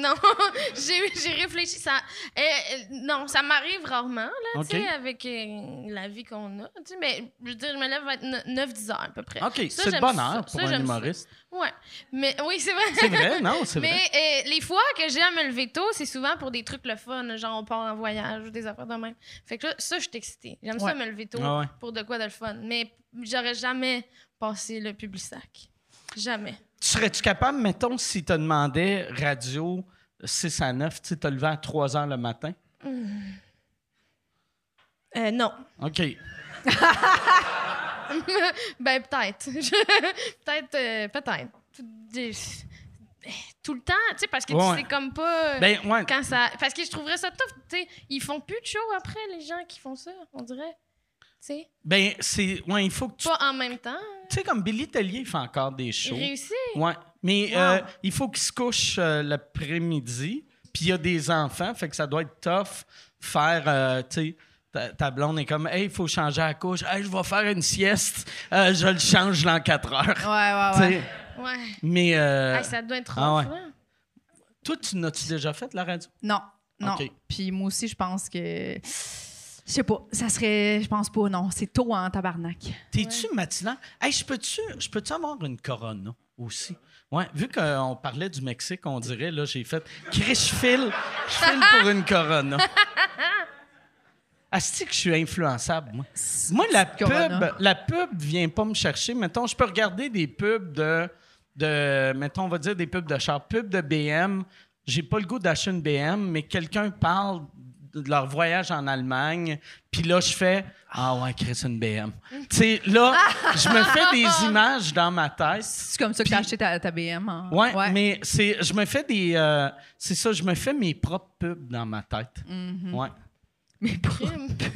Speaker 5: Non, j'ai j'ai réfléchi. Ça, euh, euh, non, ça m'arrive rarement, là, tu sais,
Speaker 3: Ok.
Speaker 5: avec euh, la vie qu'on a. tu sais, mais je veux dire, je me lève à 9-10 heures à peu près.
Speaker 3: OK,
Speaker 5: Ça,
Speaker 3: c'est de
Speaker 5: j'aime
Speaker 3: bonne
Speaker 5: ça.
Speaker 3: heure
Speaker 5: Ça,
Speaker 3: pour un
Speaker 5: j'aime ça.
Speaker 3: humoriste.
Speaker 5: Ouais. Mais oui, c'est vrai.
Speaker 3: C'est vrai, non, c'est vrai.
Speaker 5: Mais euh, les fois que j'ai à me lever tôt, c'est souvent pour des trucs le fun, genre on part en voyage ou des affaires de même. Fait que là, ça, je suis excitée. J'aime
Speaker 6: Ouais.
Speaker 5: ça me lever tôt
Speaker 3: Ah ouais.
Speaker 5: pour de quoi de le fun. Mais j'aurais jamais passé le public sac. Jamais.
Speaker 3: Tu Serais-tu capable, mettons, si te demandais radio 6 à 9, tu sais, te levé à 3 heures le matin?
Speaker 5: Euh, non.
Speaker 3: OK.
Speaker 5: Ben peut-être. Je- peut-être, euh, peut-être. Tout, des- tout le temps, tu sais, parce que
Speaker 3: Ouais.
Speaker 5: tu sais comme pas.
Speaker 3: Ben, ouais.
Speaker 5: quand ça, parce que je trouverais ça tough, tu sais, ils font plus de show après les gens qui font ça, on dirait, tu sais,
Speaker 3: Ben, c'est. Ouais, il faut que tu.
Speaker 5: pas en même temps.
Speaker 3: Tu sais, comme Billy Tellier, il fait encore des
Speaker 5: Ils
Speaker 3: shows.
Speaker 5: réussissent.
Speaker 3: Ouais. Mais
Speaker 5: Wow.
Speaker 3: euh, il faut qu'il se couche euh, l'après-midi, puis il y a des enfants, fait que ça doit être tough faire. euh, tu sais, ta, ta blonde est comme, hey, il faut changer la couche. Hey, je vais faire une sieste. Euh, je le change dans 4 heures.
Speaker 6: Ouais,
Speaker 3: Tu sais,
Speaker 5: Ah
Speaker 6: ouais, ouais.
Speaker 5: Ouais.
Speaker 3: Mais. euh,
Speaker 5: Ah, ça doit être
Speaker 3: ah
Speaker 5: rough,
Speaker 3: ouais.
Speaker 5: là.
Speaker 3: Toi, tu n'as-tu déjà fait de la radio?
Speaker 6: Non, non.
Speaker 3: Ok.
Speaker 6: Puis moi aussi, je pense que. Je sais pas. Ça serait. Je pense pas, non. C'est tôt en tabarnak.
Speaker 3: T'es-tu matinal? Hey, je peux-tu je peux avoir une corona aussi? Ouais, vu qu'on parlait du Mexique, on dirait, là, j'ai fait Chris, je file, je file pour une corona. Asti que je suis influençable, moi. Moi, la pub,
Speaker 6: Corona.
Speaker 3: la pub vient pas me chercher. Mettons, je peux regarder des pubs de, de mettons, on va dire des pubs de char, pub de BM. J'ai pas le goût d'acheter une BM, mais quelqu'un parle de leur voyage en Allemagne, puis là, je fais « Ah ouais, Chris, une BM. » Tu sais, là, je me fais des images dans ma tête.
Speaker 6: C'est comme ça que t'as acheté ta, ta BM. hein?
Speaker 3: Ouais, mais c'est, je me fais des... euh, c'est ça, je me fais mes propres pubs dans ma tête. Ouais.
Speaker 6: Mais pour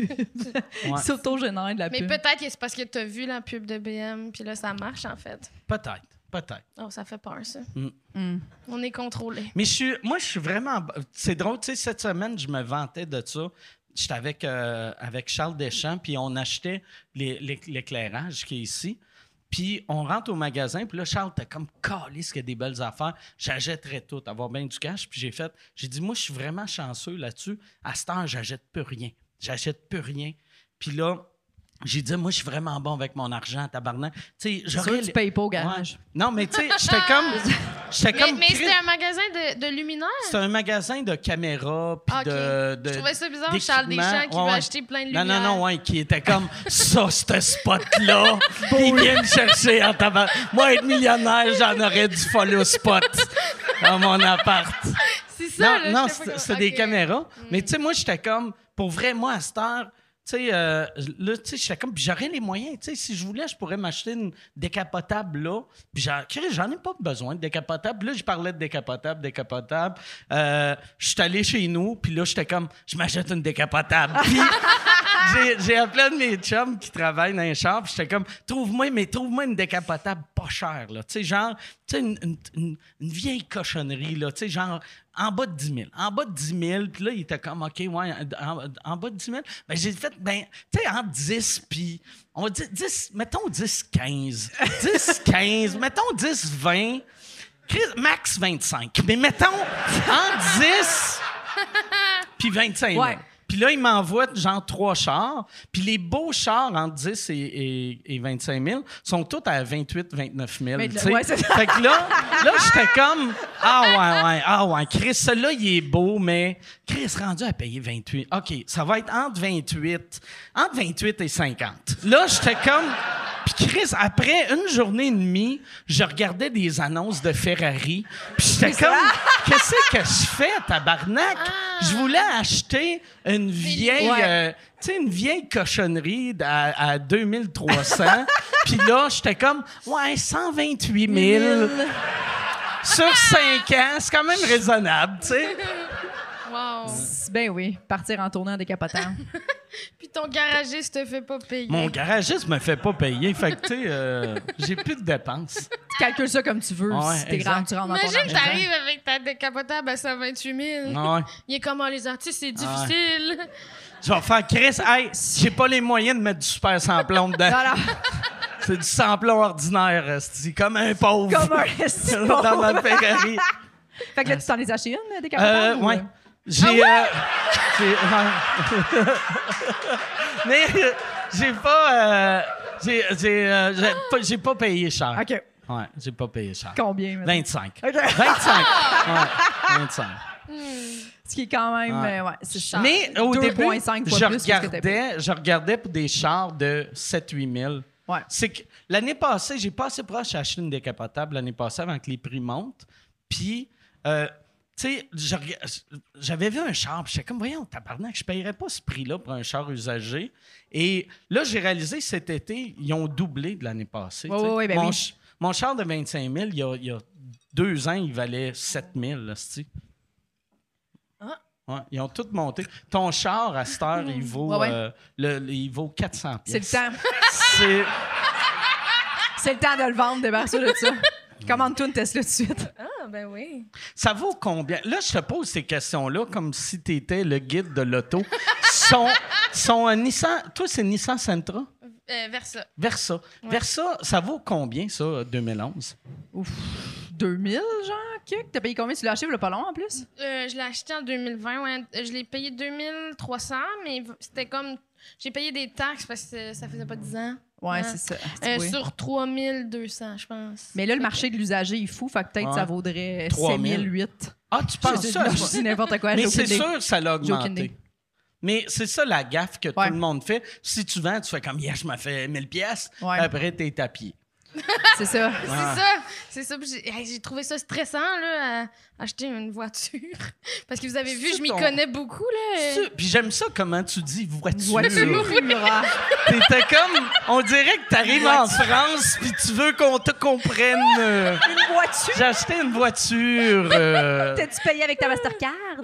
Speaker 3: Ouais.
Speaker 6: s'autogénérer de la
Speaker 5: Mais
Speaker 6: pub.
Speaker 5: peut-être que c'est parce que t'as vu la pub de BM, puis là, ça marche, en fait.
Speaker 3: Peut-être, peut-être.
Speaker 5: Oh, ça fait peur, ça.
Speaker 3: Mm.
Speaker 6: Mm.
Speaker 5: On est contrôlé.
Speaker 3: Mais je suis, moi, je suis vraiment. C'est drôle, tu sais, cette semaine, je me vantais de ça. J'étais avec, euh, avec Charles Deschamps, puis on achetait les- les- l'éclairage qui est ici. Puis on rentre au magasin, puis là, Charles, t'as comme calé ce qu'il y a des belles affaires. J'achèterais tout, avoir bien du cash. Puis j'ai fait, j'ai dit, moi, je suis vraiment chanceux là-dessus. À ce temps, j'achète plus rien. J'achète plus rien. Puis là, j'ai dit, moi, je suis vraiment bon avec mon argent, tabarnak. Tu sais,
Speaker 6: sûr
Speaker 3: j'aurais.
Speaker 6: que tu
Speaker 3: les-
Speaker 6: payes pas au garage.
Speaker 3: Ouais. Non, mais tu sais, j'étais comme. J'étais
Speaker 5: Mais,
Speaker 3: comme.
Speaker 5: mais
Speaker 3: Christ,
Speaker 5: c'était un magasin de, de luminaires?
Speaker 3: c'est un magasin de caméras puis
Speaker 5: Ah, OK.
Speaker 3: de, de-
Speaker 5: Je trouvais ça bizarre, Charles
Speaker 3: d'équipements.
Speaker 5: Deschamps qui
Speaker 3: Ouais,
Speaker 5: va
Speaker 3: ouais.
Speaker 5: acheter plein de
Speaker 3: Non,
Speaker 5: lumières.
Speaker 3: non, non, ouais, qui était comme ça, ce spot-là. puis il vient me chercher en tabac. Moi, être millionnaire, j'en aurais du follow spot dans mon appart.
Speaker 5: C'est ça,
Speaker 3: non,
Speaker 5: là,
Speaker 3: non,
Speaker 5: je sais pas
Speaker 3: c'est c'est
Speaker 5: comment-
Speaker 3: des
Speaker 5: OK. Mm.
Speaker 3: caméras. Mais tu sais, moi, j'étais comme, pour vrai, moi, à cette heure, tu sais, euh, là, tu sais, j'étais comme, puis j'aurais les moyens. Tu sais, si je voulais, je pourrais m'acheter une décapotable là. Puis j'en Chris, j'en ai pas besoin de décapotable. Là, je parlais de décapotable, décapotable. Euh, je suis allé chez nous, puis là, j'étais comme, je m'achète une décapotable. Puis j'ai- j'ai appelé un de mes chums qui travaillent dans un char, puis j'étais comme, trouve-moi, mais trouve-moi une décapotable pas chère, là. Tu sais, genre, tu sais, une, une- une- une vieille cochonnerie, là. Tu sais, genre, en bas de 10 000. En bas de 10 000, puis là, il était comme, OK, ouais, en, en bas de 10 000. Ben, j'ai fait, ben, tu sais, entre 10 puis, on va dire 10, mettons 10, 15. 10, 15, mettons 10, 20. Chris- max 25. Mais mettons, en 10 puis 25 000.
Speaker 6: Ouais.
Speaker 3: Puis là, il m'envoie genre trois chars. Puis les beaux chars entre 10 et, et- et 25 000 sont tous à 28 000, 29 000.
Speaker 6: Mais de-
Speaker 3: tu sais.
Speaker 6: ouais, c'est ça.
Speaker 3: fait que là, là j'étais comme Ah ouais, ouais, ah ouais. Chris, celui-là, il est beau, mais Chris rendu à payer 28. OK, ça va être entre 28, entre 28 et 50. Là, j'étais comme. Puis Chris, après une journée et demie, je regardais des annonces de Ferrari. Puis j'étais comme, qu'est-ce que je fais, tabarnak? Je voulais acheter une vieille,
Speaker 6: Ouais.
Speaker 3: euh, tu sais, une vieille cochonnerie d- à, à 2300. Puis là, j'étais comme, ouais, 128 000 sur 5 ans, c'est quand même raisonnable, tu sais.
Speaker 5: Wow.
Speaker 3: Mm.
Speaker 6: Ben oui, partir en tournant décapotant.
Speaker 5: Puis ton garagiste te fait pas payer.
Speaker 3: Mon garagiste me fait pas payer, fait que, tu sais, euh, j'ai plus de dépenses.
Speaker 6: tu calcules ça comme tu veux.
Speaker 3: Ouais,
Speaker 6: si t'es
Speaker 3: exact.
Speaker 6: grand, tu rentres dans ton
Speaker 5: Imagine,
Speaker 6: argent.
Speaker 5: t'arrives avec ta décapotable à 128 000.
Speaker 3: Ouais.
Speaker 5: Il est comme, Ah, les artistes, c'est
Speaker 3: Ah ouais.
Speaker 5: difficile.
Speaker 3: Je vais faire Chris, hey, j'ai pas les moyens de mettre du super sans plomb dedans.
Speaker 6: Voilà.
Speaker 3: C'est du sans plomb ordinaire, c'est comme un pauvre.
Speaker 6: Comme un esti de
Speaker 3: dans
Speaker 6: pauvre.
Speaker 3: ma Ferrari.
Speaker 6: Fait que là, tu t'en es acheté une,
Speaker 3: Euh,
Speaker 6: décapotable? ou-
Speaker 3: ouais. J'ai.
Speaker 6: Ah
Speaker 3: euh, j'ai- ouais. Mais euh, j'ai pas. euh, j'ai, j'ai, euh, j'ai pas j'ai pas payé cher.
Speaker 6: euh? OK.
Speaker 3: Ouais, j'ai pas payé cher.
Speaker 6: Combien, maintenant?
Speaker 3: 25. 25. Ouais, 25.
Speaker 6: Ce qui est quand même...
Speaker 3: Ouais.
Speaker 6: euh, ouais, c'est cher.
Speaker 3: Mais au début,
Speaker 6: 2,5 fois
Speaker 3: je
Speaker 6: plus que ce que t'as payé.
Speaker 3: regardais, je regardais pour des chars de 7-8 000.
Speaker 6: Ouais.
Speaker 3: C'est que l'année passée, j'ai pas assez proche acheter une décapotable l'année passée avant que les prix montent. Puis, euh, tu sais, je rega- j'avais vu un char, puis j'étais comme, voyons, tabarnak, je paierais pas ce prix-là pour un char usagé. Et là, j'ai réalisé cet été, ils ont doublé de l'année passée.
Speaker 6: Ouais,
Speaker 3: tu sais.
Speaker 6: ouais, ouais, ben
Speaker 3: mon,
Speaker 6: oui.
Speaker 3: ch- mon char de 25 000, il y a, il y a deux ans, il valait 7 000, hostie.
Speaker 6: Ah.
Speaker 3: Ouais, ils ont tout monté. Ton char, à cette heure, il vaut,
Speaker 6: Ouais, ouais.
Speaker 3: euh, le- le- il vaut 400
Speaker 6: C'est le
Speaker 3: pièces.
Speaker 6: temps.
Speaker 3: C'est-
Speaker 6: C'est le temps de le vendre, débarrasse de ça. Commande-toi une Tesla tout de suite.
Speaker 5: Ah, ben oui.
Speaker 3: Ça vaut combien? Là, je te pose ces questions-là comme si tu étais le guide de l'auto. son, son euh, Nissan... Toi, c'est Nissan Sentra?
Speaker 5: Euh, Versa.
Speaker 3: Versa. Versa, ça vaut combien, ça, 2011?
Speaker 6: 2000, genre, que que t'as payé combien? Tu l'as acheté, il y a pas long en plus?
Speaker 5: Euh, je l'ai acheté en 2020, ouais. Euh, Je l'ai payé 2300, mais v- c'était comme. J'ai payé des taxes parce que ça faisait pas 10 ans.
Speaker 6: Ouais,
Speaker 5: Ouais.
Speaker 6: c'est ça.
Speaker 5: Euh,
Speaker 6: Oui.
Speaker 5: Sur 3200, je pense.
Speaker 6: Mais là, le marché de l'usager, il est fou, fait que peut-être
Speaker 3: Ouais.
Speaker 6: ça vaudrait
Speaker 3: 3000.
Speaker 6: 7008.
Speaker 3: Ah, tu penses
Speaker 6: Je sais-
Speaker 3: ça?
Speaker 6: non,
Speaker 3: toi?
Speaker 6: je dis n'importe quoi.
Speaker 3: Mais
Speaker 6: j'ai
Speaker 3: c'est
Speaker 6: aucune idée.
Speaker 3: sûr que ça l'a
Speaker 6: J'ai aucune
Speaker 3: augmenté.
Speaker 6: idée.
Speaker 3: Mais c'est ça la gaffe que
Speaker 6: Ouais.
Speaker 3: tout le monde fait. Si tu vends, tu fais comme, yeah, je me fais 1000 pièces.
Speaker 6: Ouais.
Speaker 3: Après, t'es tapis.
Speaker 6: C'est ça.
Speaker 5: C'est ça, c'est ça. Puis J'ai hey, j'ai trouvé ça stressant, là, à acheter une voiture. Parce que vous avez vu,
Speaker 3: C'est
Speaker 5: je m'y
Speaker 3: ton-
Speaker 5: connais beaucoup, là.
Speaker 6: Euh.
Speaker 3: Ça- Puis j'aime ça comment tu dis voiture.
Speaker 6: Voiture.
Speaker 3: T'étais comme, on dirait que t'arrives en France puis tu veux qu'on te comprenne. euh,
Speaker 6: Une voiture.
Speaker 3: J'ai acheté une voiture. euh.
Speaker 6: T'as-tu payé avec ta Mastercard?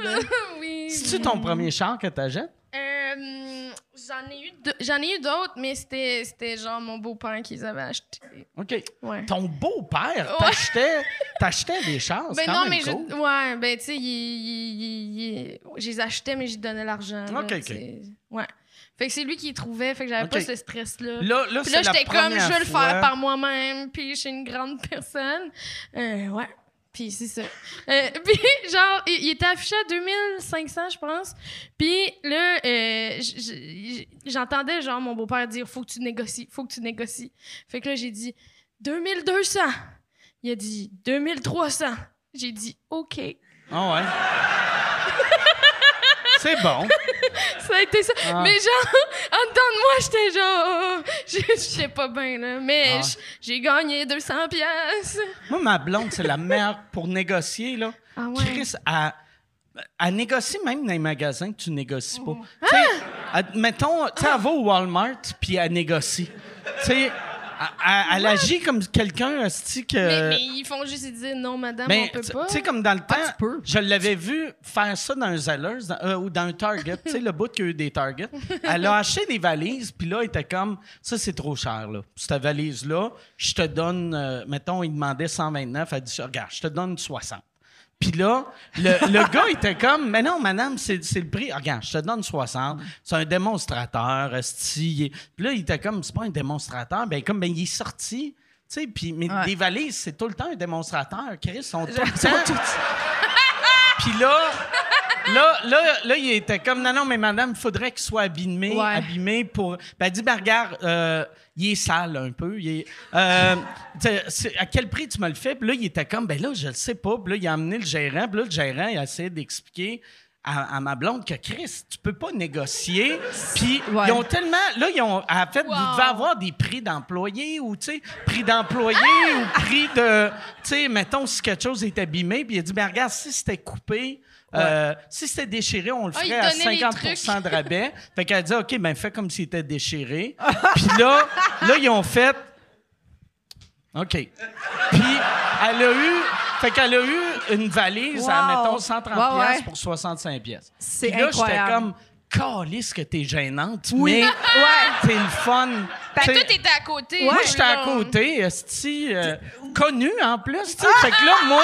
Speaker 5: Oui.
Speaker 3: C'est-tu ton premier char que t'achètes?
Speaker 5: Euh, J'en ai eu deux- j'en ai eu d'autres, mais c'était c'était genre mon beau-père qui les avait achetés.
Speaker 3: OK.
Speaker 5: Ouais.
Speaker 3: Ton beau-père,
Speaker 5: Ouais.
Speaker 3: t'achetais, t'achetais des chars. c'est
Speaker 5: Ben
Speaker 3: quand
Speaker 5: non,
Speaker 3: même
Speaker 5: mais
Speaker 3: cool.
Speaker 5: je. Ouais, ben tu sais, il- il- il- il- je les achetais, mais j'y donnais l'argent. là,
Speaker 3: Ok, ok.
Speaker 5: c'est- Ouais. Fait que c'est lui qui les trouvait, fait que j'avais
Speaker 3: Ok.
Speaker 5: pas ce stress-là.
Speaker 3: Là, là,
Speaker 5: Puis là,
Speaker 3: c'est la
Speaker 5: j'étais comme, je vais le
Speaker 3: première
Speaker 5: faire
Speaker 3: fois.
Speaker 5: par moi-même, puis je suis une grande personne. Euh, ouais. Puis c'est ça. Euh, puis genre, il, il était affiché à 2500, je pense. Puis là, euh, j- j- j'entendais genre mon beau-père dire, faut que tu négocies, faut que tu négocies. Fait que là, j'ai dit, 2200. Il a dit, 2300. J'ai dit, OK.
Speaker 3: Ah ouais. c'est bon.
Speaker 5: Ça a été ça.
Speaker 3: Ah.
Speaker 5: Mais genre, en dedans de moi, j'étais genre, je je sais pas bien, là. Mais
Speaker 3: Ah.
Speaker 5: j- j'ai gagné 200 piastres.
Speaker 3: Moi, ma blonde, c'est la meilleure pour négocier, là.
Speaker 5: Ah ouais.
Speaker 3: Chris, à, à négocier même dans les magasins que tu négocies pas. Tu sais, elle- mettons, tu sais, elle va au Walmart, puis elle négocie. Tu sais, elle, elle- elle agit comme quelqu'un, hostie, que...
Speaker 5: Mais, mais ils font juste dire non, madame,
Speaker 3: euh, Mais
Speaker 5: on
Speaker 3: tu
Speaker 5: peut pas. Ah,
Speaker 3: tu sais, comme dans le temps,
Speaker 6: tu peux.
Speaker 3: je l'avais vu faire ça dans un Zellers dans- euh, ou dans un Target. tu sais, le bout qu'il y a eu des Targets. Elle a acheté des valises, puis là, elle était comme ça, c'est trop cher, là. Cette valise-là, je te donne, euh, mettons, il demandait 129. Elle dit, regarde, je te donne 60. Puis là, le, le gars était comme, mais non, madame, c'est c'est le prix. Regarde, je te donne 60. C'est un démonstrateur, esti. Il est- Puis là, il était comme, c'est pas un démonstrateur. Ben, comme, ben, il est sorti. Tu sais, puis mais
Speaker 6: Ouais.
Speaker 3: des valises, c'est tout le temps un démonstrateur. Chris, ils sont tout le temps- Puis là, là, là, là, il était comme, non, non, mais madame, faudrait qu'il soit abîmé,
Speaker 6: Ouais.
Speaker 3: abîmé pour. Ben, elle dit, ben, regarde, euh, il est sale un peu. il est- euh, tu sais, c'est- à quel prix tu me le fais? Puis là, il était comme, ben là, je le sais pas. Puis là, il a amené le gérant. Puis là, le gérant, il a essayé d'expliquer. À, à ma blonde que Chris, tu peux pas négocier. Puis
Speaker 6: Ouais.
Speaker 3: ils ont tellement. Là, ils ont. En fait, vous
Speaker 5: Wow.
Speaker 3: devez avoir des prix d'employés ou, tu sais, prix d'employés
Speaker 5: Ah!
Speaker 3: ou prix de. Tu sais, mettons, si quelque chose est abîmé, puis il a dit, ben regarde, si c'était coupé, euh, si c'était déchiré, on le
Speaker 5: Ah, il
Speaker 3: ferait à
Speaker 5: donnait les
Speaker 3: 50
Speaker 5: trucs.
Speaker 3: de rabais. Fait qu'elle a dit, OK, ben fais comme s'il était déchiré. puis là, là, ils ont fait. OK. Puis elle a eu. Fait qu'elle a eu une valise à,
Speaker 6: Wow.
Speaker 3: mettons, 130
Speaker 6: Ouais, ouais.
Speaker 3: piastres pour 65 pièces.
Speaker 6: C'est
Speaker 3: Puis là, j'étais
Speaker 6: incroyable.
Speaker 3: comme, calisse que t'es gênante,
Speaker 6: Oui.
Speaker 3: mais
Speaker 6: Ouais. Ben,
Speaker 3: t'es le fun.
Speaker 5: Fait que
Speaker 3: T'sais,
Speaker 5: tout était à côté.
Speaker 3: moi,
Speaker 5: là,
Speaker 3: j'étais à
Speaker 5: là.
Speaker 3: côté, esti, euh, connu en plus, tu sais. Fait que là, moi,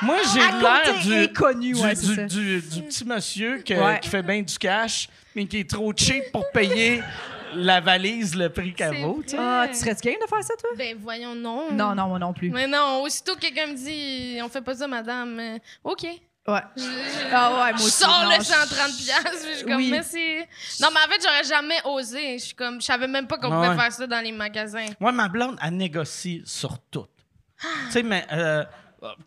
Speaker 3: moi j'ai
Speaker 6: Ah! À côté
Speaker 3: l'air
Speaker 6: et
Speaker 3: du,
Speaker 6: connu,
Speaker 3: du,
Speaker 6: ouais, c'est
Speaker 3: du,
Speaker 6: ça.
Speaker 3: du- du petit monsieur que-
Speaker 6: Ouais.
Speaker 3: qui fait bien du cash, mais qui est trop cheap pour payer la valise, le prix qu'elle
Speaker 5: C'est
Speaker 3: vaut.
Speaker 5: vrai.
Speaker 6: Ah, tu serais-tu game de faire ça, toi?
Speaker 5: Ben voyons, non.
Speaker 6: Non, non, moi non plus.
Speaker 5: Mais non, aussitôt que quelqu'un me dit, on fait pas ça, madame. euh, OK.
Speaker 6: Ouais.
Speaker 5: Je, je-
Speaker 6: Ah ouais, moi
Speaker 5: je
Speaker 6: aussi,
Speaker 5: sors
Speaker 6: non,
Speaker 5: le
Speaker 6: je-
Speaker 5: 130 piastres, puis je suis comme,
Speaker 6: Oui.
Speaker 5: merci. Non, mais en fait, j'aurais jamais osé. Je suis comme, je savais même pas qu'on
Speaker 3: Ouais.
Speaker 5: pouvait faire ça dans les magasins.
Speaker 3: Moi, ma blonde, elle négocie sur tout. tu sais, mais euh,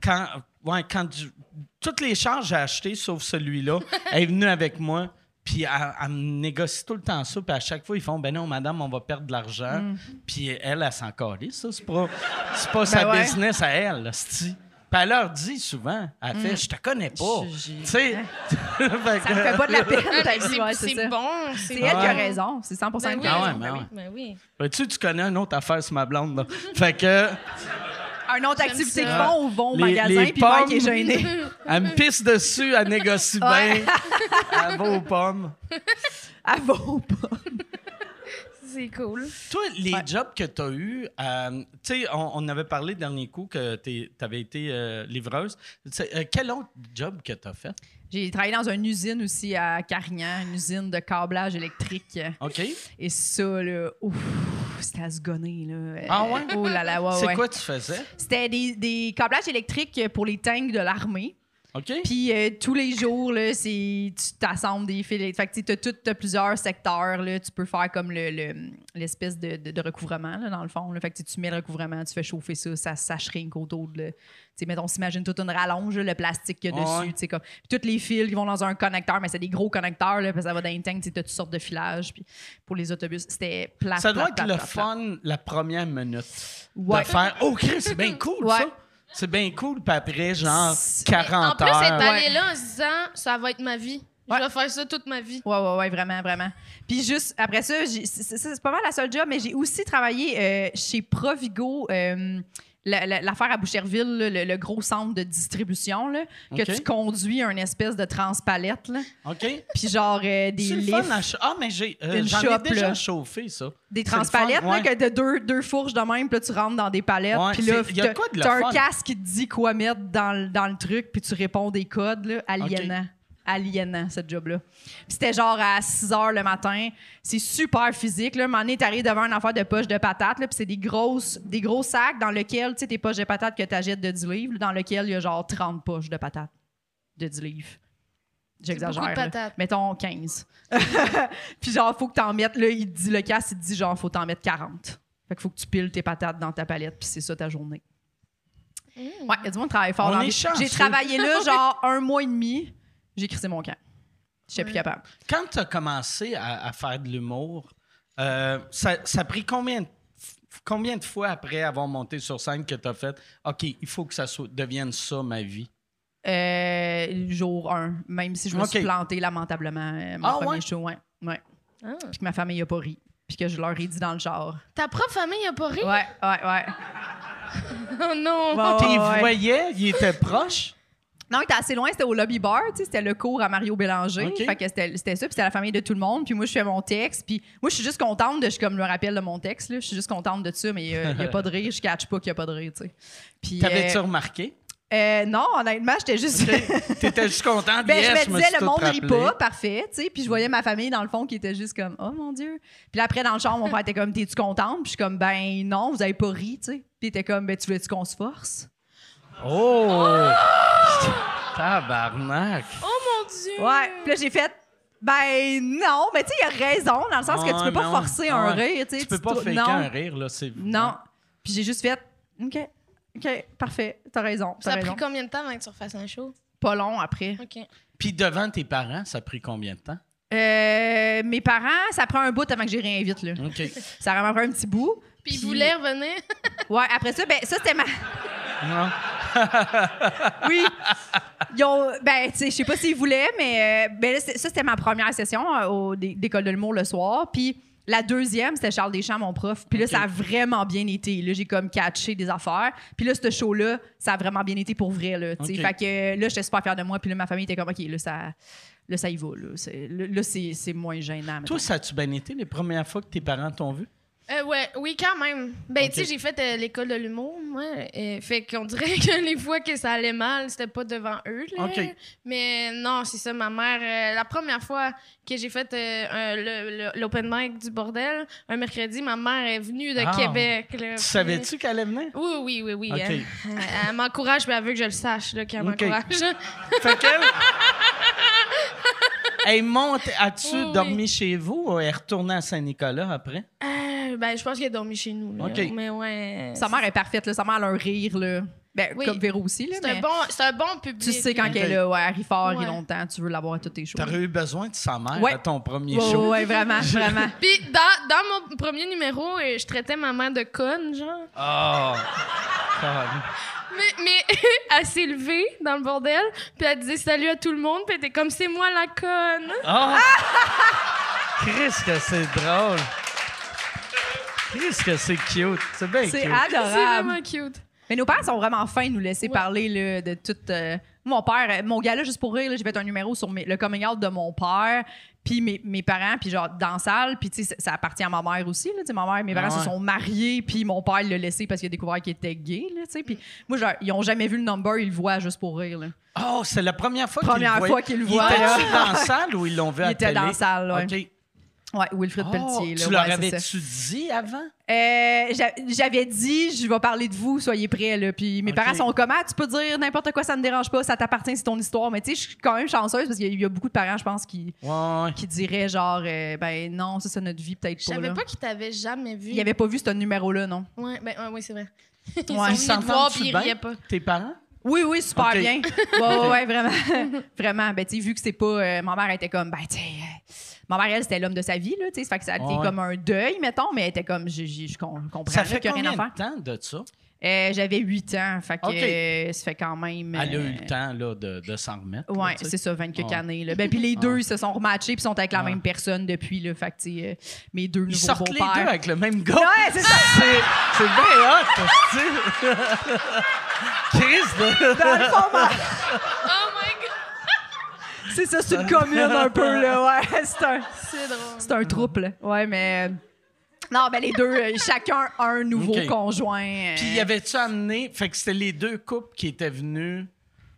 Speaker 3: quand, ouais, quand du- toutes les chars que j'ai achetées, sauf celui-là, elle est venue avec moi. Puis elle, elle me négocie tout le temps ça. Puis à chaque fois, ils font Ben non, madame, on va perdre de l'argent.
Speaker 6: Mm.
Speaker 3: Puis elle, elle, s'en calisse, ça. C'est pas, c'est pas sa
Speaker 6: Ben ouais.
Speaker 3: business à elle, là, c'ti. Puis elle leur dit souvent Elle fait, je te connais pas.
Speaker 6: Je- Mm. j'ai-
Speaker 3: Tu sais.
Speaker 6: Ça me fait pas de la peine,
Speaker 5: Ah,
Speaker 6: t'as
Speaker 5: mais
Speaker 6: dit,
Speaker 5: c'est
Speaker 6: ouais,
Speaker 5: c'est
Speaker 6: c'est ça.
Speaker 5: bon.
Speaker 6: C'est elle qui a
Speaker 3: Ouais.
Speaker 6: raison, c'est 100
Speaker 5: Ben
Speaker 6: de
Speaker 5: oui,
Speaker 3: Ah ouais,
Speaker 6: raison.
Speaker 3: mais
Speaker 5: ben
Speaker 3: ouais.
Speaker 5: oui, ben oui.
Speaker 3: tu, tu connais une autre affaire sur ma blonde, là. Fait que.
Speaker 6: Un autre
Speaker 5: J'aime
Speaker 6: activité qu'ils
Speaker 5: ça.
Speaker 6: font, vont au
Speaker 3: Ah Les- les
Speaker 6: magasin, puis Mike est
Speaker 3: pommes.
Speaker 6: gêné.
Speaker 3: Elle me pisse dessus, elle négocie
Speaker 6: Ouais.
Speaker 3: bien. Elle va aux pommes.
Speaker 6: Elle va ou pas?
Speaker 5: C'est cool.
Speaker 3: Toi, les jobs que tu as eus, euh, tu sais, on, on avait parlé le dernier coup que tu avais été euh, livreuse. Tu sais, euh, quel autre job que tu as fait?
Speaker 6: J'ai travaillé dans une usine aussi à Carignan, une usine de câblage électrique.
Speaker 3: OK?
Speaker 6: Et ça, là, ouf, c'était à se gonner, là. Euh,
Speaker 3: Ah ouais?
Speaker 6: Oh là là, ouais,
Speaker 3: C'est
Speaker 6: ouais.
Speaker 3: quoi tu faisais?
Speaker 6: C'était des, des câblages électriques pour les tanks de l'armée.
Speaker 3: OK?
Speaker 6: Puis euh, tous les jours, là, c'est, tu t'assembles des fils. Fait que tu as, plusieurs secteurs. Là, tu peux faire comme le, le- l'espèce de, de- de recouvrement, là, dans le fond. là. Fait que tu sais, tu mets le recouvrement, tu fais chauffer ça, ça shrink autour de... le- Tu sais, mettons, s'imagine toute une rallonge, là, le plastique qu'il y a
Speaker 3: Ouais.
Speaker 6: dessus. tu sais, Comme, puis tous les fils qui vont dans un connecteur, mais c'est des gros connecteurs, là, parce que ça va dans les tanks, tu as toutes sortes de filages. Puis pour les autobus, c'était plat.
Speaker 3: Ça doit
Speaker 6: plat,
Speaker 3: être
Speaker 6: plat,
Speaker 3: le
Speaker 6: plat, plat.
Speaker 3: fun la première minute.
Speaker 6: Ouais.
Speaker 3: De faire Oh, Chris, c'est bien cool
Speaker 6: Ouais.
Speaker 3: ça. C'est bien cool. Puis après, genre
Speaker 6: C'est-
Speaker 3: 40
Speaker 5: Ben, en plus,
Speaker 3: heures.
Speaker 5: être allé là en se disant, ça va être ma vie.
Speaker 6: Ouais.
Speaker 5: Je vais faire ça toute ma vie.
Speaker 6: Ouais, ouais, ouais, vraiment, vraiment. Puis juste après ça, j'ai- c'est c'est- c'est pas mal la seule job, mais j'ai aussi travaillé euh, chez Provigo. euh, la- la- L'affaire à Boucherville, là, le, le gros centre de distribution, là, que
Speaker 3: Ok.
Speaker 6: tu conduis un espèce de transpalette, là.
Speaker 3: OK?
Speaker 6: puis genre euh, des
Speaker 3: C'est le
Speaker 6: lifts,
Speaker 3: fun à ch- Ah, mais j'ai, euh,
Speaker 6: Une
Speaker 3: j'en ai
Speaker 6: shop,
Speaker 3: déjà
Speaker 6: là.
Speaker 3: chauffé ça.
Speaker 6: des
Speaker 3: C'est le fun,
Speaker 6: transpalettes, là,
Speaker 3: ouais.
Speaker 6: que t'as deux, deux fourches de même, puis là, tu rentres dans des palettes,
Speaker 3: Ouais,
Speaker 6: puis là,
Speaker 3: c'est- y a
Speaker 6: t'as-
Speaker 3: quoi de le
Speaker 6: t'as
Speaker 3: fun?
Speaker 6: un casque qui te dit quoi mettre dans, le- dans le truc, puis tu réponds des codes, là, aliénant. Aliénant, ce job-là. Puis c'était genre à 6 h le matin. C'est super physique. Là. Un moment donné, t'arrives devant un affaire de poche de patates, là, puis c'est des, grosses, des gros sacs dans lesquels, tu sais, tes poches de patates que t'achètes de 10 livres, dans lesquels il y a genre 30 poches de patates de 10 livres. J'exagère.
Speaker 5: beaucoup de
Speaker 6: là.
Speaker 5: patates.
Speaker 6: Mettons 15. Puis genre, faut que t'en mettes, là, il te dit, le casse, il te dit genre, faut t'en mettre 40. Fait que faut que tu piles tes patates dans ta palette, puis c'est ça ta journée.
Speaker 5: Mmh.
Speaker 6: Ouais, il y a du monde qui travaille fort.
Speaker 3: On
Speaker 6: dans la
Speaker 3: est
Speaker 6: vie.
Speaker 3: chanceux.
Speaker 6: J'ai travaillé là, genre, un mois et demi. J'ai crissé mon camp. J'étais plus capable.
Speaker 3: Quand tu as commencé à, à faire de l'humour, euh, ça, ça a pris combien de, f- combien de fois après avoir monté sur scène que tu as fait OK, il faut que ça soit- devienne ça ma vie?
Speaker 6: Euh, jour 1, même si je me suis
Speaker 3: Ok.
Speaker 6: plantée lamentablement euh, mon
Speaker 3: Ah,
Speaker 6: premier
Speaker 3: ouais?
Speaker 6: show. Ouais. ouais.
Speaker 5: Ah.
Speaker 6: Puis que ma famille a pas ri. Puis que je leur ai dit dans le genre.
Speaker 5: Ta propre famille a pas ri?
Speaker 6: Ouais, ouais, ouais.
Speaker 5: Oh non!
Speaker 6: Bon,
Speaker 3: Tu les
Speaker 6: ouais.
Speaker 3: voyais, il était proche.
Speaker 6: Non, c'était assez loin, c'était au Lobby Bar, tu sais, c'était le cours à Mario Bélanger.
Speaker 3: Ok.
Speaker 6: Fait que c'était c'était ça, puis c'était la famille de tout le monde. Puis moi, je fais mon texte, puis moi, je suis juste contente de, je comme je me rappelle de mon texte, là, je suis juste contente de ça, mais euh, il n'y a pas de rire, je catch pas qu'il n'y a pas de rire, tu sais. Puis,
Speaker 3: T'avais-tu
Speaker 6: euh,
Speaker 3: remarqué?
Speaker 6: euh, non, honnêtement, j'étais juste.
Speaker 3: T'étais juste content.
Speaker 6: Ben,
Speaker 3: yes,
Speaker 6: je me
Speaker 3: me
Speaker 6: disais,
Speaker 3: suis
Speaker 6: le
Speaker 3: tout
Speaker 6: monde rit
Speaker 3: rappelé.
Speaker 6: pas, parfait, tu sais. Puis je voyais ma famille, dans le fond, qui était juste comme, oh mon Dieu. Puis là, après, dans le champ, mon père était comme, t'es-tu contente? Puis je suis comme, ben non, vous avez pas ri, tu sais. Puis il était comme, ben tu voulais-tu qu'on se force?
Speaker 3: Oh! Tabarnak!
Speaker 5: Oh mon Dieu!
Speaker 6: Ouais. Puis là, j'ai fait. Ben non, mais tu sais, il a raison dans le sens que tu
Speaker 3: Ah,
Speaker 6: peux pas
Speaker 3: non.
Speaker 6: forcer un
Speaker 3: Ah ouais.
Speaker 6: rire. sais,
Speaker 3: Tu peux pas
Speaker 6: trou-
Speaker 3: faker
Speaker 6: non,
Speaker 3: un rire, là. c'est-
Speaker 6: Non. Puis j'ai juste fait. OK. OK, parfait. T'as raison. T'as
Speaker 5: Ça a pris
Speaker 6: raison.
Speaker 5: combien de temps avant que tu refasses un show?
Speaker 6: Pas long après.
Speaker 5: OK.
Speaker 3: Puis devant tes parents, ça a pris combien de temps?
Speaker 6: Euh, mes parents, ça prend un bout avant que j'y réinvite. Là.
Speaker 3: OK.
Speaker 6: Ça vraiment prend un petit bout.
Speaker 5: Puis ils voulaient revenir.
Speaker 6: Ouais, après ça, ben ça, c'était ma.
Speaker 3: Non.
Speaker 6: Oui. Ils ont, ben, tu sais, je sais pas s'ils voulaient, mais euh, ben, là, c'est- ça, c'était ma première session euh, au- d'é- d'école de l'humour le soir. Puis la deuxième, c'était Charles Deschamps, mon prof. Puis là, ça a vraiment bien été. Là, j'ai comme catché des affaires. Puis là, ce show-là, ça a vraiment bien été pour vrai. Là, tu sais.
Speaker 3: Ok.
Speaker 6: Fait que euh, là, j'étais super fière de moi. Puis là, ma famille était comme, OK, là, ça, là, ça y va. Là, c'est, là, là, c'est, c'est moins gênant. mettons.
Speaker 3: Toi, ça a-tu bien été les premières fois que tes parents t'ont vu?
Speaker 5: Euh, ouais, oui, quand même. Ben,
Speaker 3: Ok.
Speaker 5: tu sais, j'ai fait euh, l'école de l'humour, moi. euh, fait qu'on dirait que les fois que ça allait mal, c'était pas devant eux. Là.
Speaker 3: Ok.
Speaker 5: Mais non, c'est ça, ma mère. euh, la première fois que j'ai fait euh, un- le- le- l'open mic du bordel, un mercredi, ma mère est venue de
Speaker 3: Ah.
Speaker 5: Québec. là,
Speaker 3: Tu
Speaker 5: puis-
Speaker 3: savais-tu qu'elle allait venir?
Speaker 5: Oui, oui, oui, oui.
Speaker 3: Ok.
Speaker 5: Elle, elle- elle m'encourage, mais elle veut que je le sache, là, qu'elle
Speaker 3: Ok.
Speaker 5: m'encourage.
Speaker 3: Fait qu'elle. hey, monte, as-tu
Speaker 5: Oui, oui.
Speaker 3: dormi chez vous ou elle est retournée à Saint-Nicolas après?
Speaker 5: Euh, ben, je pense qu'elle a dormi chez nous. là.
Speaker 3: Ok.
Speaker 5: Mais ouais.
Speaker 6: Sa mère est parfaite. Là, sa mère a un rire. Là. Ben,
Speaker 5: Oui.
Speaker 6: Comme Véro aussi. Là,
Speaker 5: C'est
Speaker 6: mais
Speaker 5: un, bon, c'est un bon public.
Speaker 6: Tu sais quand
Speaker 3: Ok.
Speaker 6: elle est là. Ouais, elle rit fort,
Speaker 5: Ouais.
Speaker 6: rit longtemps. Tu veux l'avoir à toutes tes choses.
Speaker 3: T'aurais eu besoin de sa mère
Speaker 6: Ouais.
Speaker 3: à ton premier
Speaker 6: Ouais,
Speaker 3: show.
Speaker 6: ouais, vraiment, vraiment.
Speaker 5: Puis dans, dans mon premier numéro, euh, je traitais ma mère de conne, genre.
Speaker 3: Oh! God.
Speaker 5: Mais, mais elle s'est levée dans le bordel, puis elle disait salut à tout le monde, puis elle était comme c'est moi la conne.
Speaker 3: Oh! Chris, que c'est drôle! Chris, que c'est cute! C'est bien
Speaker 6: C'est
Speaker 3: cute!
Speaker 5: C'est
Speaker 6: adorable.
Speaker 5: vraiment cute.
Speaker 6: Mais nos parents sont vraiment fins de nous laisser parler là, de tout. euh, Mon père, euh, mon gars-là, juste pour rire, là, j'ai fait un numéro sur mes- le coming out de mon père, puis mes, mes parents, puis genre dans la salle, puis tu sais, ça, ça appartient à ma mère aussi. Là, tu sais, ma mère, mes parents
Speaker 3: Ah ouais.
Speaker 6: se sont mariés, puis mon père l'a laissé parce qu'il a découvert qu'il était gay. Là, tu sais, puis moi, genre, ils ont jamais vu le number, ils le voient juste pour rire. là.
Speaker 3: Oh, c'est la première fois
Speaker 6: Première
Speaker 3: qu'il le voit.
Speaker 6: fois qu'il le voit,
Speaker 3: Il
Speaker 6: là.
Speaker 3: était dans la salle ou ils l'ont vu à
Speaker 6: Il était
Speaker 3: télé?
Speaker 6: dans la salle, ouais.
Speaker 3: OK.
Speaker 6: Ouais, Wilfrid Pelletier. là,
Speaker 3: Oh, tu
Speaker 6: ouais,
Speaker 3: leur
Speaker 6: c'est ça.
Speaker 3: avais-tu dit avant?
Speaker 6: Euh, j'a- J'avais dit, je vais parler de vous, soyez prêts. Là. Puis mes
Speaker 3: Ok.
Speaker 6: parents sont comme, ah, tu peux dire n'importe quoi, ça me dérange pas, ça t'appartient, c'est ton histoire. Mais tu sais, je suis quand même chanceuse parce qu'il y a- il y, a beaucoup de parents, je pense, qui,
Speaker 3: Ouais.
Speaker 6: qui diraient genre, euh, ben non, ça, c'est notre vie, peut-être
Speaker 5: Je
Speaker 6: pas.
Speaker 5: savais
Speaker 6: là.
Speaker 5: pas qu'ils t'avaient jamais vu.
Speaker 6: Il avait pas vu ce numéro-là, non?
Speaker 5: Ouais, ben, ouais, ouais, c'est vrai. Ils
Speaker 6: Ouais.
Speaker 5: sont
Speaker 6: Ils
Speaker 5: venus te voir puis ils riaient pas.
Speaker 3: Tes parents?
Speaker 6: Oui, oui, super
Speaker 3: Ok.
Speaker 6: bien. Ouais, ouais, ouais, vraiment. vraiment. Ben, tu sais, vu que c'est pas. euh, ma mère était comme, ben, tu sais, euh, ma mère, elle, c'était l'homme de sa vie, là, tu sais. Ça fait que ça a été
Speaker 3: Ouais.
Speaker 6: comme un deuil, mettons, mais elle était comme, je, je, je com- comprends
Speaker 3: Ça
Speaker 6: là,
Speaker 3: fait
Speaker 6: qu'il y a rien
Speaker 3: combien
Speaker 6: à faire.
Speaker 3: de temps de ça?
Speaker 6: Euh, J'avais 8 ans, fait que
Speaker 3: Ok.
Speaker 6: euh, ça fait quand même.
Speaker 3: Elle a
Speaker 6: euh,
Speaker 3: eu le temps là, de, de s'en remettre. là,
Speaker 6: Ouais,
Speaker 3: tu sais.
Speaker 6: c'est ça, 20 quelques
Speaker 3: Ouais.
Speaker 6: années. Là. Ben, puis les deux, ils se sont rematchés puis sont avec la
Speaker 3: Ouais.
Speaker 6: même personne depuis. Là, fait que, tu sais, euh, mes deux
Speaker 3: Ils
Speaker 6: nouveaux
Speaker 3: sortent les deux
Speaker 6: beaux-pères.
Speaker 3: avec le même gars.
Speaker 6: Ouais, c'est ça.
Speaker 3: C'est c'est bien hot, tu Chris, de...
Speaker 6: Dans le fond, ma-
Speaker 5: Oh my god,
Speaker 6: c'est ça, c'est une commune un peu. Là, ouais, c'est un,
Speaker 5: c'est drôle.
Speaker 6: c'est un trouble. Ouais, mais. euh, Non, ben les deux, euh, chacun un nouveau
Speaker 3: Ok.
Speaker 6: conjoint. euh,
Speaker 3: Puis y avait-tu amené... Fait que c'était les deux couples qui étaient venus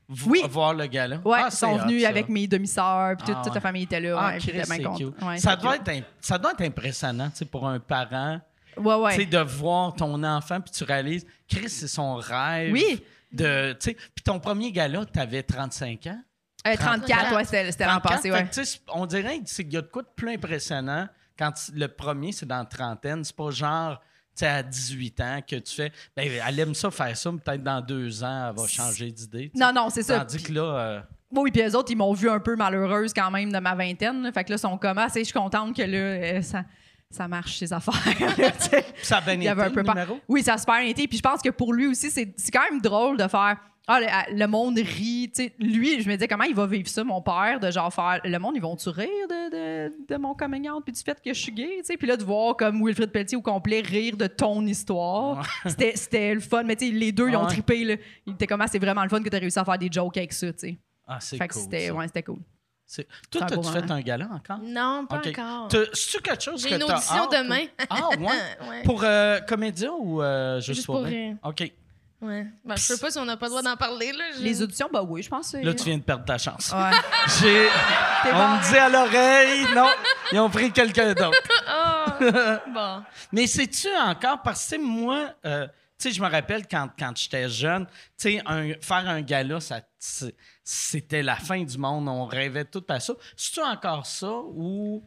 Speaker 3: vo-
Speaker 6: Oui.
Speaker 3: voir le gala.
Speaker 6: Ouais,
Speaker 3: Ah,
Speaker 6: ils
Speaker 3: c'est
Speaker 6: sont
Speaker 3: hot,
Speaker 6: venus
Speaker 3: ça.
Speaker 6: avec mes demi-sœurs, puis toute,
Speaker 3: Ah,
Speaker 6: toute
Speaker 3: ouais.
Speaker 6: la famille était là.
Speaker 3: Ah,
Speaker 6: ouais, puis
Speaker 3: Chris,
Speaker 6: j'étais bien
Speaker 3: c'est
Speaker 6: contente.
Speaker 3: cute.
Speaker 6: Ouais,
Speaker 3: ça,
Speaker 6: c'est
Speaker 3: doit
Speaker 6: cute.
Speaker 3: être imp- ça doit être impressionnant, tu sais, pour un parent,
Speaker 6: Ouais, ouais.
Speaker 3: tu sais, de voir ton enfant, puis tu réalises, Chris, c'est son rêve.
Speaker 6: Oui.
Speaker 3: De, tu sais, puis ton premier gala, t'avais 35 ans.
Speaker 6: Euh, 34, ouais, c'était c'était l'an
Speaker 3: 34,
Speaker 6: passé,
Speaker 3: fait
Speaker 6: ouais.
Speaker 3: que, tu sais, On dirait qu'il y a de quoi de plus impressionnant quand tu- le premier, c'est dans la trentaine. C'est pas genre, tu sais, à 18 ans que tu fais, ben, elle aime ça faire ça, mais peut-être dans deux ans, elle va changer d'idée. tu sais.
Speaker 6: Non, non, c'est ça.
Speaker 3: Tandis que là, euh,
Speaker 6: Oui, puis eux autres, ils m'ont vu un peu malheureuse quand même de ma vingtaine. là. Fait que là, ils sont comme, ah, c'est- je suis contente que là, euh, ça, ça marche, ces affaires. là, tu sais.
Speaker 3: ça a bien
Speaker 6: Il y
Speaker 3: été
Speaker 6: avait un
Speaker 3: le
Speaker 6: peu peur.
Speaker 3: numéro.
Speaker 6: Oui, ça a super bien été. Puis je pense que pour lui aussi, c'est c'est quand même drôle de faire. Ah, le, ah, le monde rit. Tu sais, lui, je me disais, comment il va vivre ça, mon père, de genre faire. Le monde, ils vont-tu rire de, de- de mon coming out, puis du fait que je suis gay, tu sais? Puis là, de voir comme Wilfred Pelletier au complet rire de ton histoire, c'était- c'était le fun. Mais tu sais, les deux, ils ont
Speaker 3: Ouais.
Speaker 6: trippé, là. Ils étaient comme, Ah, c'est vraiment le fun que t'as réussi à faire des jokes avec ça, tu sais.
Speaker 3: Ah, c'est cool.
Speaker 6: Fait que c'était
Speaker 3: ça.
Speaker 6: ouais, c'était cool.
Speaker 3: C'est- Toi,
Speaker 6: C'est un
Speaker 3: t'as-tu
Speaker 6: beau
Speaker 3: fait
Speaker 6: moment.
Speaker 3: un gala encore?
Speaker 5: Non, pas
Speaker 3: Ok.
Speaker 5: encore.
Speaker 3: T'as- C'est-tu quelque chose
Speaker 5: J'ai
Speaker 3: que
Speaker 5: une
Speaker 3: t'as
Speaker 5: audition
Speaker 3: hâte ou-
Speaker 5: demain.
Speaker 3: Ah, ouais?
Speaker 5: Ouais.
Speaker 3: Pour euh, comédien ou euh, juste,
Speaker 5: Juste
Speaker 3: pour
Speaker 5: pour
Speaker 3: rire?
Speaker 5: rire.
Speaker 3: OK.
Speaker 5: Ouais. Ben, je sais pas si on n'a pas le droit d'en parler, là. je-
Speaker 6: Les auditions, bah oui, je pense. que-
Speaker 3: Là, tu viens de perdre ta chance.
Speaker 6: Ouais.
Speaker 3: J'ai-
Speaker 6: Ah. T'es
Speaker 3: On
Speaker 6: barré.
Speaker 3: me dit à l'oreille, non, ils ont pris quelqu'un d'autre.
Speaker 5: Ah! bon.
Speaker 3: Mais sais-tu encore, parce que tu sais, moi, euh, tu sais, je me rappelle quand, quand j'étais jeune, tu sais, un- faire un gala, ça, c'est- c'était la fin du monde. On rêvait tout à ça. C'est-tu encore ça ou.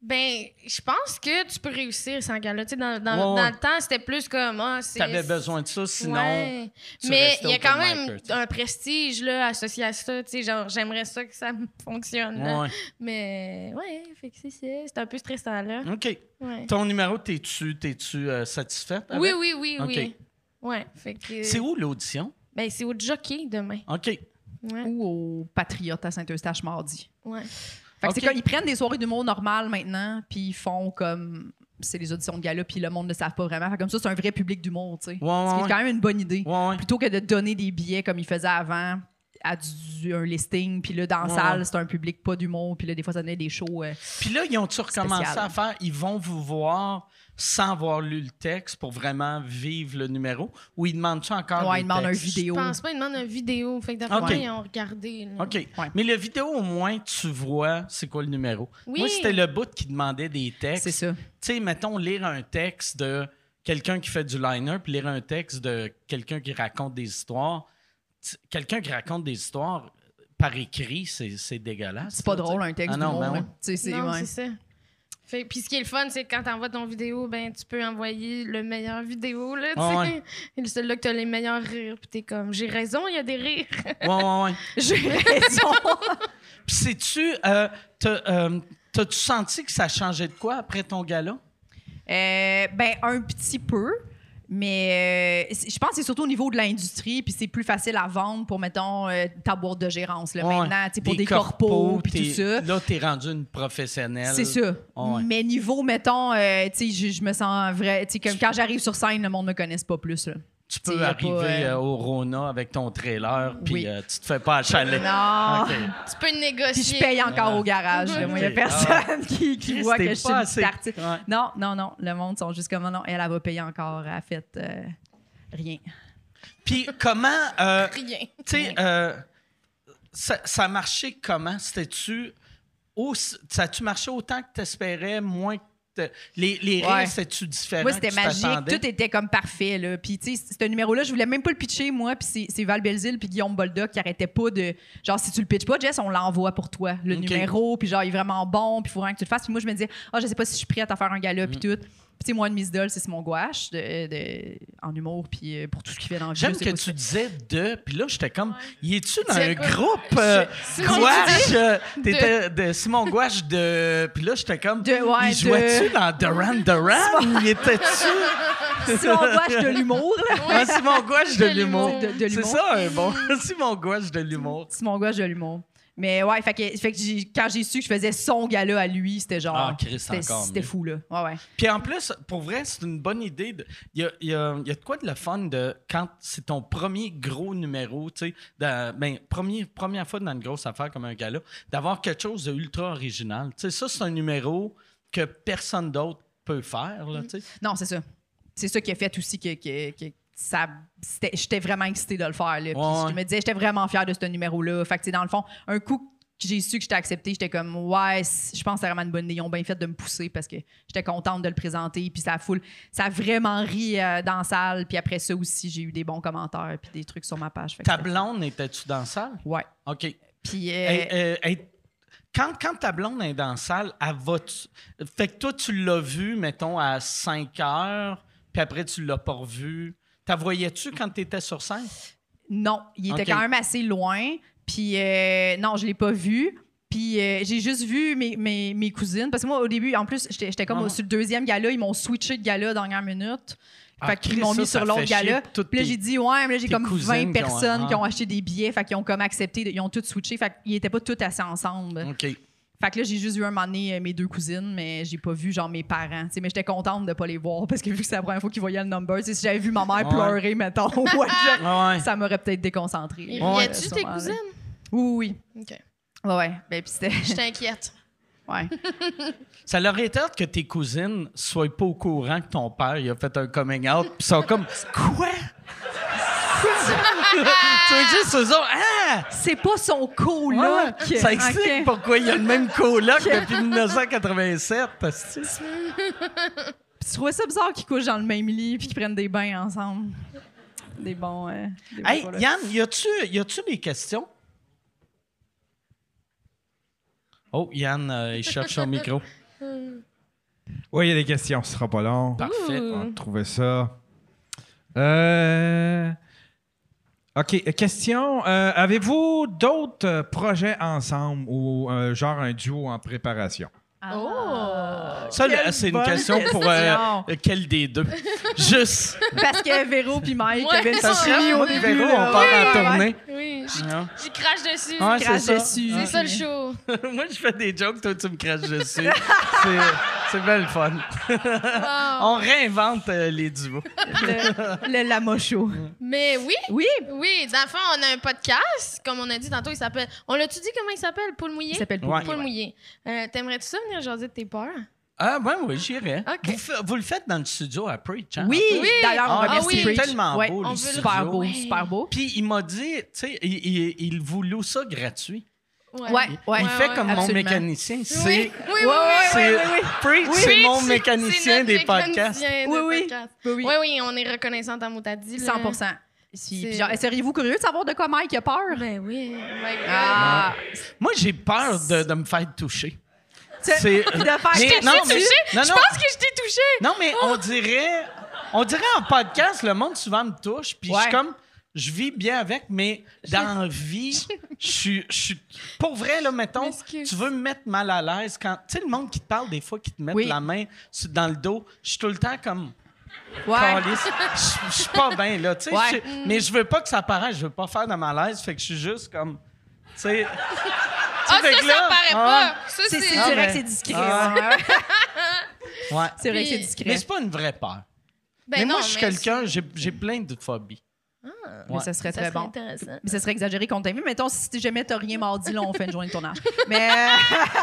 Speaker 5: Ben, je pense que tu peux réussir sans gala. Tu sais, dans, dans,
Speaker 3: Ouais, ouais.
Speaker 5: dans le temps, c'était plus comme. Ah, c'est-
Speaker 3: T'avais besoin de ça, sinon.
Speaker 5: Ouais.
Speaker 3: tu
Speaker 5: Mais
Speaker 3: restais
Speaker 5: il y a
Speaker 3: open
Speaker 5: quand
Speaker 3: micer,
Speaker 5: même
Speaker 3: tu sais.
Speaker 5: un prestige là, associé à ça. Tu sais, genre, j'aimerais ça que ça me fonctionne. là.
Speaker 3: Ouais.
Speaker 5: Mais ouais, fait que c'est ça. C'est un peu stressant là.
Speaker 3: OK.
Speaker 5: Ouais.
Speaker 3: Ton numéro, t'es-tu, t'es-tu euh, satisfaite? avec?
Speaker 5: Oui, oui, oui,
Speaker 3: Ok.
Speaker 5: oui. Ouais, fait que.
Speaker 3: C'est où l'audition?
Speaker 5: Ben, c'est au jockey demain.
Speaker 3: OK.
Speaker 5: Ouais.
Speaker 6: Ou au Patriote à Saint-Eustache mardi.
Speaker 5: ouais.
Speaker 6: Fait que
Speaker 3: Ok.
Speaker 6: c'est comme, ils prennent des soirées d'humour normales maintenant, puis ils font comme. C'est les auditions de gala, puis le monde ne le savent pas vraiment. Fait que comme ça, c'est un vrai public d'humour, tu sais.
Speaker 3: ouais,
Speaker 6: Ce qui
Speaker 3: ouais.
Speaker 6: est quand même une bonne idée.
Speaker 3: Ouais, ouais.
Speaker 6: Plutôt que de donner des billets comme ils faisaient avant à du- un listing, puis là, dans la
Speaker 3: Ouais, ouais.
Speaker 6: salle, c'est un public pas d'humour, puis là, des fois, ça donnait des shows. euh,
Speaker 3: Puis là, ils ont-tu recommencé
Speaker 6: Spécial.
Speaker 3: à faire, ils vont vous voir sans avoir lu le texte pour vraiment vivre le numéro ou ils demandent-tu encore
Speaker 6: ouais,
Speaker 3: le
Speaker 6: ils demandent un
Speaker 3: texte?
Speaker 5: Je
Speaker 6: vidéo.
Speaker 5: pense pas, ils demandent une vidéo. Fait que d'après
Speaker 3: Ok.
Speaker 5: moi, ils ont regardé. là.
Speaker 3: OK.
Speaker 6: Mm. Ouais.
Speaker 3: Mais le vidéo, au moins, tu vois c'est quoi le numéro.
Speaker 5: Oui.
Speaker 3: Moi, c'était le bout qui demandait des textes.
Speaker 6: C'est ça.
Speaker 3: Tu sais, mettons, lire un texte de quelqu'un qui fait du liner, puis lire un texte de quelqu'un qui raconte des histoires. Tu- Quelqu'un qui raconte des histoires par écrit, c'est c'est dégueulasse.
Speaker 6: C'est pas
Speaker 3: là, tu sais.
Speaker 6: drôle, hein. un texte
Speaker 3: Ah non,
Speaker 6: d'humour.
Speaker 3: ben
Speaker 6: là.
Speaker 3: ouais.
Speaker 6: Tu sais, c'est-
Speaker 5: Non,
Speaker 6: ouais.
Speaker 5: c'est ça. Fait- puis ce qui est le fun, c'est que quand t'envoies ton vidéo, ben tu peux envoyer le meilleur vidéo, là, tu
Speaker 3: Ah
Speaker 5: sais. Et le seul là que t'as les meilleurs rires, puis t'es comme, j'ai raison, il y a des rires.
Speaker 3: Ouais, ouais, ouais.
Speaker 6: J'ai raison.
Speaker 3: Puis sais-tu, euh, t'as, euh, t'as-tu senti que ça changeait de quoi après ton gala?
Speaker 6: Euh, ben, un petit peu. Mais euh, c'est- je pense que c'est surtout au niveau de l'industrie, puis c'est plus facile à vendre pour, mettons, euh, ta boîte de gérance. Là,
Speaker 3: Ouais.
Speaker 6: Maintenant, tu sais, pour des, corpos, puis tout
Speaker 3: t'es-
Speaker 6: ça.
Speaker 3: Là, t'es rendu une professionnelle.
Speaker 6: C'est ça.
Speaker 3: Ouais.
Speaker 6: Mais niveau, mettons, euh, tu sais, je, je me sens vrai. Tu sais, comme quand j'arrive sur scène, le monde ne me connaisse pas plus. là.
Speaker 3: Tu
Speaker 6: T'sais,
Speaker 3: peux
Speaker 6: y a
Speaker 3: arriver
Speaker 6: pas, euh,
Speaker 3: euh, au Rona avec ton trailer, puis
Speaker 6: Oui.
Speaker 3: euh, tu te fais pas achaler.
Speaker 6: Non.
Speaker 3: Ah, OK.
Speaker 5: tu peux
Speaker 6: Puis je
Speaker 5: négocier.
Speaker 6: paye encore au garage. là. Moi, il n'y a
Speaker 3: Ok.
Speaker 6: personne qui, qui
Speaker 3: Ah. Chris,
Speaker 6: voit
Speaker 3: t'es
Speaker 6: que je suis
Speaker 3: pas
Speaker 6: une
Speaker 3: assez-
Speaker 6: petite artiste.
Speaker 3: Ouais.
Speaker 6: Non, non, non. Le monde sont juste comme, non, elle, elle va payer encore. Elle a fait euh, rien.
Speaker 3: Puis comment, euh, tu
Speaker 5: Rien.
Speaker 3: sais, euh, ça, ça marchait comment? C'était-tu au- ça a-tu marché autant que t'espérais, moins que t'e- Les, les
Speaker 6: Ouais.
Speaker 3: rires, c'est-tu différent?
Speaker 6: Moi, c'était
Speaker 3: que tu
Speaker 6: magique.
Speaker 3: t'attendais?
Speaker 6: Tout était comme parfait. Là. Puis, tu sais, c- ce numéro-là, je voulais même pas le pitcher, moi. Puis, c'est- c'est Val Belzile puis Guillaume Boldoc qui arrêtaient pas de. Genre, si tu le pitches pas, Jess, on l'envoie pour toi, le
Speaker 3: Ok.
Speaker 6: numéro. Puis, genre, il est vraiment bon. Puis, il faut vraiment que tu le fasses. Puis, moi, je me disais, ah, je sais pas si je suis prête à faire un gala.
Speaker 3: Mm.
Speaker 6: Puis, tout. Puis, tu sais, moi, une mise d'ol, c'est mon gouache de, de- en humour. Puis, euh, pour tout ce qui fait dans le
Speaker 3: J'aime que tu disais deux, puis là, j'étais comme, y es-tu dans
Speaker 5: C'est
Speaker 3: un
Speaker 5: quoi?
Speaker 3: groupe euh,
Speaker 5: Je- Simon
Speaker 3: gouache? euh, T'étais de Simon Gouache de. Puis là, j'étais comme,
Speaker 6: De- ouais,
Speaker 3: il jouait-tu
Speaker 6: de-
Speaker 3: dans Duran Duran? Il était-tu?
Speaker 6: C'est mon gouache de l'humour, là.
Speaker 3: Ah, Simon Gouache de
Speaker 5: De
Speaker 3: l'humour.
Speaker 5: l'humour.
Speaker 6: De- de
Speaker 3: C'est
Speaker 6: l'humour.
Speaker 3: ça, un bon. Simon Gouache de l'humour.
Speaker 6: C'est mon gouache de l'humour. Mais ouais, fait que, fait que j'ai- quand j'ai su que je faisais son gala à lui, c'était genre.
Speaker 3: Ah, Chris,
Speaker 6: c'était-
Speaker 3: encore
Speaker 6: C'était
Speaker 3: mieux.
Speaker 6: fou, là. Ouais, ouais.
Speaker 3: Puis en plus, pour vrai, c'est une bonne idée. de- Il y a, il y a- il y a de quoi de le fun de quand c'est ton premier gros numéro, tu sais, dans- ben, premier, première fois dans une grosse affaire comme un gala, d'avoir quelque chose d'ultra original. Tu sais, ça, c'est un numéro que personne d'autre peut faire, là, tu sais.
Speaker 6: Non, c'est ça. C'est ça qui a fait aussi que, que- que ça. c'était- J'étais vraiment excitée de le faire. Là. Puis
Speaker 3: Ouais.
Speaker 6: Je me disais, j'étais vraiment fière de ce numéro-là. Fait que, tu sais, dans le fond, un coup que j'ai su que j'étais acceptée, j'étais comme, ouais, c- je pense que c'est vraiment une bonne idée. Ils ont bien fait de me pousser parce que j'étais contente de le présenter. Puis ça foule. Ça a vraiment ri euh, dans la salle. Puis après ça aussi, j'ai eu des bons commentaires puis des trucs sur ma page. Fait que
Speaker 3: Ta
Speaker 6: c'était-
Speaker 3: blonde, étais-tu dans la salle?
Speaker 6: Ouais.
Speaker 3: OK.
Speaker 6: Puis. euh,
Speaker 3: Hey, euh, hey, quand, quand ta blonde est dans la salle, elle va. tu- Fait que toi, tu l'as vue, mettons, à 5 heures, puis après, tu l'as pas revue. T'as voyais-tu quand t'étais sur scène?
Speaker 6: Non, il était
Speaker 3: Ok.
Speaker 6: quand même assez loin. Puis euh, non, je l'ai pas vu. Puis euh, j'ai juste vu mes, mes, mes cousines. Parce que moi, au début, en plus, j'étais j'étais comme
Speaker 3: Ah.
Speaker 6: au- sur le deuxième gala. Ils m'ont switché de gala dernière minute.
Speaker 3: Ah,
Speaker 6: fait qu'ils m'ont
Speaker 3: Chris,
Speaker 6: mis
Speaker 3: ça, ça
Speaker 6: sur l'autre
Speaker 3: fait chier
Speaker 6: gala.
Speaker 3: pour toutes
Speaker 6: Puis là,
Speaker 3: tes-
Speaker 6: j'ai dit, ouais, mais là, j'ai
Speaker 3: tes
Speaker 6: comme
Speaker 3: cousines
Speaker 6: 20
Speaker 3: qui ont-
Speaker 6: personnes qui
Speaker 3: ah.
Speaker 6: ont acheté des billets. Fait qu'ils ont comme accepté. de- ils ont tous switché. Fait qu'ils étaient pas tous assis ensemble.
Speaker 3: OK.
Speaker 6: Fait que là, j'ai juste vu un moment donné euh, mes deux cousines, mais j'ai pas vu genre mes parents. Tu sais, mais j'étais contente de pas les voir parce que vu que c'est la première fois qu'ils voyaient le number, tu sais, si j'avais vu ma mère
Speaker 3: Ouais.
Speaker 6: pleurer, mettons, ou whatever,
Speaker 3: Ouais.
Speaker 6: ça m'aurait peut-être déconcentrée.
Speaker 5: Y
Speaker 6: Ouais,
Speaker 5: a-tu tes
Speaker 6: sûrement, là.
Speaker 5: cousines?
Speaker 6: Oui, oui.
Speaker 5: OK.
Speaker 6: oui. Ouais, ouais. Ben, puis c'était.
Speaker 5: Je t'inquiète.
Speaker 6: Ouais.
Speaker 3: Ça leur est hâte que tes cousines soient pas au courant que ton père il a fait un coming out, puis sont comme Quoi? tu veux juste eux autres, ah!
Speaker 6: C'est pas son coloc.
Speaker 3: Ouais, Ça explique
Speaker 6: Ok.
Speaker 3: pourquoi il y a le même coloc depuis 1987. hostie.
Speaker 6: Puis Tu trouvais ça bizarre qu'ils couchent dans le même lit puis qu'ils prennent des bains ensemble. Des bons. euh, des bons
Speaker 3: Hey,
Speaker 6: colocs.
Speaker 3: Yann, y a-tu, y a-tu des questions? Oh, Yann, euh, il cherche son micro.
Speaker 4: Oui, il y a des questions, ce sera pas long.
Speaker 3: Parfait.
Speaker 5: Hein.
Speaker 4: On va trouver ça. Euh, OK, euh, question. euh, Avez-vous d'autres euh, projets ensemble ou euh, genre un duo en préparation?
Speaker 6: Ah.
Speaker 3: Ça, là, c'est une
Speaker 6: bonne
Speaker 3: question pour euh,
Speaker 6: question.
Speaker 3: euh, quel des deux? Juste.
Speaker 6: Parce que Véro puis Mike
Speaker 5: Ouais,
Speaker 6: avaient une
Speaker 5: ça serait
Speaker 6: chimie au
Speaker 3: Véro,
Speaker 6: début.
Speaker 3: on
Speaker 6: là.
Speaker 3: part en
Speaker 6: Ouais, ouais,
Speaker 3: tournée.
Speaker 5: Oui, j'y-
Speaker 3: Hein?
Speaker 5: j'y crache dessus.
Speaker 3: Ouais,
Speaker 6: ouais. Crache
Speaker 3: C'est ça.
Speaker 6: dessus.
Speaker 5: C'est ça le show.
Speaker 3: Moi, je fais des jokes, toi, tu me craches dessus. c'est, c'est bien le fun. On réinvente euh, les duos.
Speaker 6: Le, le Lamocho.
Speaker 5: Mais oui,
Speaker 6: Oui.
Speaker 5: oui, dans le fond, on a un podcast. Comme on a dit tantôt, il s'appelle. On l'a-tu dit comment il s'appelle? Poule mouillé?
Speaker 6: Il s'appelle
Speaker 3: Ouais.
Speaker 5: Poule mouillé. Euh, T'aimerais-tu ça venir jaser de tes peurs?
Speaker 3: Ah, ben oui, j'irai.
Speaker 5: OK.
Speaker 3: Vous, fa- vous le faites dans le studio à Preach, hein?
Speaker 6: Oui.
Speaker 5: Oui.
Speaker 6: D'ailleurs, on
Speaker 3: Ah,
Speaker 6: remercie
Speaker 5: oui.
Speaker 6: Preach.
Speaker 3: Tellement
Speaker 6: Ouais.
Speaker 3: beau,
Speaker 5: on
Speaker 3: le
Speaker 5: veut le-
Speaker 3: studio.
Speaker 6: Super beau,
Speaker 5: Ouais.
Speaker 6: super beau.
Speaker 3: Puis il m'a dit, tu sais, il, il- il vous loue ça gratuit.
Speaker 6: Ouais, ouais.
Speaker 3: il fait comme mon
Speaker 6: absolument.
Speaker 3: mécanicien.
Speaker 5: Oui,
Speaker 3: C'est.
Speaker 5: oui, oui,
Speaker 6: Ouais, ouais,
Speaker 5: oui.
Speaker 3: c'est-
Speaker 6: ouais, ouais, ouais.
Speaker 3: Preach,
Speaker 5: Oui,
Speaker 3: c'est
Speaker 5: oui,
Speaker 3: mon
Speaker 5: c'est- c'est
Speaker 3: mécanicien
Speaker 5: notre
Speaker 3: des podcasts.
Speaker 5: mécanicien de
Speaker 6: Oui, oui.
Speaker 5: podcast.
Speaker 6: Oui,
Speaker 5: Oui,
Speaker 6: oui.
Speaker 5: oui, on est reconnaissant à Moutadi. là.
Speaker 6: 100 Si-
Speaker 5: C'est-
Speaker 6: puis genre, Seriez-vous curieux de savoir de quoi Mike a peur?
Speaker 5: Ben oui. my God.
Speaker 6: Ah!
Speaker 3: Moi, j'ai peur de, de me faire toucher.
Speaker 6: Tu-
Speaker 3: C'est-
Speaker 6: de faire
Speaker 3: Mais-
Speaker 6: Qu'est-ce
Speaker 3: non,
Speaker 6: que
Speaker 5: T'es
Speaker 6: tu-
Speaker 3: mais-
Speaker 5: touché?
Speaker 6: Ah
Speaker 3: non,
Speaker 5: Je
Speaker 3: non.
Speaker 5: pense que Oh! je t'ai touché.
Speaker 3: Non, mais on dirait. On dirait en podcast, le monde souvent me touche, puis je suis
Speaker 6: Ouais.
Speaker 3: comme. Je vis bien avec, mais dans la vie, je suis. je suis- Pour vrai, là, mettons,
Speaker 5: M'excuse.
Speaker 3: tu veux me mettre mal à l'aise quand. Tu sais, le monde qui te parle des fois, qui te met
Speaker 6: Oui.
Speaker 3: la main sur- dans le dos, je suis tout le temps comme.
Speaker 6: Ouais.
Speaker 3: Calisse. Je je suis pas bien, là. tu sais,
Speaker 6: Ouais.
Speaker 3: je-
Speaker 5: Mm.
Speaker 3: Mais je veux pas que ça paraisse. Je veux pas faire de malaise. Fait que je suis juste comme. Tu sais.
Speaker 5: Ah, ça,
Speaker 3: fait
Speaker 5: ça
Speaker 3: que là,
Speaker 5: paraît
Speaker 3: ah,
Speaker 5: pas. Ça, c'est.
Speaker 6: C'est c'est
Speaker 3: Ah,
Speaker 6: vrai
Speaker 3: ben.
Speaker 6: que c'est discret.
Speaker 3: Ah.
Speaker 6: ouais, ouais.
Speaker 3: Ouais.
Speaker 6: C'est vrai que c'est
Speaker 5: Puis-
Speaker 6: discret.
Speaker 3: Mais c'est pas une vraie peur.
Speaker 5: Ben
Speaker 3: mais moi,
Speaker 5: non,
Speaker 3: je suis
Speaker 5: mais
Speaker 3: quelqu'un, j'ai j'ai plein de phobies.
Speaker 6: Mais ça serait
Speaker 5: Ça serait
Speaker 6: très bon.
Speaker 5: intéressant.
Speaker 6: Mais ça serait exagéré qu'on t'invite. Mettons, si jamais t'as rien mardi, là, on fait une journée de tournage. Mais.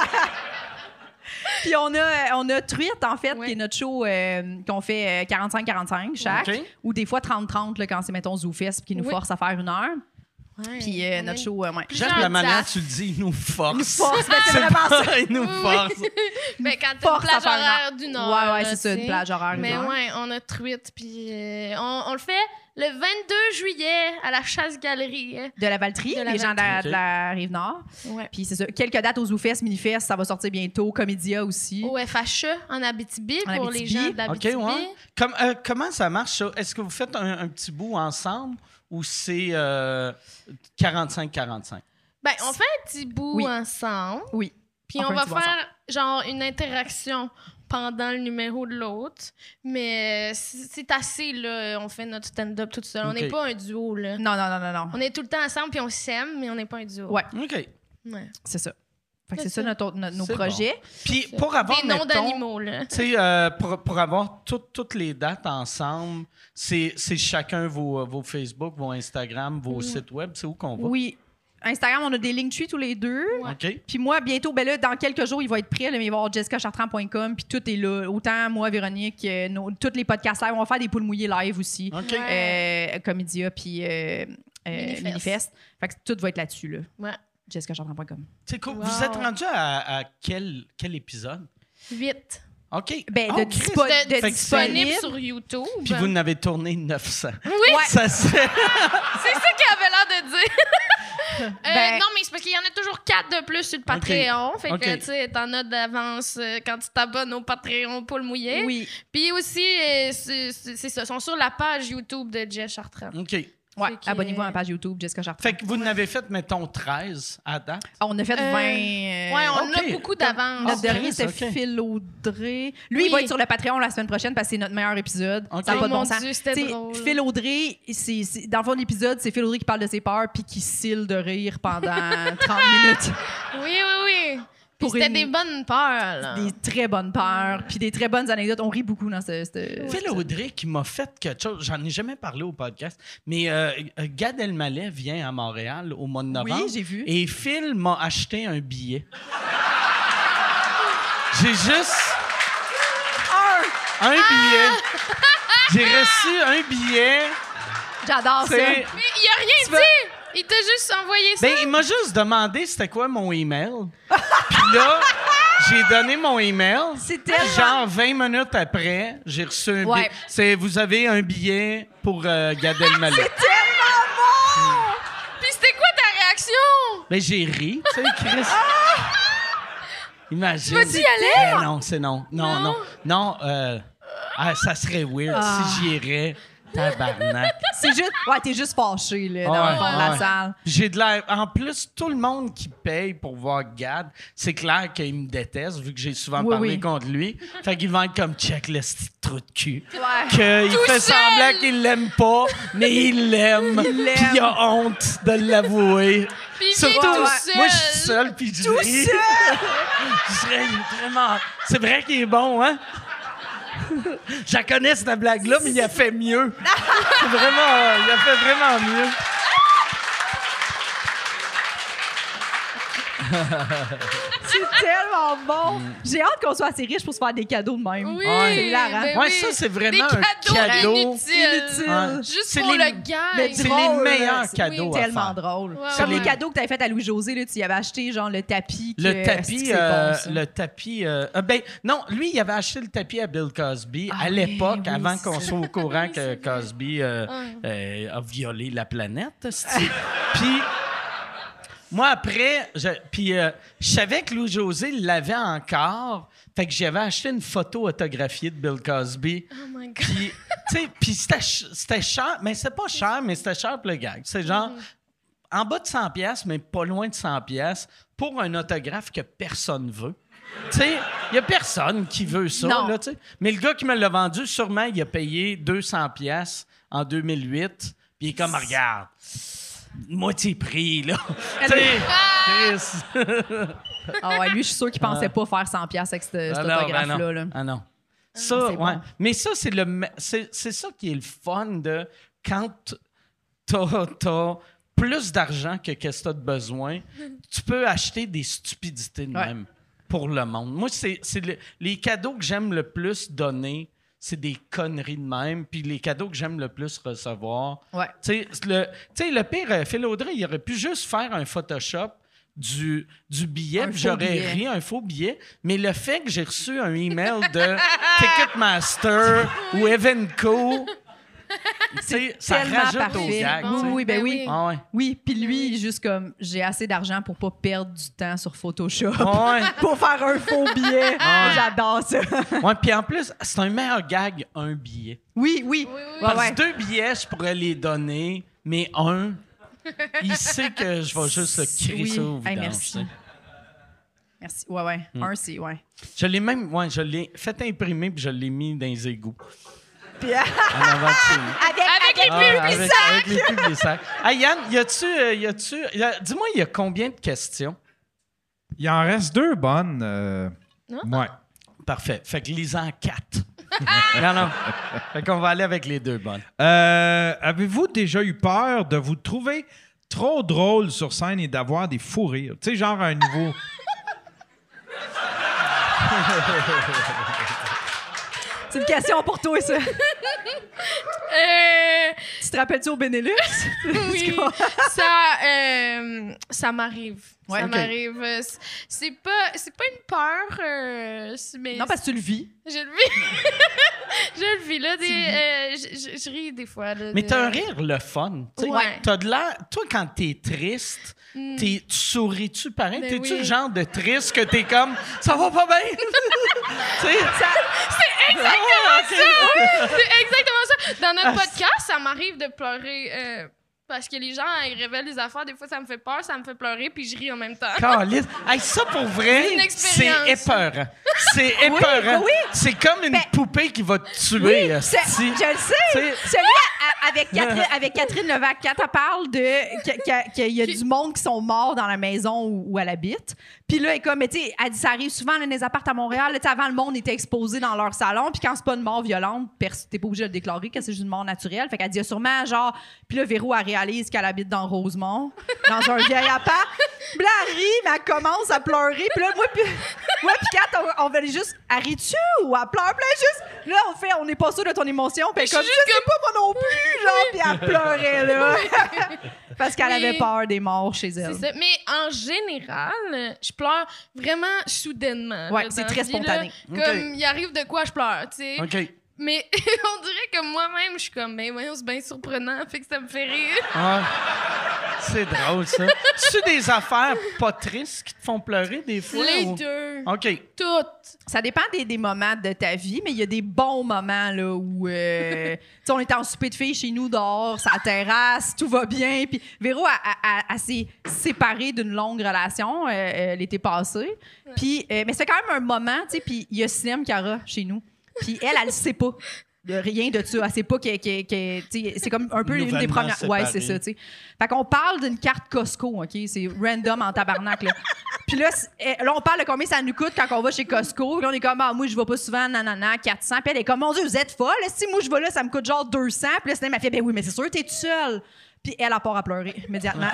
Speaker 6: Puis on a, on a Truite, en fait,
Speaker 5: Ouais.
Speaker 6: qui est notre show euh, qu'on fait euh, 45-45 chaque,
Speaker 3: OK.
Speaker 6: ou des fois 30-30 là, quand c'est, mettons, ZooFest, qui nous
Speaker 5: Oui.
Speaker 6: force à faire une heure.
Speaker 5: Ouais.
Speaker 6: Puis euh,
Speaker 5: On a
Speaker 6: notre
Speaker 5: une-
Speaker 6: show, euh, ouais.
Speaker 5: Plusieurs
Speaker 3: Jacques Lamanade,
Speaker 5: tafs.
Speaker 3: tu le dis, il nous force.
Speaker 6: Une force, ben, c'est vraiment ça.
Speaker 3: il nous force.
Speaker 5: Ben, quand t'as une
Speaker 6: Force à
Speaker 5: plage
Speaker 6: faire
Speaker 5: horaire du Nord.
Speaker 6: Ouais, ouais,
Speaker 5: là,
Speaker 6: c'est ça,
Speaker 5: tu
Speaker 6: une
Speaker 5: sais.
Speaker 6: plage horaire.
Speaker 5: Mais
Speaker 6: genre.
Speaker 5: ouais, on a truite, puis euh, on, on le fait le 22 juillet à la chasse-galerie. hein.
Speaker 6: De la Valtrie,
Speaker 5: De la
Speaker 6: les gens de la, de la Rive-Nord.
Speaker 5: Ouais.
Speaker 6: Puis c'est ça. Quelques dates aux Zoufest, Minifest, ça va sortir bientôt. Comédia aussi.
Speaker 5: Au FHE en Abitibi
Speaker 6: En
Speaker 5: pour les
Speaker 6: Abitibi.
Speaker 5: gens de l'Abitibi.
Speaker 3: OK, ouais. Comme, euh, comment ça marche, ça? Est-ce que vous faites un, un petit bout ensemble ou c'est euh, 45-45?
Speaker 5: Ben, on fait un petit bout
Speaker 6: Oui.
Speaker 5: ensemble.
Speaker 6: Oui.
Speaker 5: Puis
Speaker 6: On
Speaker 5: on,
Speaker 6: fait un
Speaker 5: va
Speaker 6: petit bout
Speaker 5: faire genre une interaction pendant le numéro de l'autre. Mais euh, c'est c'est assez, là. On fait notre stand-up tout seul. On
Speaker 3: OK.
Speaker 5: n'est pas un duo, là.
Speaker 6: Non, non, non, non, non.
Speaker 5: On est tout le temps ensemble, puis on s'aime, mais on n'est pas un duo.
Speaker 6: Ouais.
Speaker 3: OK.
Speaker 5: Ouais.
Speaker 6: C'est ça. Fait que c'est
Speaker 5: C'est
Speaker 6: ça
Speaker 5: ça.
Speaker 6: notre, notre- nos
Speaker 3: C'est
Speaker 6: projets.
Speaker 3: Puis pour avoir,
Speaker 5: Des noms
Speaker 3: mettons,
Speaker 5: d'animaux, là.
Speaker 3: tu sais, euh, pour, pour avoir tout- toutes les dates ensemble, c'est c'est chacun vos, vos Facebook, vos Instagram,
Speaker 5: Mm.
Speaker 3: vos sites web, c'est où qu'on va?
Speaker 6: Oui. Instagram, on a des Linktree tous les deux.
Speaker 3: OK.
Speaker 6: Puis moi, bientôt, ben là, dans quelques jours, il va être prêt, là, mais il va y avoir jessicachartrand.com, puis tout est là. Autant moi, Véronique, euh, nos- tous les podcasts live, on va faire des poules mouillées live aussi.
Speaker 3: OK.
Speaker 5: Ouais.
Speaker 6: Euh, Comédia, puis euh, euh,
Speaker 5: Minifest.
Speaker 6: Minifest. Fait que tout va être là-dessus, là.
Speaker 5: Ouais.
Speaker 6: jessicachartrand.com.
Speaker 3: C'est cool.
Speaker 5: Wow.
Speaker 3: Vous êtes rendu à, à quel, quel épisode?
Speaker 5: Vite.
Speaker 3: OK.
Speaker 6: Ben,
Speaker 3: Oh,
Speaker 6: de,
Speaker 3: Christ.
Speaker 6: dispo-
Speaker 5: Christ.
Speaker 6: de
Speaker 3: Fait que c'est-
Speaker 5: Disponible
Speaker 6: disponible.
Speaker 5: sur YouTube.
Speaker 3: Puis vous en avez tourné 900.
Speaker 5: Oui,
Speaker 3: Ça, c'est...
Speaker 5: c'est ça qu'il avait l'air de dire. Euh,
Speaker 6: Ben-
Speaker 5: non, mais c'est parce qu'il y en a toujours quatre de plus sur le Patreon. Fait
Speaker 3: Ok.
Speaker 5: que, tu sais, t'en as d'avance euh, quand tu t'abonnes au Patreon pour le mouiller.
Speaker 6: Oui.
Speaker 5: Puis aussi, euh, c'est c'est- c'est ça, ils sont sur la page YouTube de Jess Chartrand.
Speaker 3: OK.
Speaker 6: Ouais.
Speaker 5: Fait que-
Speaker 6: Abonnez-vous à la page YouTube, Jessica Chartrand.
Speaker 3: Fait que vous en avez fait, mettons, 13 à date.
Speaker 6: Ah, on a fait
Speaker 5: Euh,
Speaker 6: 20.
Speaker 5: Ouais,
Speaker 6: euh,
Speaker 5: on
Speaker 3: ok.
Speaker 5: a beaucoup
Speaker 6: Notre
Speaker 5: d'avance.
Speaker 3: Ah,
Speaker 6: dernier,
Speaker 3: Chris,
Speaker 6: c'est
Speaker 3: ok.
Speaker 6: Phil Audrey. Lui,
Speaker 5: Oui.
Speaker 6: il va être sur le Patreon la semaine prochaine parce que c'est notre meilleur épisode.
Speaker 3: Ok.
Speaker 6: Ça n'a
Speaker 5: Oh
Speaker 6: pas de
Speaker 5: mon
Speaker 6: bon sens.
Speaker 5: Dieu, c'était
Speaker 6: Tu sais,
Speaker 5: drôle.
Speaker 6: Phil Audrey, c'est, c'est- dans le fond de l'épisode, c'est Phil Audrey qui parle de ses peurs puis qui cille de rire pendant 30 minutes.
Speaker 5: Oui, oui, oui. Puis
Speaker 6: Pour
Speaker 5: c'était
Speaker 6: une-
Speaker 5: des bonnes peurs, là.
Speaker 6: Des très bonnes peurs puis des très bonnes anecdotes. On rit beaucoup dans ce. ce-
Speaker 3: Phil Audrey qui m'a fait quelque chose, j'en ai jamais parlé au podcast, mais euh, euh, Gad Elmaleh vient à Montréal au mois de novembre.
Speaker 6: j'ai vu.
Speaker 3: Et Phil m'a acheté un billet. j'ai juste un, billet. J'ai reçu un billet.
Speaker 6: J'adore ça.
Speaker 3: C'est-
Speaker 5: Mais il a rien dit! Il t'a juste envoyé ça.
Speaker 3: Ben, il m'a juste demandé c'était quoi mon email. Puis là, j'ai donné mon email.
Speaker 6: C'est tellement-
Speaker 3: Genre 20 minutes après, j'ai reçu un
Speaker 6: Ouais.
Speaker 3: billet. C'est vous avez un billet pour euh, Gad Elmaleh.
Speaker 5: Puis c'était quoi ta réaction?
Speaker 3: Mais j'ai ri, tu sais, Chris. Imagine.
Speaker 5: Tu vas-tu y aller?
Speaker 3: Ben non, c'est non. Non, non. Non, euh, ah, ça serait weird si
Speaker 6: Ah.
Speaker 3: j'y irais. Tabarnak.
Speaker 6: C'est juste. Ouais, t'es juste fâché, là, dans le
Speaker 3: Ah Ouais,
Speaker 6: fond de la
Speaker 3: ouais.
Speaker 6: salle.
Speaker 3: Puis J'ai de l'air. En plus, tout le monde qui paye pour voir Gad, c'est clair qu'il me déteste vu que j'ai souvent
Speaker 6: Oui,
Speaker 3: parlé
Speaker 6: oui.
Speaker 3: contre lui. Fait qu'il va être comme check le petit trou de cul.
Speaker 6: Ouais.
Speaker 3: Qu'il
Speaker 5: Tout
Speaker 3: fait
Speaker 5: seul!
Speaker 3: semblant qu'il l'aime pas, mais il l'aime.
Speaker 6: Il l'aime.
Speaker 3: Puis il a honte de l'avouer.
Speaker 5: Puis il vient
Speaker 3: Surtout,
Speaker 5: tout
Speaker 3: moi, je
Speaker 5: seul.
Speaker 3: suis seul, puis je
Speaker 6: Tout
Speaker 3: ris.
Speaker 6: seul!
Speaker 3: Je serais vraiment. C'est vrai qu'il est bon, hein? Je la connais, cette blague-là, mais il a fait mieux. C'est vraiment. euh, Il a fait vraiment mieux.
Speaker 6: C'est tellement bon.
Speaker 3: Mm.
Speaker 6: J'ai hâte qu'on soit assez riche pour se faire des cadeaux de même.
Speaker 3: Ouais.
Speaker 5: Oui,
Speaker 3: Ah,
Speaker 5: c'est
Speaker 6: hilarant.
Speaker 3: Ouais, ça, c'est vraiment
Speaker 5: des
Speaker 3: un
Speaker 5: cadeaux
Speaker 3: cadeau.
Speaker 5: inutiles.
Speaker 3: Ouais.
Speaker 5: Juste
Speaker 3: C'est
Speaker 5: pour
Speaker 3: les-
Speaker 5: le gag.
Speaker 3: C'est les meilleurs cadeaux à
Speaker 6: tellement
Speaker 3: faire.
Speaker 6: drôle.
Speaker 5: Ouais,
Speaker 6: Comme
Speaker 5: ouais.
Speaker 6: les cadeaux que tu avais fait à Louis-José, là, tu y avais acheté genre le tapis. que-
Speaker 3: Le
Speaker 6: Est-ce que
Speaker 3: tapis,
Speaker 6: c'est
Speaker 3: euh,
Speaker 6: bon, ça?
Speaker 3: le tapis. euh, euh, ben non, lui, il avait acheté le tapis à Bill Cosby
Speaker 6: Ah
Speaker 3: à
Speaker 6: oui,
Speaker 3: l'époque,
Speaker 6: oui,
Speaker 3: avant
Speaker 6: c'est
Speaker 3: qu'on
Speaker 6: ça.
Speaker 3: soit au courant que
Speaker 5: c'est vrai.
Speaker 3: Cosby euh,
Speaker 5: Ouais.
Speaker 3: euh, a violé la planète. c'ti. Puis moi après, je, puis euh, je savais que Louis José l'avait encore, fait que j'avais acheté une photo autographiée de Bill
Speaker 6: Ah
Speaker 3: Cosby.
Speaker 5: Oh my God.
Speaker 3: Puis, tu sais, puis c'était ch- c'était cher, mais c'est pas cher, mais c'était cher pour le gag. C'est genre en bas de 100 pièces, mais pas loin de 100 pièces pour un autographe que personne veut. Tu sais, il y a personne qui veut ça
Speaker 6: Non.
Speaker 3: là, tu sais. Mais le gars qui me l'a vendu, sûrement il a payé 200 pièces en 2008, puis il est comme regarde. Moitié prix, là. Tu sais, Chris.
Speaker 6: Ah ouais, lui, je suis sûre qu'il pensait pas faire 100$ piastres avec ce- cet
Speaker 3: Ah non, ben
Speaker 6: autographe-là.
Speaker 3: non.
Speaker 6: là.
Speaker 3: Ah non. Ça,
Speaker 6: c'est
Speaker 3: ouais.
Speaker 6: bon.
Speaker 3: Mais ça, c'est le me- c'est c'est ça qui est le fun de quand t'as as plus d'argent que qu'est-ce que t'as de besoin, tu peux acheter des stupidités de
Speaker 6: Ouais.
Speaker 3: même pour le monde. Moi, c'est c'est le- les cadeaux que j'aime le plus donner, c'est des conneries de même. Puis les cadeaux que j'aime le plus recevoir.
Speaker 6: Ouais.
Speaker 3: Tu sais, c'est le, tu sais, le pire, euh, Phil Audrey, il aurait pu juste faire un Photoshop du, du billet,
Speaker 6: Un
Speaker 3: puis
Speaker 6: faux
Speaker 3: j'aurais
Speaker 6: billet.
Speaker 3: ri, un faux billet. Mais le fait que j'ai reçu un email de Ticketmaster ou Evenco, tu sais, ça
Speaker 6: tellement
Speaker 3: rajoute au
Speaker 6: parfait.
Speaker 3: gag. tu
Speaker 6: Oui,
Speaker 3: sais.
Speaker 6: oui, ben
Speaker 5: Ben
Speaker 6: oui. Ben
Speaker 5: oui.
Speaker 3: Ah ouais.
Speaker 6: Oui, puis lui, juste comme j'ai assez d'argent pour pas perdre du temps sur Photoshop.
Speaker 3: Ah Ouais.
Speaker 6: pour faire un faux billet. Moi, J'adore ça.
Speaker 3: Ouais, puis en plus, c'est un meilleur gag, un billet.
Speaker 6: Oui,
Speaker 5: Oui,
Speaker 6: oui.
Speaker 5: oui.
Speaker 6: Ouais,
Speaker 3: Parce
Speaker 6: ouais.
Speaker 3: que deux billets, je pourrais les donner, mais un, il sait que je vais juste le crier
Speaker 6: Oui.
Speaker 3: ça au
Speaker 6: Hey,
Speaker 3: vidange,
Speaker 6: merci.
Speaker 3: tu sais.
Speaker 6: Merci. Ouais, ouais. Un, c'est ouais.
Speaker 3: Je l'ai même, ouais, je l'ai fait imprimer puis je l'ai mis dans les égouts.
Speaker 6: Puis- euh,
Speaker 3: En avant de chez nous.
Speaker 5: Avec Ah! les
Speaker 3: Ah,
Speaker 5: pubs,
Speaker 3: avec, avec les pubs, les sacs. Hey, Yann, y a-tu, euh, y a-tu, y a- dis-moi, y a combien de questions?
Speaker 4: Il en reste deux bonnes. euh,
Speaker 5: Non?
Speaker 4: Ouais.
Speaker 3: Parfait. Fait que lisant quatre. non, non. Fait qu'on va aller avec les deux bonnes.
Speaker 4: Euh, Avez-vous déjà eu peur de vous trouver trop drôle sur scène et d'avoir des fous rires? Tu sais, genre un nouveau.
Speaker 6: C'est une question pour toi, ça.
Speaker 5: Euh,
Speaker 6: tu te rappelles-tu au Benelux?
Speaker 5: oui, ça, euh, ça m'arrive.
Speaker 6: Ouais,
Speaker 5: ça
Speaker 6: ok.
Speaker 5: m'arrive. Euh, c'est- C'est pas, c'est pas une peur, euh, c'est- mais
Speaker 6: Non, parce que tu le vis.
Speaker 5: je le vis. je le vis là. Des, euh, je, je- je ris des fois. là,
Speaker 3: Mais
Speaker 5: de-
Speaker 3: t'as un rire le fun. tu sais.
Speaker 5: Ouais. Hmm.
Speaker 3: T'as de l'air. Toi, quand t'es triste, t'es- tu souris-tu pareil?
Speaker 5: Ben
Speaker 3: T'es-tu
Speaker 5: oui.
Speaker 3: le genre de triste que t'es comme ça va pas bien? Tu sais?
Speaker 5: C'est exactement ça. Dans notre
Speaker 6: Ah,
Speaker 5: podcast, ça m'arrive de pleurer euh, parce que les gens, ils révèlent des affaires. Des fois, ça me fait peur, ça me fait pleurer, puis je ris en même temps.
Speaker 3: Caliste. Hey, ça pour
Speaker 5: une
Speaker 3: vrai, c'est
Speaker 5: expérience.
Speaker 3: épeurant. C'est épeurant.
Speaker 6: oui.
Speaker 3: C'est comme une
Speaker 6: Ben,
Speaker 3: poupée qui va te tuer.
Speaker 6: C'est-
Speaker 3: esti.
Speaker 6: je le sais.
Speaker 3: C'est-
Speaker 6: Celui à- à- avec Catherine, avec Catherine Levac, quand elle parle de que- que- qu'il y a du monde qui sont morts dans la maison où, où elle habite. Puis là, elle est comme, mais tu sais, elle dit, ça arrive souvent là, dans les appartes à Montréal. Là, tu sais, avant, le monde était exposé dans leur salon. Puis quand c'est pas une mort violente, pers- t'es pas obligé de le déclarer que c'est juste une mort naturelle. Fait qu'elle dit, il y a sûrement genre... Puis là, Véro, elle réalise qu'elle habite dans Rosemont, dans un vieil appart. Puis là, elle rit, mais elle commence à pleurer. Puis là, moi, puis... Ouais, puis Kat, on, on va aller juste... Elle rit-tu ou elle pleure? Puis là, juste... Là, on fait... On n'est pas sûr de ton émotion. Puis elle est
Speaker 5: suis
Speaker 6: comme,
Speaker 5: juste
Speaker 6: je sais pas moi non plus, genre. Puis elle pleurait, là. Parce qu'elle
Speaker 5: Oui.
Speaker 6: avait peur des morts chez
Speaker 5: C'est
Speaker 6: elle.
Speaker 5: ça. Mais en général, euh, je pleure vraiment soudainement.
Speaker 6: Ouais,
Speaker 5: là,
Speaker 6: c'est
Speaker 5: dans
Speaker 6: très
Speaker 5: la vie, là.
Speaker 6: spontané.
Speaker 5: Comme
Speaker 3: Ok.
Speaker 5: il arrive de quoi, je pleure, tu sais.
Speaker 3: OK.
Speaker 5: Mais on dirait que moi-même, je suis comme, ben voyons, c'est bien surprenant, fait que ça me fait rire.
Speaker 3: Ah. C'est drôle, ça. C'est des affaires pas tristes qui te font pleurer des fois?
Speaker 5: Les
Speaker 3: ou-
Speaker 5: deux,
Speaker 3: OK.
Speaker 5: toutes.
Speaker 6: Ça dépend des, des moments de ta vie, mais il y a des bons moments, là, où... euh, tu sais, on était en souper de filles chez nous, dehors, sa terrasse, tout va bien. Puis Véro, a, a- a- a s'est séparée d'une longue relation euh, euh, l'été passé. Puis, euh, mais c'est quand même un moment, tu sais, puis il y a Sinem Cara chez nous. Puis elle, elle le sait pas. De rien de ça. Elle sait pas que, que- que- tu sais, c'est comme un peu une des
Speaker 3: Nouvellement
Speaker 6: premières.
Speaker 3: séparée.
Speaker 6: Ouais, c'est ça, tu sais. Fait qu'on parle d'une carte Costco, OK? C'est random en tabarnak, là. Puis là, c'est- eh, là, on parle de combien ça nous coûte quand on va chez Costco. Puis là, on est comme, ah, moi, je vais pas souvent, nanana, 400. Puis elle est comme, mon Dieu, vous êtes folle. Si moi, je vais là, ça me coûte genre 200. Puis là, Sinem, elle fait, ben oui, mais c'est sûr, t'es toute seule. Puis elle, a part à pleurer immédiatement.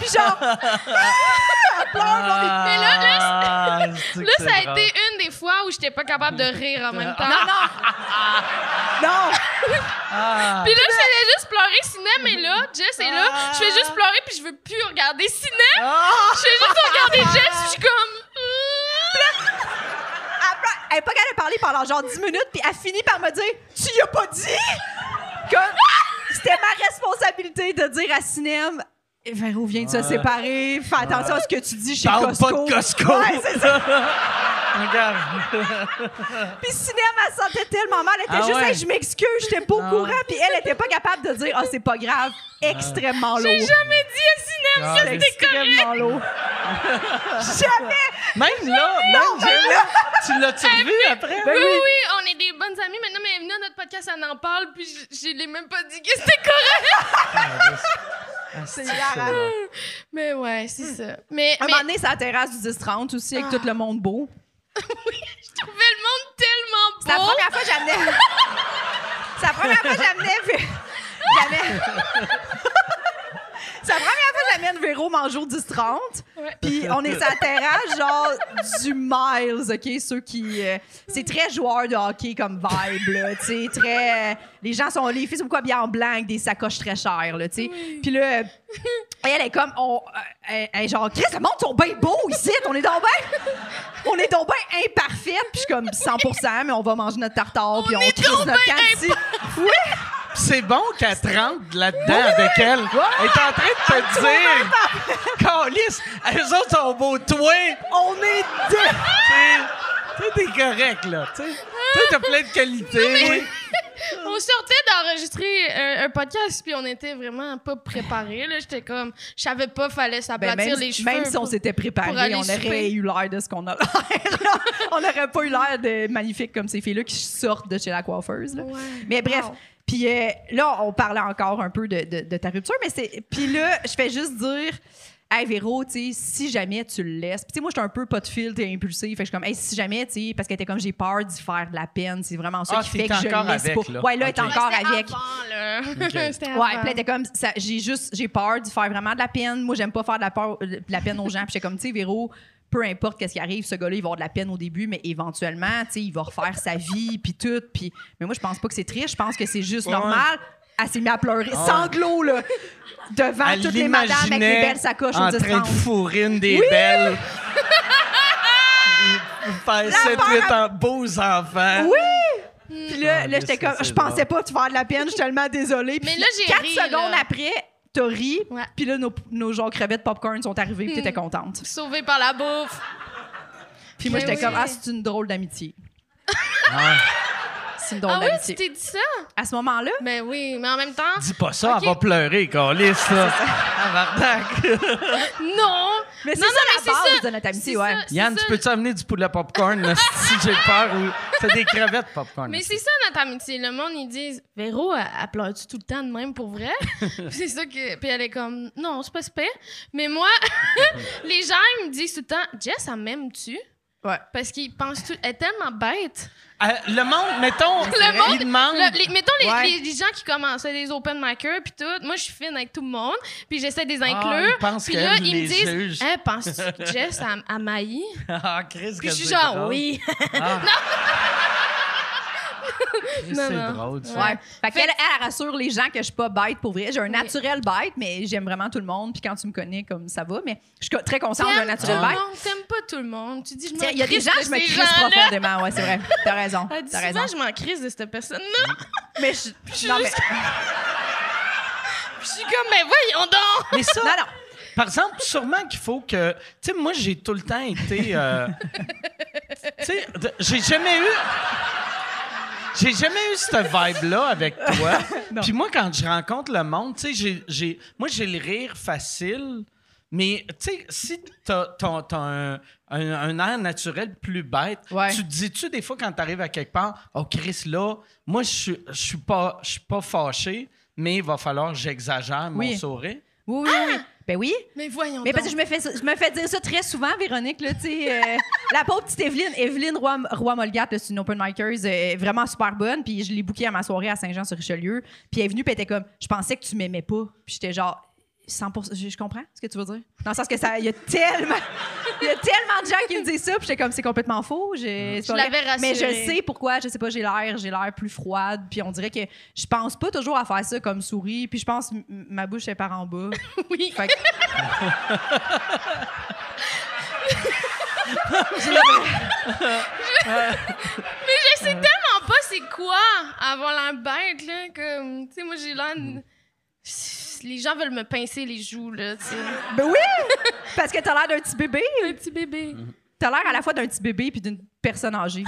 Speaker 6: Puis genre, elle pleure, on est
Speaker 5: Mais là, là,
Speaker 3: Ah, c'est que
Speaker 5: Là,
Speaker 3: c'est
Speaker 5: ça a
Speaker 3: drôle. Ah.
Speaker 5: été une des fois où j'étais pas capable de rire en même temps.
Speaker 6: Non, non! non!
Speaker 5: Puis là, je faisais juste pleurer. Cinem est là, Jess est là. Je fais juste pleurer, puis je veux plus regarder Cinem.
Speaker 3: Ah.
Speaker 5: Je fais juste regarder Jess, puis je suis comme... euh,
Speaker 6: Après, elle est pas capable de parler pendant genre 10 minutes, puis elle finit par me dire « Tu y as pas dit? » Comme, c'était ma responsabilité de dire à Cinem « Eh, Véro vient de se séparer, fais attention à ce que tu dis chez
Speaker 3: Parle
Speaker 6: Costco. »
Speaker 3: pas de Costco.
Speaker 6: Ouais, c'est ça.
Speaker 3: Regarde.
Speaker 6: Puis Cinem, elle se sentait tellement mal. Elle était
Speaker 3: Ah
Speaker 6: juste
Speaker 3: ouais. Ah.
Speaker 6: Hey, je m'excuse, j'étais pas au courant. » Puis elle était pas capable de dire « Ah, c'est pas grave. » Extrêmement lourd.
Speaker 5: J'ai jamais dit à Cinem
Speaker 3: Ah,
Speaker 5: que
Speaker 3: mais
Speaker 5: c'était correct.
Speaker 6: Extrêmement lourd. jamais!
Speaker 3: Même là, même là, tu l'as-tu revu après?
Speaker 5: oui, oui, on est des bonnes amies maintenant, mais elle est venue à notre podcast, elle en parle, puis je, je l'ai même pas dit que c'était correct.
Speaker 6: C'est hilarant. Hmm. Ah,
Speaker 5: Mais ouais, c'est ça. Mais,
Speaker 6: À un
Speaker 5: mais
Speaker 6: moment donné, c'est la terrasse du 10-30 aussi, avec tout le monde beau.
Speaker 5: je trouvais le monde tellement
Speaker 6: C'est la
Speaker 5: beau.
Speaker 6: première fois que j'amenais. C'est la première fois que j'amenais. J'amenais. C'est la première fois que j'amène Véro manger au 10-30.
Speaker 5: Ouais.
Speaker 6: Puis on est à la terrasse, genre du Miles, OK? Ceux qui. euh, c'est très joueur de hockey comme vibe, là. Tu sais, très. euh, les gens sont. Les filles sont beaucoup habillées en blanc avec des sacoches très chères, là, tu sais. Puis là, euh, elle est comme. On, euh, elle- elle est genre, Chris, le monde sont bien beaux ici. On est donc bien. On est donc bien imparfaite. Puis je suis comme 100 mais on va manger notre tartare. Puis on,
Speaker 5: est
Speaker 6: crisse
Speaker 5: donc
Speaker 6: notre
Speaker 5: ben
Speaker 6: camp ici. Oui!
Speaker 3: C'est bon qu'elle te rentre là-dedans avec elle. Elle est en train de
Speaker 6: Ah,
Speaker 3: te dire. Calice, elles autres sont beaux, toi.
Speaker 6: On est deux!
Speaker 3: Toi, t'es correct, là. Tu sais, Toi, t'as plein de qualités.
Speaker 5: On sortait d'enregistrer euh, un, un podcast, puis on était vraiment pas préparés. là. J'étais comme, je savais pas, fallait
Speaker 6: Ben,
Speaker 5: s'aplatir
Speaker 6: même,
Speaker 5: les
Speaker 6: si-
Speaker 5: cheveux.
Speaker 6: même si on
Speaker 5: pour-
Speaker 6: s'était
Speaker 5: pour
Speaker 6: préparé,
Speaker 5: aller
Speaker 6: on
Speaker 5: souper.
Speaker 6: aurait eu l'air de ce qu'on a l'air. là. on n'aurait pas eu l'air de magnifique comme ces filles-là qui sortent de chez la coiffeuse. là.
Speaker 5: Ouais.
Speaker 6: Mais bref,
Speaker 5: Wow.
Speaker 6: puis euh, là, on parlait encore un peu de, de- de ta rupture, mais c'est. Puis là, je fais juste dire. Hey Véro, tu sais, si jamais tu le laisses. Puis tu sais, moi, j'étais un peu pas de fil, t'es impulsif. Fait que je suis comme, hey, si jamais, tu sais, parce qu'elle était comme, j'ai peur d'y faire de la peine. C'est vraiment ça
Speaker 3: Ah,
Speaker 6: qui
Speaker 3: t'es
Speaker 6: fait que je
Speaker 3: encore
Speaker 6: le laisse
Speaker 3: avec,
Speaker 6: pas.
Speaker 3: là.
Speaker 6: Ouais, là, elle est
Speaker 5: Ouais,
Speaker 6: encore
Speaker 5: c'était
Speaker 6: avec.
Speaker 5: avant, là. C'était
Speaker 6: Ouais,
Speaker 5: avant.
Speaker 6: puis là, t'es comme, ça- j'ai juste, j'ai peur de faire vraiment de la peine. Moi, j'aime pas faire de la, peur- de la peine aux gens. Puis j'étais comme, tu sais, Véro, peu importe qu'est-ce qui arrive, ce gars-là, il va avoir de la peine au début, mais éventuellement, tu sais, il va refaire sa vie, puis tout. Puis, mais moi, je pense pas que c'est triste. Je pense que c'est juste normal. Elle s'est mise à pleurer, sanglots, là, devant
Speaker 3: Ah. Elle
Speaker 6: toutes les madames avec les
Speaker 3: l'imaginait
Speaker 6: belles sacoches au
Speaker 3: en
Speaker 6: 10
Speaker 3: train de fourrer une des belles. Faire 7
Speaker 6: peur
Speaker 3: 8 en beaux enfants.
Speaker 6: Oui!
Speaker 5: Hmm.
Speaker 6: Puis là,
Speaker 3: Ah,
Speaker 6: là, j'étais
Speaker 3: mais
Speaker 6: comme,
Speaker 3: ça,
Speaker 6: je
Speaker 3: c'est
Speaker 6: pensais pas te faire de la peine, je suis tellement désolée. Puis
Speaker 5: Mais là, j'ai
Speaker 6: quatre
Speaker 5: ri,
Speaker 6: secondes
Speaker 5: là.
Speaker 6: après, t'as ri,
Speaker 5: Ouais. Hmm.
Speaker 6: puis là, nos, nos genre crevettes popcorn sont arrivées, puis t'étais contente.
Speaker 5: Sauvé par la bouffe.
Speaker 6: Puis moi,
Speaker 5: Mais
Speaker 6: j'étais
Speaker 5: Ben oui.
Speaker 6: comme, ah, c'est une drôle d'amitié. C'est une drôle
Speaker 5: Ah oui, tu
Speaker 6: d'amitié.
Speaker 5: t'es dit ça?
Speaker 6: à ce moment-là,
Speaker 5: Ben oui, mais en même temps,
Speaker 3: Dis pas ça,
Speaker 5: Ok.
Speaker 3: elle va pleurer, Calice, là.
Speaker 5: non.
Speaker 6: mais c'est
Speaker 5: non,
Speaker 6: ça
Speaker 5: mais c'est
Speaker 6: la base
Speaker 5: ça.
Speaker 6: de notre amitié,
Speaker 5: C'est
Speaker 6: ouais.
Speaker 5: ça, c'est
Speaker 3: Yann,
Speaker 5: ça.
Speaker 3: tu peux-tu amener du poulet popcorn? là, si j'ai peur, ou c'est des crevettes popcorn.
Speaker 5: Mais c'est ça notre amitié. Le monde, ils disent Véro, elle, elle pleure-tu tout le temps de même pour vrai? Puis c'est ça que. Puis elle est comme Non, c'est pas super. Mais moi, les gens, ils me disent tout le temps Jess, elle m'aime-tu?
Speaker 6: Ouais.
Speaker 5: Parce qu'ils pensent tout. Elle est tellement bête.
Speaker 3: Euh, le monde, mettons,
Speaker 5: Le monde,
Speaker 3: il
Speaker 6: Oh
Speaker 3: demande.
Speaker 5: le- les- mettons les,
Speaker 6: Ouais.
Speaker 5: les- les gens qui commençaient les open micers puis tout. Moi, je suis fine avec tout le monde, puis j'essaie de les
Speaker 3: Ah,
Speaker 5: inclure.
Speaker 3: ils pensent
Speaker 5: puis
Speaker 3: qu'elle
Speaker 5: là, ils
Speaker 3: les
Speaker 5: me disent,
Speaker 3: juge.
Speaker 5: Hein, penses-tu que Jess a, a mailli?
Speaker 3: Ah, Chris, que
Speaker 5: Puis je suis
Speaker 3: c'est
Speaker 5: genre,
Speaker 3: drôle.
Speaker 5: oui.
Speaker 3: Ah. Chris,
Speaker 5: Non,
Speaker 3: C'est
Speaker 5: non.
Speaker 3: drôle, ça.
Speaker 6: Ouais. Fait qu'elle elle rassure les gens que je suis pas bête pour vrai. J'ai un naturel bête, mais j'aime vraiment tout le monde. Puis quand tu me connais, comme ça va. Mais je suis co- très consciente
Speaker 5: T'aimes
Speaker 6: d'un
Speaker 5: tout
Speaker 6: naturel
Speaker 5: le
Speaker 6: bête.
Speaker 5: monde, t'aimes pas tout le monde. Tu dis, je
Speaker 6: Tiens,
Speaker 5: m'en
Speaker 6: Il y a des
Speaker 5: crisse
Speaker 6: gens,
Speaker 5: de
Speaker 6: je me
Speaker 5: ces
Speaker 6: crisse
Speaker 5: gens-là. Ah,
Speaker 6: profondément. Ouais, c'est vrai. T'as raison.
Speaker 5: Elle dit
Speaker 6: T'as
Speaker 5: souvent,
Speaker 6: raison.
Speaker 5: je m'en crisse de cette personne-là.
Speaker 6: Mais je.
Speaker 5: suis
Speaker 6: Non, mais.
Speaker 5: juste- Je suis comme, mais voyons donc!
Speaker 3: Mais ça,
Speaker 6: Non, non.
Speaker 3: Par exemple, sûrement qu'il faut que. Tu sais, moi, j'ai tout le temps été. euh, tu sais, de- j'ai jamais eu. J'ai jamais eu cette vibe-là avec toi. Puis moi, quand je rencontre le monde, tu sais, j'ai- j'ai. Moi, j'ai le rire facile. Mais, tu sais, si t'as t'as- t'as un, un, un air naturel plus bête,
Speaker 6: Ouais.
Speaker 3: tu te dis-tu des fois quand t'arrives à quelque part, « Oh, Chris, là, moi, je suis- je suis pas, je suis pas fâché, mais il va falloir que j'exagère mon
Speaker 6: Oui.
Speaker 3: sourire. »
Speaker 6: Oui, oui, oui.
Speaker 5: Ah!
Speaker 6: Ben oui.
Speaker 5: Mais voyons
Speaker 6: Mais
Speaker 5: donc.
Speaker 6: parce que je me fais, je me fais dire ça très souvent, Véronique, là, tu sais, euh, la pauvre petite Evelyne, Evelyne Roy, Roy Molgat, là, c'est une open micers euh, vraiment super bonne, puis je l'ai bookée à ma soirée à Saint-Jean-sur-Richelieu, puis elle est venue, puis elle était comme, je pensais que tu m'aimais pas, puis j'étais genre 100%, je, je comprends ce que tu veux dire. Dans le sens que ça, il y a tellement, il y a tellement de gens qui me disent ça, puis j'étais comme, c'est complètement faux. Je,
Speaker 5: Mm. Je l'avais
Speaker 6: Mais je
Speaker 5: rassurée.
Speaker 6: le sais pourquoi, je sais pas, j'ai l'air, j'ai l'air plus froide, puis on dirait que je pense pas toujours à faire ça comme souris, puis je pense m- ma bouche est par en bas.
Speaker 5: Oui.
Speaker 6: Fait que-
Speaker 5: Je sais tellement pas c'est quoi avoir la bête, là. Comme, tu sais, moi, j'ai l'air. de- Les gens veulent me pincer les joues, là, tu sais.
Speaker 6: Ben oui! Parce que t'as l'air d'un petit bébé.
Speaker 5: Un petit bébé.
Speaker 6: T'as l'air à la fois d'un petit bébé puis d'une personne âgée.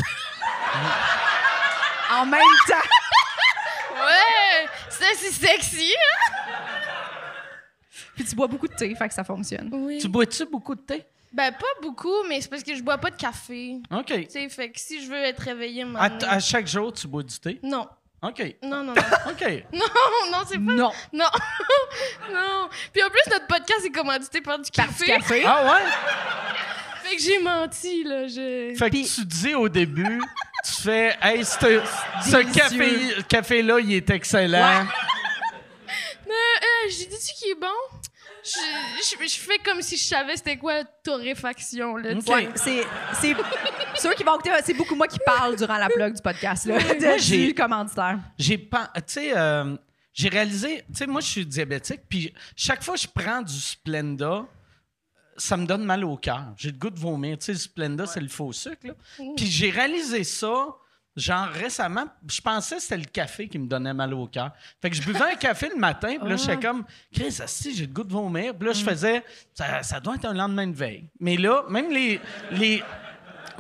Speaker 6: en même temps.
Speaker 5: Ouais! Ça, c'est sexy, hein?
Speaker 6: Puis tu bois beaucoup de thé, fait que ça fonctionne.
Speaker 5: Oui.
Speaker 3: Tu bois-tu beaucoup de thé?
Speaker 5: Ben, pas beaucoup, mais c'est parce que je bois pas de café.
Speaker 3: OK.
Speaker 5: Tu sais, fait que si je veux être réveillée, maintenant.
Speaker 3: À, t- à chaque jour, tu bois du thé?
Speaker 5: Non.
Speaker 3: OK.
Speaker 5: Non, non, non.
Speaker 3: OK.
Speaker 5: non, non, c'est pas.
Speaker 6: Non.
Speaker 5: Non. non. Puis en plus, notre podcast est commandité par du
Speaker 6: Par du
Speaker 5: café.
Speaker 6: café.
Speaker 3: Ah ouais?
Speaker 5: Fait que j'ai menti, là. Je...
Speaker 3: Fait
Speaker 6: Puis-
Speaker 3: que tu dis au début, tu fais « Hey, c'te- ce
Speaker 6: Délicieux.
Speaker 3: café- café-là, il est excellent.
Speaker 6: Ouais.
Speaker 5: Euh, euh, j'ai dit-tu qu'il est bon? je, je- je fais comme si je savais c'était quoi torréfaction, là. tu sais.
Speaker 6: Ouais, c'est c'est- ceux qui vont écouter, c'est beaucoup moi qui parle durant la plug du podcast là,
Speaker 3: Moi,
Speaker 6: de,
Speaker 3: j'ai- Ben
Speaker 6: du commanditaire.
Speaker 3: j'ai pas tu sais euh, j'ai réalisé tu sais moi je suis diabétique puis chaque fois que je prends du Splenda ça me donne mal au cœur j'ai le goût de vomir tu sais le Splenda c'est le faux sucre là. puis j'ai réalisé ça genre récemment je pensais que c'était le café qui me donnait mal au cœur fait que je buvais un café le matin puis là j'étais comme Chris si j'ai le goût de vomir puis là je faisais ça, ça doit être un lendemain de veille mais là même les les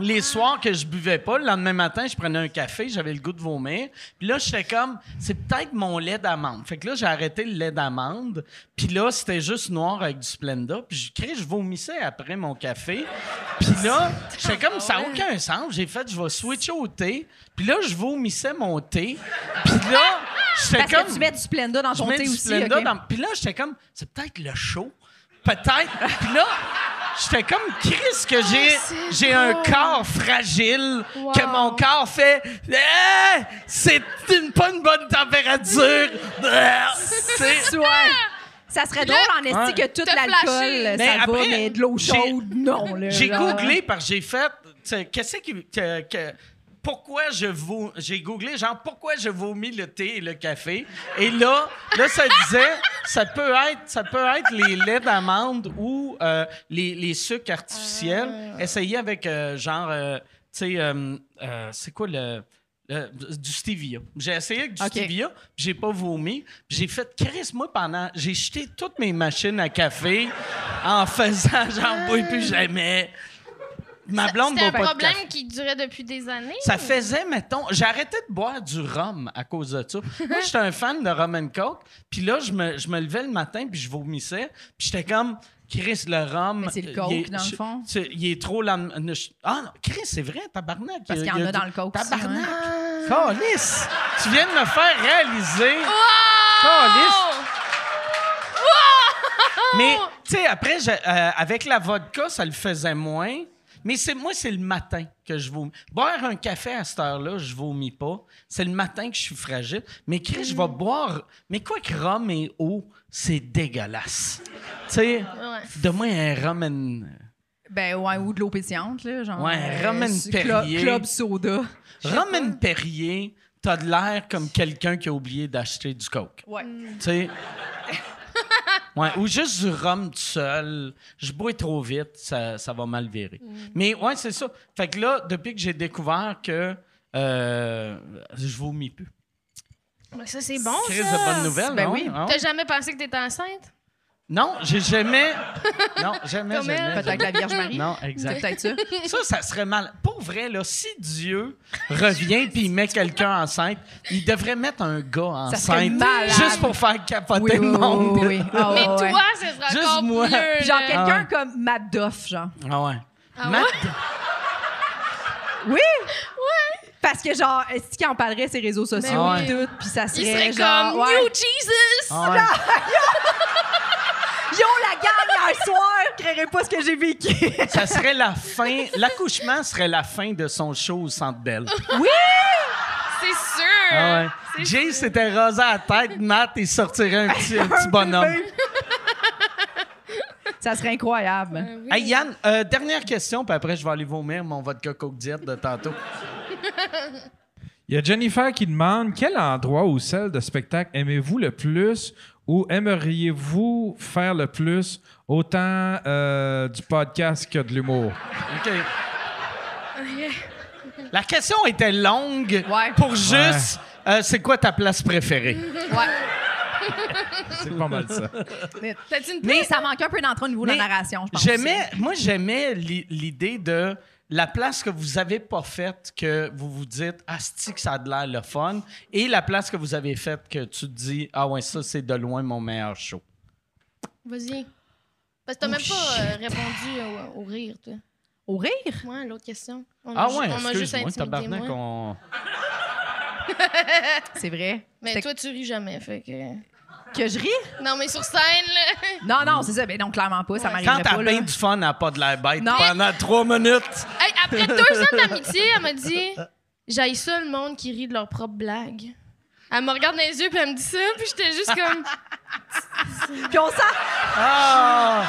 Speaker 3: les soirs que je buvais pas, le lendemain matin, je prenais un café, j'avais le goût de vomir. Puis là, j'étais comme, c'est peut-être mon lait d'amande. Fait que là, j'ai arrêté le lait d'amande. Puis là, c'était juste noir avec du Splenda. Puis je crée, je vomissais après mon café. Puis là, j'étais comme, ça n'a aucun sens. J'ai fait, je vais switcher au thé. Puis là, je vomissais mon thé. Puis là, j'étais
Speaker 6: Parce
Speaker 3: comme...
Speaker 6: que tu mets du Splenda dans
Speaker 3: Je
Speaker 6: ton
Speaker 3: mets
Speaker 6: thé
Speaker 3: du
Speaker 6: aussi.
Speaker 3: Splenda
Speaker 6: ok.
Speaker 3: dans- Puis là, j'étais comme, c'est peut-être le show. Peut-être. Puis là, j'étais comme, Chris, que j'ai,
Speaker 5: c'est
Speaker 3: j'ai un
Speaker 5: drôle.
Speaker 3: corps fragile,
Speaker 5: Wow.
Speaker 3: que mon corps fait, Eh, c'est une- pas une bonne température. Ah, c'est-
Speaker 6: Ouais. Ça serait drôle en esti
Speaker 3: Ouais.
Speaker 6: que tout
Speaker 5: T'as flashé.
Speaker 6: l'alcool,
Speaker 3: Mais
Speaker 6: ça va,
Speaker 3: après,
Speaker 6: mais de l'eau
Speaker 3: j'ai-
Speaker 6: chaude, non. là,
Speaker 3: J'ai
Speaker 6: genre.
Speaker 3: googlé parce que j'ai fait, tu sais, qu'est-ce qui. que- que- pourquoi je vous. J'ai googlé, genre, pourquoi je vomis le thé et le café. Et là, là ça disait, ça peut être, ça peut être les laits d'amande ou euh, les, les sucres artificiels. Essayez avec, euh, genre, euh, tu sais, euh, euh, c'est quoi le. le- du stevia. J'ai essayé avec du
Speaker 6: Ok.
Speaker 3: stevia, puis j'ai pas vomi. puis J'ai fait Chris, moi, pendant. J'ai jeté toutes mes machines à café en faisant j'en bois plus jamais. Ma blonde
Speaker 5: C'était un
Speaker 3: boit pas de café.
Speaker 5: problème qui durait depuis des années.
Speaker 3: Ça faisait, mettons, j'ai arrêté de boire du rhum à cause de ça.
Speaker 6: Hein?
Speaker 3: Moi, j'étais un fan de rum and coke. Puis là, je me, je me levais le matin, puis je vomissais. Puis j'étais comme, Chris, le rhum. euh,
Speaker 6: Mais c'est le
Speaker 3: il
Speaker 6: coke,
Speaker 3: est-
Speaker 6: dans le
Speaker 3: je-
Speaker 6: fond.
Speaker 3: tu- Il est trop. la- ne- je- Ah non, Chris, c'est vrai, tabarnak.
Speaker 6: Parce
Speaker 3: il y
Speaker 6: qu'il y en a
Speaker 3: du-
Speaker 6: dans le coke aussi,
Speaker 3: Tabarnak.
Speaker 6: ouais.
Speaker 3: Calisse! Tu viens de me faire réaliser.
Speaker 5: Oh!
Speaker 3: Calisse! Mais, tu sais, après, je- euh, avec la vodka, ça le faisait moins. Mais c'est moi, c'est le matin que je vomis. Boire un café à cette heure-là, je vomis pas. C'est le matin que je suis fragile. Mais Chris, je vais boire. Mais quoi que rhum et eau, c'est dégueulasse. Tu sais, donne-moi un rhum and...
Speaker 6: Ben ouais, ou de l'eau pétillante, là, genre. euh,
Speaker 3: Ouais, Roman
Speaker 6: su-
Speaker 3: Perrier.
Speaker 6: Club, club soda.
Speaker 3: Rhum and Perrier. T'as de l'air comme quelqu'un qui a oublié d'acheter du coke.
Speaker 6: Ouais.
Speaker 5: Hmm.
Speaker 3: Tu sais. Ouais, ou juste du rhum tout seul. Je bois trop vite, ça, ça va mal virer.
Speaker 6: Mm.
Speaker 3: Mais ouais, c'est ça. Fait que là, depuis que j'ai découvert que euh, je vomis plus.
Speaker 5: Mais Ben, ça, c'est bon.
Speaker 3: Crise de bonne nouvelle,
Speaker 6: Ben
Speaker 3: non?
Speaker 6: oui.
Speaker 3: Non?
Speaker 5: T'as jamais pensé que t'étais enceinte?
Speaker 3: Non, j'ai jamais. Non, jamais,
Speaker 5: Comme elle.
Speaker 3: jamais.
Speaker 6: Peut-être
Speaker 3: jamais.
Speaker 6: la Vierge Marie.
Speaker 3: Non,
Speaker 6: C'est
Speaker 3: exact.
Speaker 6: Ben, peut-être ça.
Speaker 3: Ça, ça serait mal. Pour vrai, là, si Dieu revient puis il met quelqu'un enceinte, il devrait mettre un gars
Speaker 6: Ça serait
Speaker 3: enceinte
Speaker 6: malade.
Speaker 3: juste pour faire capoter
Speaker 6: oui, oui,
Speaker 3: le monde.
Speaker 6: oui, oui, oui. Ah,
Speaker 5: Mais
Speaker 6: ouais, ouais.
Speaker 5: toi, euh, ce serait
Speaker 3: Oh, Juste
Speaker 5: encore
Speaker 3: moi.
Speaker 5: mieux.
Speaker 6: Puis Genre
Speaker 5: là.
Speaker 6: quelqu'un comme Matt Doff, genre.
Speaker 3: Ah ouais.
Speaker 5: Ah
Speaker 3: Matt-
Speaker 6: Oui! Ouais! Parce que genre, est-ce qu'il en parlerait ses réseaux sociaux
Speaker 3: oui.
Speaker 6: et tout, puis ça serait,
Speaker 5: Il serait
Speaker 6: genre,
Speaker 5: comme
Speaker 6: ouais.
Speaker 5: New Jesus!
Speaker 3: Ah ouais.
Speaker 6: Yo, la gang, hier soir, je créerais pas ce que j'ai vécu.
Speaker 3: Ça serait la fin. L'accouchement serait la fin de son show au Centre Bell.
Speaker 5: C'est
Speaker 3: Ah,
Speaker 5: sûr! C'est
Speaker 3: Jay s'était rasé à la tête, Matt, il sortirait un petit, un petit bonhomme.
Speaker 6: ça serait incroyable.
Speaker 3: Hey Yann, euh, dernière question, puis après je vais aller vomir mon vodka Coke Diet de tantôt.
Speaker 4: Il y a Jennifer qui demande quel endroit ou salle de spectacle aimez-vous le plus ou aimeriez-vous faire le plus autant euh, du podcast que de l'humour?
Speaker 3: OK. La question était longue
Speaker 6: Ouais.
Speaker 3: pour juste euh, c'est quoi ta place préférée?
Speaker 6: Ouais.
Speaker 4: C'est pas mal ça.
Speaker 5: T'as-tu une
Speaker 6: Mais ça manque un peu d'entrée au niveau de
Speaker 3: Mais
Speaker 6: la narration, je pense.
Speaker 3: J'aimais, moi, j'aimais li- l'idée de la place que vous avez pas faite, que vous vous dites, asti que ça a de l'air le fun, et la place que vous avez faite, que tu te dis, ah ouais, ça, c'est de loin mon meilleur show.
Speaker 5: Vas-y. Parce
Speaker 3: Oh,
Speaker 5: que t'as même pas euh, répondu au, au rire, toi.
Speaker 6: Au rire?
Speaker 5: Ouais, l'autre question. On
Speaker 3: Ah
Speaker 5: a ju-
Speaker 3: ouais,
Speaker 5: on m'a juste
Speaker 3: excuse-moi,
Speaker 5: intimidé,
Speaker 3: tabarnak,
Speaker 5: moi.
Speaker 3: on...
Speaker 6: C'est vrai.
Speaker 5: Mais
Speaker 6: Fait
Speaker 5: toi, tu ris jamais, fait que...
Speaker 6: que je ris?
Speaker 5: Non, mais sur scène, là...
Speaker 6: Non, non, c'est ça. Ben non, clairement pas. Ça
Speaker 5: Ouais.
Speaker 6: m'arriverait
Speaker 3: Quand
Speaker 6: pas.
Speaker 3: t'as
Speaker 6: là.
Speaker 3: bien du fun à pas de l'air bête
Speaker 6: Non.
Speaker 3: pendant trois minutes,
Speaker 5: Hey, après deux ans d'amitié, elle m'a dit J'aille ça le monde qui rit de leurs propres blagues. Elle me regarde dans les yeux puis elle me dit ça, puis j'étais juste comme
Speaker 6: Puis on sent,
Speaker 3: Ah!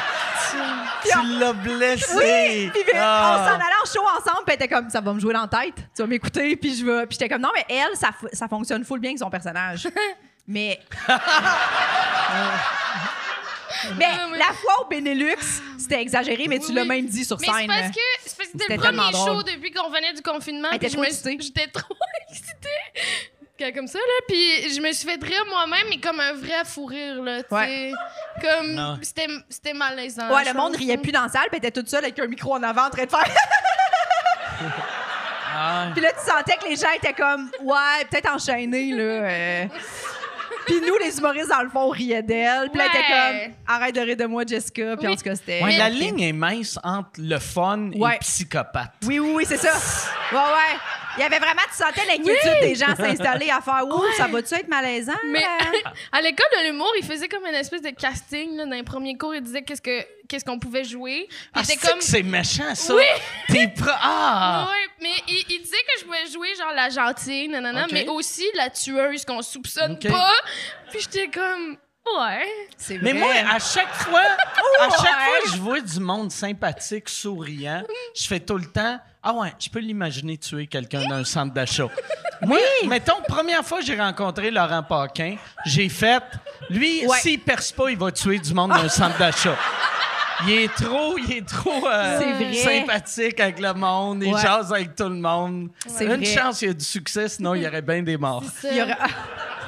Speaker 3: Tu, tu l'as blessé.
Speaker 6: Oui! Puis ben, on s'en
Speaker 3: Ah!
Speaker 6: allait en show ensemble, puis elle était comme, ça va me jouer dans la tête, tu vas m'écouter, puis je vais. Puis j'étais comme, non, mais elle, ça, f- ça fonctionne full bien avec son personnage. mais.
Speaker 5: Ah.
Speaker 6: mais
Speaker 5: mais-
Speaker 6: la fois au Benelux, c'était exagéré, mais tu
Speaker 5: Oui,
Speaker 6: l'as
Speaker 5: oui.
Speaker 6: même dit sur
Speaker 5: Mais
Speaker 6: scène. hein.
Speaker 5: c'est parce que c'est parce que c'était
Speaker 6: C'était
Speaker 5: le
Speaker 6: tellement
Speaker 5: premier
Speaker 6: drôle.
Speaker 5: show depuis qu'on venait du confinement.
Speaker 6: Elle
Speaker 5: puis
Speaker 6: était
Speaker 5: je
Speaker 6: trop
Speaker 5: me-
Speaker 6: excitée.
Speaker 5: J'étais trop excitée. Quand- Comme ça, là. Puis je me suis fait rire moi-même, mais comme un vrai fou rire, là. tu
Speaker 6: Ouais.
Speaker 5: sais. Comme.
Speaker 3: Non.
Speaker 5: C'était c'était malaisant.
Speaker 6: Ouais,
Speaker 5: je
Speaker 6: le monde
Speaker 5: pense.
Speaker 6: riait plus dans la salle, puis elle était toute seule avec un micro en avant en train de faire.
Speaker 3: Ah.
Speaker 6: Puis là, tu sentais que les gens étaient comme, ouais, peut-être enchaînés, là. euh. Puis nous, les humoristes, dans le fond, on riait d'elle. Puis là, elle était
Speaker 5: Ouais.
Speaker 6: comme, arrête de rire de moi, Jessica. Puis
Speaker 5: Oui.
Speaker 6: en tout cas, c'était.
Speaker 3: Ouais,
Speaker 5: Mais-
Speaker 3: la ligne est mince entre le fun et
Speaker 6: Ouais.
Speaker 3: psychopathe.
Speaker 6: Oui, oui, oui, c'est ça. Ouais, ouais. Il y avait vraiment, tu sentais l'inquiétude des gens s'installer à faire, ouh, ça va-tu être malaisant?
Speaker 5: Mais
Speaker 6: hein?
Speaker 5: à l'école de l'humour, il faisait comme une espèce de casting là, dans les premiers cours. Il disait qu'est-ce que qu'est-ce qu'on pouvait jouer. Puis
Speaker 3: Ah, c'est
Speaker 5: j'étais comme
Speaker 3: que c'est méchant, ça.
Speaker 5: Oui.
Speaker 3: T'es pro... Ah!
Speaker 5: Ouais, mais il, il disait que je pouvais jouer genre la gentille, nanana,
Speaker 3: Ok.
Speaker 5: mais aussi la tueuse qu'on soupçonne
Speaker 3: Ok.
Speaker 5: pas. Puis j'étais comme ouais.
Speaker 6: C'est
Speaker 3: Mais
Speaker 6: vrai.
Speaker 3: moi, à chaque fois, à chaque
Speaker 6: ouais.
Speaker 3: fois que je vois du monde sympathique, souriant, je fais tout le temps Ah ouais, je peux l'imaginer tuer quelqu'un d'un centre d'achat. Moi, mettons, première fois que j'ai rencontré Laurent Paquin, j'ai fait Lui,
Speaker 6: Ouais.
Speaker 3: s'il perce pas, il va tuer du monde d'un centre d'achat. Il est trop, il est trop euh,
Speaker 6: C'est vrai.
Speaker 3: sympathique avec le monde, il
Speaker 6: Ouais.
Speaker 3: jase avec tout le monde.
Speaker 6: C'est
Speaker 3: Une
Speaker 6: vrai.
Speaker 3: chance, il y a du succès, sinon il y aurait bien des morts.
Speaker 6: Il y aurait-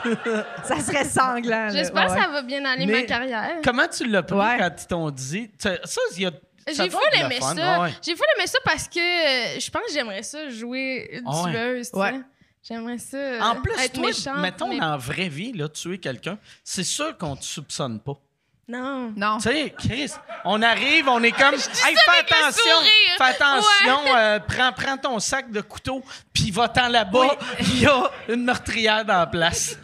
Speaker 6: ça serait sanglant. là.
Speaker 5: J'espère que
Speaker 6: Ouais.
Speaker 5: ça va bien aller
Speaker 3: Mais-
Speaker 5: ma carrière.
Speaker 3: Comment tu l'as pris
Speaker 6: Ouais.
Speaker 3: quand ils t'ont dit? Tu- Ça, il y a. ça
Speaker 5: J'ai fou
Speaker 3: doit être le
Speaker 5: aimé
Speaker 3: fun,
Speaker 5: ça.
Speaker 3: ouais.
Speaker 5: J'ai fou aimé ça parce que euh, je pense que j'aimerais ça jouer une
Speaker 3: Ah ouais.
Speaker 5: tueuse. tu
Speaker 6: Ouais.
Speaker 5: sais. J'aimerais ça. euh,
Speaker 3: En plus,
Speaker 5: être
Speaker 3: toi,
Speaker 5: méchante,
Speaker 3: mettons,
Speaker 5: mais-
Speaker 3: dans la vraie vie, là, tuer quelqu'un, c'est sûr qu'on te soupçonne pas.
Speaker 5: Non.
Speaker 6: Non.
Speaker 3: Tu sais, Chris, on arrive, on est comme. Hey,
Speaker 5: ça
Speaker 3: fais
Speaker 5: avec le
Speaker 3: attention!
Speaker 5: sourire.
Speaker 3: Fais attention, euh, prends, prends ton sac de couteau, puis va-t'en là-bas, il y a une meurtrière dans la place.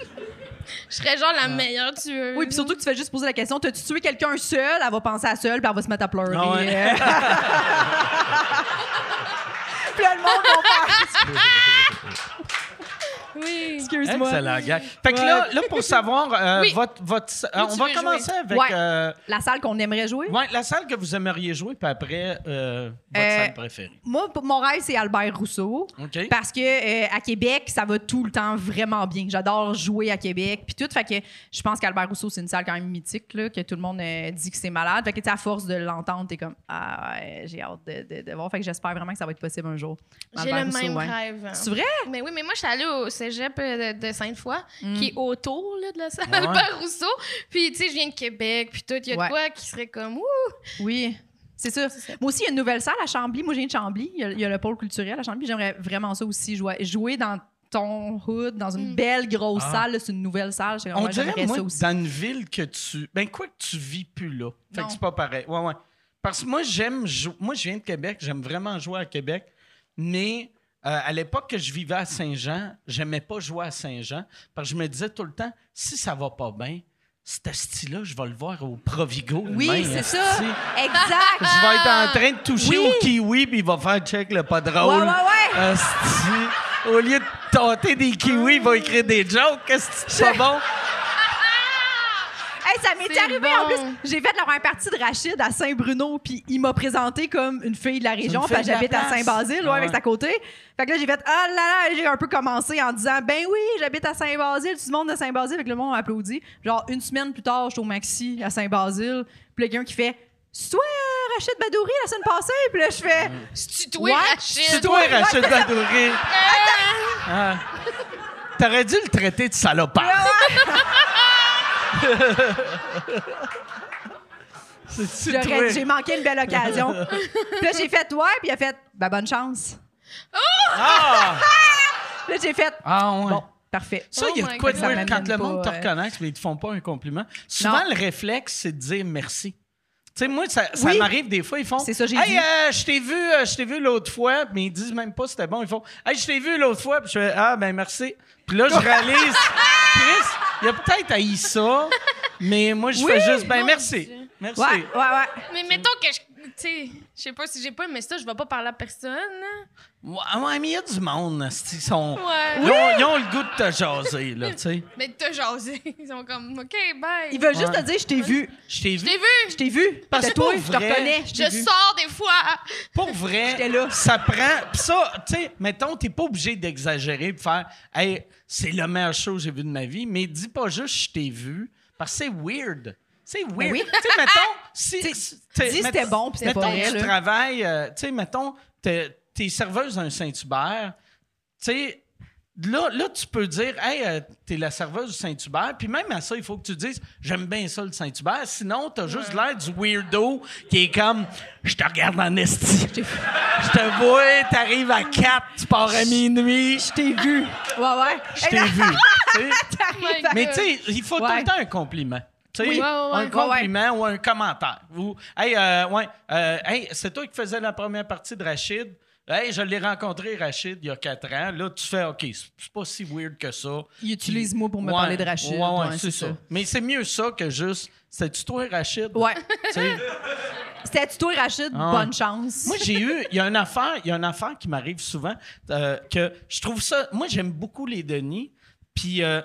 Speaker 5: Je serais genre la meilleure tueuse.
Speaker 6: Oui, puis surtout que tu fais juste poser la question, t'as-tu tué quelqu'un seul? Elle va penser à seule, puis elle va se mettre à pleurer.
Speaker 3: Ah ouais.
Speaker 6: Euh. puis là, le monde va faire,
Speaker 5: Oui.
Speaker 6: excuse-moi.
Speaker 3: Excellent, gars. Fait que là, là, pour savoir, euh,
Speaker 5: Oui.
Speaker 3: votre. votre euh,
Speaker 5: Où
Speaker 3: on
Speaker 5: tu
Speaker 3: va
Speaker 5: veux
Speaker 3: commencer avec.
Speaker 6: Ouais.
Speaker 3: euh,
Speaker 6: La salle qu'on aimerait jouer?
Speaker 3: ouais, la salle que vous aimeriez jouer, puis après, euh, votre
Speaker 6: Euh,
Speaker 3: salle préférée.
Speaker 6: Moi, p- mon rêve, c'est Albert Rousseau.
Speaker 3: OK.
Speaker 6: Parce que euh, à Québec, ça va tout le temps vraiment bien. J'adore jouer à Québec. Puis tout, fait que je pense qu'Albert Rousseau, c'est une salle quand même mythique, là, que tout le monde euh, dit que c'est malade. Fait que, tu sais, à force de l'entendre, t'es comme, ah, ouais, j'ai hâte de, de- de voir. Fait que j'espère vraiment que ça va être possible un jour.
Speaker 5: J'ai
Speaker 6: Albert
Speaker 5: le
Speaker 6: Rousseau,
Speaker 5: même
Speaker 6: ouais.
Speaker 5: rêve. hein.
Speaker 6: C'est vrai?
Speaker 5: Mais oui, mais moi, je suis allée au cégep euh, de, de Sainte-Foy,
Speaker 6: Mm.
Speaker 5: qui est autour là, de la salle
Speaker 3: Ouais.
Speaker 5: Albert Rousseau. Puis, tu sais, je viens de Québec, puis tout. Il y a
Speaker 6: Ouais.
Speaker 5: de quoi qui serait comme, ouh,
Speaker 6: Oui. C'est sûr. Moi aussi, il y a une nouvelle salle à Chambly. Moi, j'ai une Chambly. Il y, a, il y a le pôle culturel à Chambly. J'aimerais vraiment ça aussi, jouer, jouer dans ton hood, dans une belle grosse
Speaker 4: Ah.
Speaker 6: salle. là, C'est une nouvelle salle. J'ai-
Speaker 3: On
Speaker 6: ouais,
Speaker 3: dirait,
Speaker 6: j'aimerais
Speaker 3: moi,
Speaker 6: ça aussi.
Speaker 3: dans une ville que tu... Ben, quoi que tu vis plus là. Fait
Speaker 6: Non.
Speaker 3: que c'est pas pareil. Ouais, ouais. Parce que moi, j'aime... jou- Moi, je viens de Québec. J'aime vraiment jouer à Québec. Mais euh, à l'époque que je vivais à Saint-Jean, j'aimais pas jouer à Saint-Jean parce que je me disais tout le temps, si ça va pas bien, cet style-là, je vais le voir au Provigo.
Speaker 6: Oui,
Speaker 3: demain,
Speaker 6: c'est
Speaker 3: esti.
Speaker 6: ça. Exact.
Speaker 3: Je vais être en train de toucher
Speaker 6: Oui.
Speaker 3: au kiwi, puis il va faire check le pas drôle.
Speaker 6: Ouais, ouais, ouais.
Speaker 3: Esti. Au lieu de tâter des kiwis, il va écrire des jokes. Qu'est-ce que c'est pas bon?
Speaker 6: Hey, ça m'est
Speaker 5: C'est
Speaker 6: arrivé
Speaker 5: bon.
Speaker 6: en plus. J'ai fait la première partie de Rachid à Saint-Bruno, puis il m'a présenté comme une fille de la région,
Speaker 3: fille
Speaker 6: parce que
Speaker 3: de la
Speaker 6: j'habite à
Speaker 3: place.
Speaker 6: Saint-Basile, ouais,
Speaker 3: Ah
Speaker 6: avec
Speaker 3: ouais.
Speaker 6: à côté. Fait que là, j'ai fait Ah là là, j'ai un peu commencé en disant Ben oui, j'habite à Saint-Basile, tout le monde de Saint-Basile, avec le monde m'a applaudi. Genre, une semaine plus tard, j'étais au Maxi à Saint-Basile, puis là, quelqu'un qui fait C'est toi, Rachid Badouri, la semaine passée, puis là, je
Speaker 3: Mm.
Speaker 6: fais
Speaker 5: c'est toi,
Speaker 6: Ouais,
Speaker 5: Rachid.
Speaker 3: C'est toi, Rachid Badouri. Ah. T'aurais dû le traiter de salopard. C'est-tu
Speaker 6: J'aurais-
Speaker 3: toi?
Speaker 6: J'ai manqué une belle occasion. puis là, j'ai fait Ouais, puis il a fait Ben bonne chance.
Speaker 3: Ah!
Speaker 6: Puis là, j'ai fait
Speaker 3: Ah, ouais.
Speaker 6: Bon, parfait.
Speaker 3: Ça,
Speaker 5: Oh
Speaker 3: il y a
Speaker 5: my
Speaker 3: de quoi de
Speaker 5: God.
Speaker 3: weird
Speaker 6: Ça
Speaker 3: quand le
Speaker 6: m'amène
Speaker 3: monde
Speaker 6: pas,
Speaker 3: te
Speaker 6: euh,
Speaker 3: reconnaît, mais ils te font pas un compliment. Souvent,
Speaker 6: Non.
Speaker 3: le réflexe, c'est de dire merci. Tu sais, moi, ça, ça
Speaker 6: Oui.
Speaker 3: m'arrive des fois, ils font
Speaker 6: C'est ça, j'ai
Speaker 3: Hey,
Speaker 6: dit.
Speaker 3: euh, je t'ai vu, euh, je t'ai vu l'autre fois, mais ils disent même pas si c'était bon. Ils font Hey, je t'ai vu l'autre fois, puis je fais Ah, ben merci. Puis là, je réalise Chris, il a peut-être haï ça, mais moi, je
Speaker 6: Oui.
Speaker 3: fais juste Ben
Speaker 5: Mon
Speaker 3: merci.
Speaker 5: Dieu.
Speaker 3: Merci.
Speaker 6: Ouais, ouais, ouais.
Speaker 5: Mais mettons que je- tu sais, je sais pas si j'ai pas aimé ça, je vais pas parler à personne. hein. là.
Speaker 3: Ouais, ouais, mais il y a du monde, esti, ils sont...
Speaker 5: Ouais.
Speaker 3: Ils, ont, ils ont le goût de te jaser, là, tu sais.
Speaker 5: Mais t'as jasé. Ils sont comme, OK, bye.
Speaker 6: Ils veulent juste
Speaker 3: Ouais.
Speaker 6: te dire, je t'ai vu.
Speaker 3: Je t'ai
Speaker 5: Je
Speaker 3: vu.
Speaker 5: t'ai vu.
Speaker 6: Je t'ai vu.
Speaker 3: Parce
Speaker 6: C'était
Speaker 3: que
Speaker 6: toi,
Speaker 3: pour
Speaker 6: je te
Speaker 3: vrai,
Speaker 6: reconnais. Je t'ai
Speaker 5: Je
Speaker 6: vu.
Speaker 5: sors des fois.
Speaker 3: Pour vrai,
Speaker 6: J'étais là.
Speaker 3: ça prend... Pis ça, tu sais, mettons, t'es pas obligé d'exagérer pis faire « Hey, c'est le meilleur show que j'ai vu de ma vie », mais dis pas juste « je t'ai vu », parce que c'est weird. C'est weird.
Speaker 6: Ben oui.
Speaker 3: Tu sais, mettons... Si,
Speaker 6: T'sais,
Speaker 3: si- t'sais,
Speaker 6: dis c'était
Speaker 3: mett-
Speaker 6: bon pis c'était pas
Speaker 3: mettons,
Speaker 6: vrai,
Speaker 3: tu
Speaker 6: là.
Speaker 3: travailles... euh, tu sais, mettons, t'es t'es serveuse d'un Saint-Hubert, tu sais... Là, là, tu peux dire, hey, euh, t'es la serveuse du Saint-Hubert. Puis même à ça, il faut que tu dises, j'aime bien ça, le Saint-Hubert. Sinon, t'as juste l'air du weirdo qui est comme, je te regarde en esti. Je te vois, t'arrives à 4, tu pars à minuit.
Speaker 6: Je t'ai vu. Ouais, ouais.
Speaker 3: Je t'ai vu. Oh tu sais.
Speaker 6: T'arrives à-
Speaker 5: God.
Speaker 3: Mais tu sais, il faut tout
Speaker 6: Ouais.
Speaker 3: le temps un compliment. Tu sais,
Speaker 5: Oui. Ouais, ouais, ouais.
Speaker 3: un
Speaker 5: Ouais,
Speaker 3: compliment ou un commentaire. Ou, hey, euh, ouais, euh, hey, c'est toi qui faisais la première partie de Rachid. Hey, je l'ai rencontré, Rachid, il y a quatre ans. Là, tu fais, OK, c'est c'est pas si weird que ça.
Speaker 6: Il utilise moi pour me parler de Rachid.
Speaker 3: Ouais, ouais,
Speaker 6: Ouais,
Speaker 3: c'est ça. Mais c'est mieux ça que juste, c'est-tu toi, Rachid?
Speaker 6: Ouais.
Speaker 3: Tu sais,
Speaker 6: C'était toi, Rachid.
Speaker 3: Ah.
Speaker 6: Bonne chance.
Speaker 3: Moi, j'ai eu. Il y a une affaire, il y a une affaire qui m'arrive souvent euh, que je trouve ça. Moi, j'aime beaucoup les Denis. Puis euh,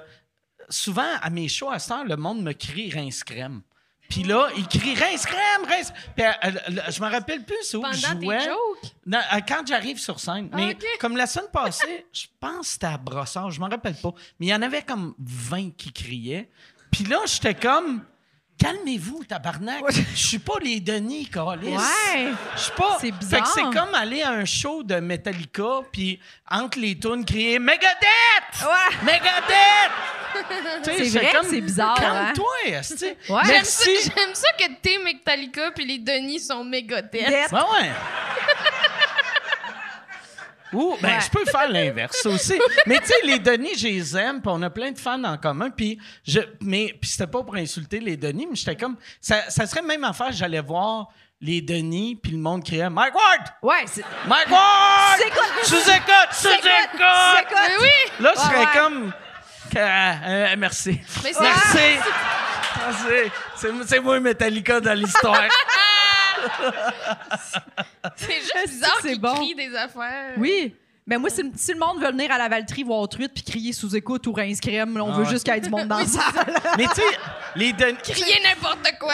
Speaker 3: souvent, à mes shows à cette heure, le monde me crie rince crème. Puis là, il crie rince crème, rince. Puis euh, euh, je me rappelle plus c'est où que je
Speaker 5: Pendant
Speaker 3: jouais.
Speaker 5: tes jokes.
Speaker 3: Non, euh, quand j'arrive sur scène.
Speaker 5: Ah,
Speaker 3: Mais
Speaker 5: ok.
Speaker 3: comme la semaine passée, je pense que c'était à Brossard, je m'en rappelle pas. Mais il y en avait comme 20 qui criaient. Puis là, j'étais comme. Calmez-vous, tabarnak. Je suis pas les Denis, Carlis.
Speaker 6: Ouais.
Speaker 3: Je suis pas.
Speaker 6: C'est
Speaker 3: Fait que
Speaker 6: bizarre.
Speaker 3: c'est comme aller à un show de Metallica, puis entre les tunes, crier Megadeth!
Speaker 6: Ouais.
Speaker 3: Megadeth! Tu sais,
Speaker 6: C'est vrai
Speaker 3: comme,
Speaker 6: que c'est bizarre, hein?
Speaker 3: Calme-toi, esti.
Speaker 6: Ouais.
Speaker 5: J'aime ça,
Speaker 3: Merci.
Speaker 5: j'aime ça que t'es Mectalica puis les Denis sont méga têtes.
Speaker 6: Death.
Speaker 3: Ben ouais. Ou, ben,
Speaker 6: Ouais.
Speaker 3: je peux faire l'inverse aussi. Mais tu sais, les Denis, je les aime, puis on a plein de fans en commun. Puis, je, mais, puis c'était pas pour insulter les Denis, mais j'étais comme. Ça, ça serait même affaire, j'allais voir les Denis, puis le monde criait Mike Ward!
Speaker 6: Ouais, c'est.
Speaker 3: Mike Ward!
Speaker 6: Sous-écoute!
Speaker 3: Sous-écoute! Sous-écoute!
Speaker 6: Sous-écoute!
Speaker 5: Mais oui!
Speaker 3: Là, je serais
Speaker 6: Ouais, ouais.
Speaker 3: comme. que- euh, merci.
Speaker 5: Mais c'est-
Speaker 3: merci. Merci. C'est, c'est moi, Metallica, dans l'histoire.
Speaker 5: C'est
Speaker 6: Est-ce
Speaker 5: juste
Speaker 6: que
Speaker 5: bizarre
Speaker 6: c'est
Speaker 5: qu'ils
Speaker 6: bon?
Speaker 5: crient des affaires.
Speaker 6: Oui. Mais moi, si, si le monde veut venir à la Valtrie voir truite puis crier sous écoute ou rince crème, on veut juste qu'il y ait du monde dans la salle.
Speaker 3: Mais tu sais, les Denis.
Speaker 5: Crier n'importe quoi.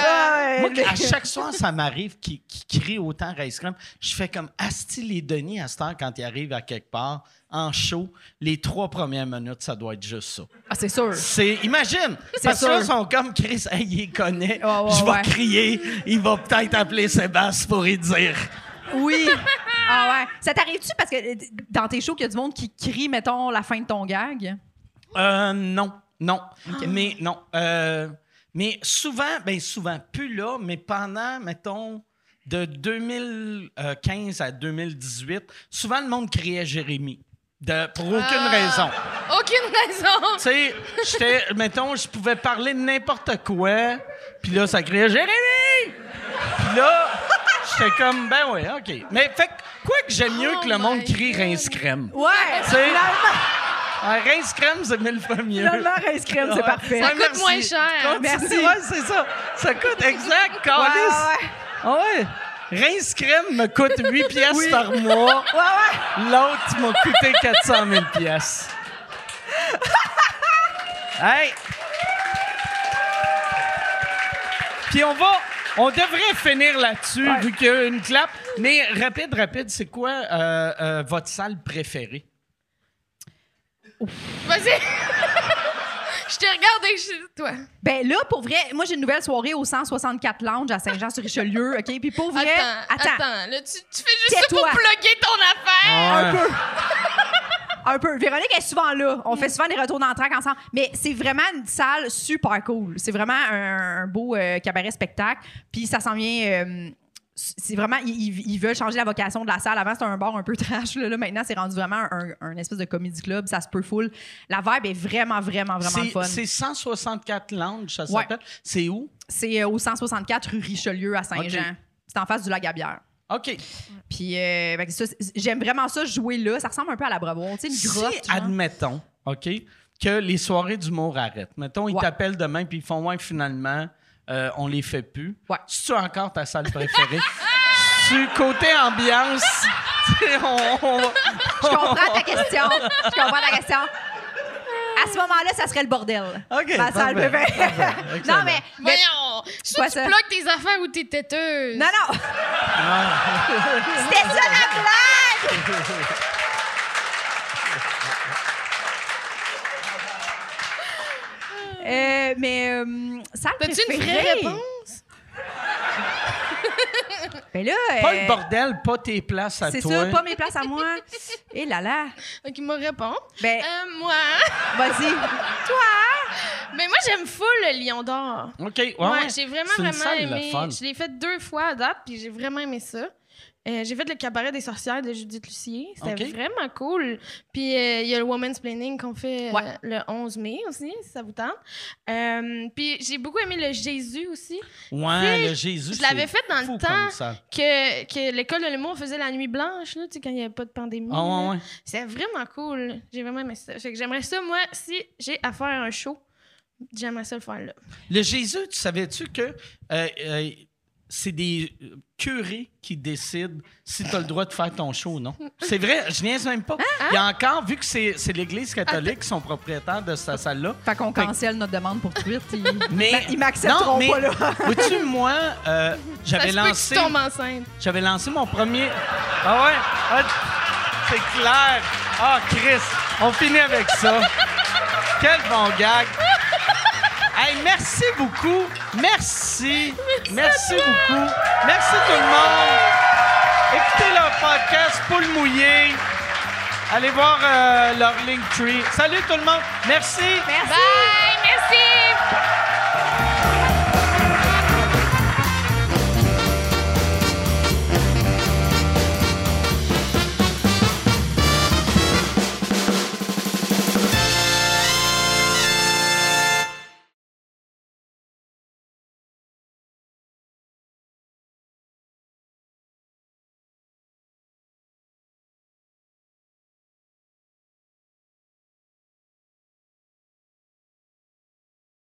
Speaker 3: Moi, à chaque soir, ça m'arrive qu'ils qu'ils crient autant Rice Crumb. Je fais comme Asti les Denis à ce temps quand ils arrivent à quelque part, en show, les trois premières minutes, ça doit être juste ça.
Speaker 6: Ah, c'est sûr.
Speaker 3: C'est, imagine!
Speaker 6: C'est
Speaker 3: Parce que là, ils
Speaker 6: sûr.
Speaker 3: sont comme Chris, hey, il les connaît.
Speaker 6: Ouais, ouais,
Speaker 3: je vais
Speaker 6: ouais.
Speaker 3: crier. Il va peut-être appeler Sébastien pour y dire.
Speaker 6: Oui. Ah ouais. Ça t'arrive-tu parce que euh, dans tes shows, qu'il y a du monde qui crie, mettons, la fin de ton gag?
Speaker 3: Euh, non, non. Mais non. euh, mais souvent, ben souvent, plus là, mais pendant, mettons, de 2015 à 2018, souvent le monde criait Jérémy. De, pour aucune
Speaker 5: Ah.
Speaker 3: raison.
Speaker 5: Aucune
Speaker 3: Tu
Speaker 5: raison.
Speaker 3: sais, j'étais, mettons, je pouvais parler de n'importe quoi, puis là, ça criait Jérémy! Puis là, j'étais comme, ben ouais, OK. Mais fait que, quoi que j'aime mieux
Speaker 5: Oh
Speaker 3: que le monde
Speaker 5: my
Speaker 3: crie
Speaker 5: God.
Speaker 3: rince crème.
Speaker 6: Ouais.
Speaker 3: C'est-
Speaker 6: Finalement,
Speaker 3: Un rince crème, c'est mille fois mieux.
Speaker 6: finalement rince crème, c'est
Speaker 3: Ah, Ouais.
Speaker 6: parfait.
Speaker 5: Ça coûte moins cher.
Speaker 3: Continue.
Speaker 6: Merci.
Speaker 3: Ouais, c'est ça. Ça coûte exact,
Speaker 6: Ouais,
Speaker 3: Carlis.
Speaker 6: ouais, ouais.
Speaker 3: Ah ouais. Rince crème me coûte 8 pièces par mois.
Speaker 6: Ouais, ouais.
Speaker 3: L'autre m'a coûté 400 000 pièces. hey. Puis on va... On devrait finir là-dessus, vu qu'il y a une clap. Mais rapide, rapide, c'est quoi euh, euh, votre salle préférée?
Speaker 5: Vas-y. Je t'ai regardé, je suis toi.
Speaker 6: Ben là, pour vrai, moi, j'ai une nouvelle soirée au 164 Lounge à Saint-Jean-sur-Richelieu, OK? Puis pour vrai,
Speaker 5: Attends, attends. Là, tu, tu fais juste ça pour
Speaker 6: Tais-toi. Ah.
Speaker 3: Euh,
Speaker 5: plugger ton affaire.
Speaker 6: Un peu. Un peu. Véronique est souvent là. On fait souvent des retours d'entraque ensemble. Mais c'est vraiment une salle super cool. C'est vraiment un, un beau euh, cabaret spectacle. Puis ça s'en vient. euh, c'est vraiment, ils- ils, ils veulent changer la vocation de la salle. Avant, c'était un bar un peu trash. Là, Là, maintenant, c'est rendu vraiment un, un espèce de comédie club. Ça se peut full. La vibe est vraiment, vraiment, vraiment
Speaker 3: C'est
Speaker 6: fun.
Speaker 3: c'est 164 langues, ça
Speaker 6: Ouais.
Speaker 3: s'appelle. C'est où?
Speaker 6: C'est euh, au 164 rue Richelieu à Saint-Jean.
Speaker 3: Ok.
Speaker 6: C'est en face du lac à bière.
Speaker 3: OK.
Speaker 6: Puis euh, fait que ça, c'est- j'aime vraiment ça, jouer là. Ça ressemble un peu à la Brevoire. Tu sais,
Speaker 3: Si,
Speaker 6: une grotte. genre.
Speaker 3: admettons, OK, que les soirées d'humour arrêtent. Mettons, ils
Speaker 6: Ouais.
Speaker 3: t'appellent demain puis ils font Ouais, finalement, euh, on les fait plus.
Speaker 6: Ouais.
Speaker 3: Si tu as encore ta salle préférée, là-dessus. Côté ambiance, tu sais, on- on-
Speaker 6: Je comprends ta question. Je comprends ta question. À ce moment-là, ça serait le bordel.
Speaker 3: OK,
Speaker 6: Ma salle
Speaker 3: parfait,
Speaker 6: de bain. non, mais. mais-
Speaker 5: Voyons! Si tu
Speaker 6: Quoi, ça?
Speaker 5: bloques tes affaires ou t'es têteuse.
Speaker 6: non, non. C'était ça la blague! Euh, mais euh, salle
Speaker 5: T'as-tu une
Speaker 6: préférée?
Speaker 5: vraie réponse?
Speaker 6: Ben là,
Speaker 3: Pas
Speaker 6: euh,
Speaker 3: le bordel, pas tes places à
Speaker 6: C'est
Speaker 3: toi.
Speaker 6: ça, pas mes places à moi. Et là là.
Speaker 5: Ok, moi, réponds.
Speaker 6: Ben,
Speaker 5: Euh, moi,
Speaker 6: vas-y. Toi!
Speaker 5: mais moi, j'aime full le Lion d'Or.
Speaker 3: OK, ouais,
Speaker 5: Ouais,
Speaker 3: ouais.
Speaker 5: j'ai vraiment,
Speaker 1: C'est une
Speaker 5: vraiment
Speaker 1: salle, le
Speaker 5: aimé.
Speaker 1: fun.
Speaker 5: Je l'ai fait deux fois à date, puis j'ai vraiment aimé ça. Euh, j'ai fait le cabaret des sorcières de Judith Lucier. C'était
Speaker 3: Ok.
Speaker 5: vraiment cool. Puis euh, il y a le Women's Planning qu'on fait euh,
Speaker 6: Ouais.
Speaker 5: le 11 mai aussi, si ça vous tente. Euh, puis j'ai beaucoup aimé le Jésus aussi,
Speaker 1: Ouais,
Speaker 5: sais,
Speaker 1: le Jésus.
Speaker 5: je l'avais
Speaker 1: c'est
Speaker 5: fait dans le
Speaker 1: fou
Speaker 5: temps.
Speaker 1: comme ça.
Speaker 5: que, que l'école de l'humour faisait la nuit blanche, là, tu sais, quand il n'y avait pas de pandémie.
Speaker 3: Ah, ouais,
Speaker 5: là.
Speaker 3: ouais.
Speaker 5: C'était vraiment cool. J'ai vraiment aimé ça. Fait que j'aimerais ça, moi, si j'ai à faire un show, j'aimerais ça le faire là.
Speaker 3: Le Jésus, tu savais-tu que euh, euh, c'est des euh, curés qui décident si tu as le droit de faire ton show ou non? C'est vrai, je niaise même pas.
Speaker 6: Hein?
Speaker 3: Il y a encore, vu que c'est c'est l'Église catholique qui sont propriétaires de cette salle-là,
Speaker 6: Fait qu'on
Speaker 3: Fait-
Speaker 6: cancelle notre demande pour tweet. Ils,
Speaker 3: Mais-
Speaker 6: Ben, ils m'accepteront
Speaker 3: Non, mais-
Speaker 6: pas, là.
Speaker 3: Vois-tu, moi, euh, j'avais
Speaker 5: ça se
Speaker 3: lancé,
Speaker 5: peut que tu tombes enceinte.
Speaker 3: j'avais lancé mon premier. Ah ouais, Ah, c'est clair. Ah Chris, on finit avec ça. Quel bon gag. Hey, merci beaucoup, merci, merci, beaucoup, merci tout le monde. Écoutez leur podcast Poule mouillée. Allez voir euh, leur Linktree. Salut tout le monde. Merci.
Speaker 5: Bye!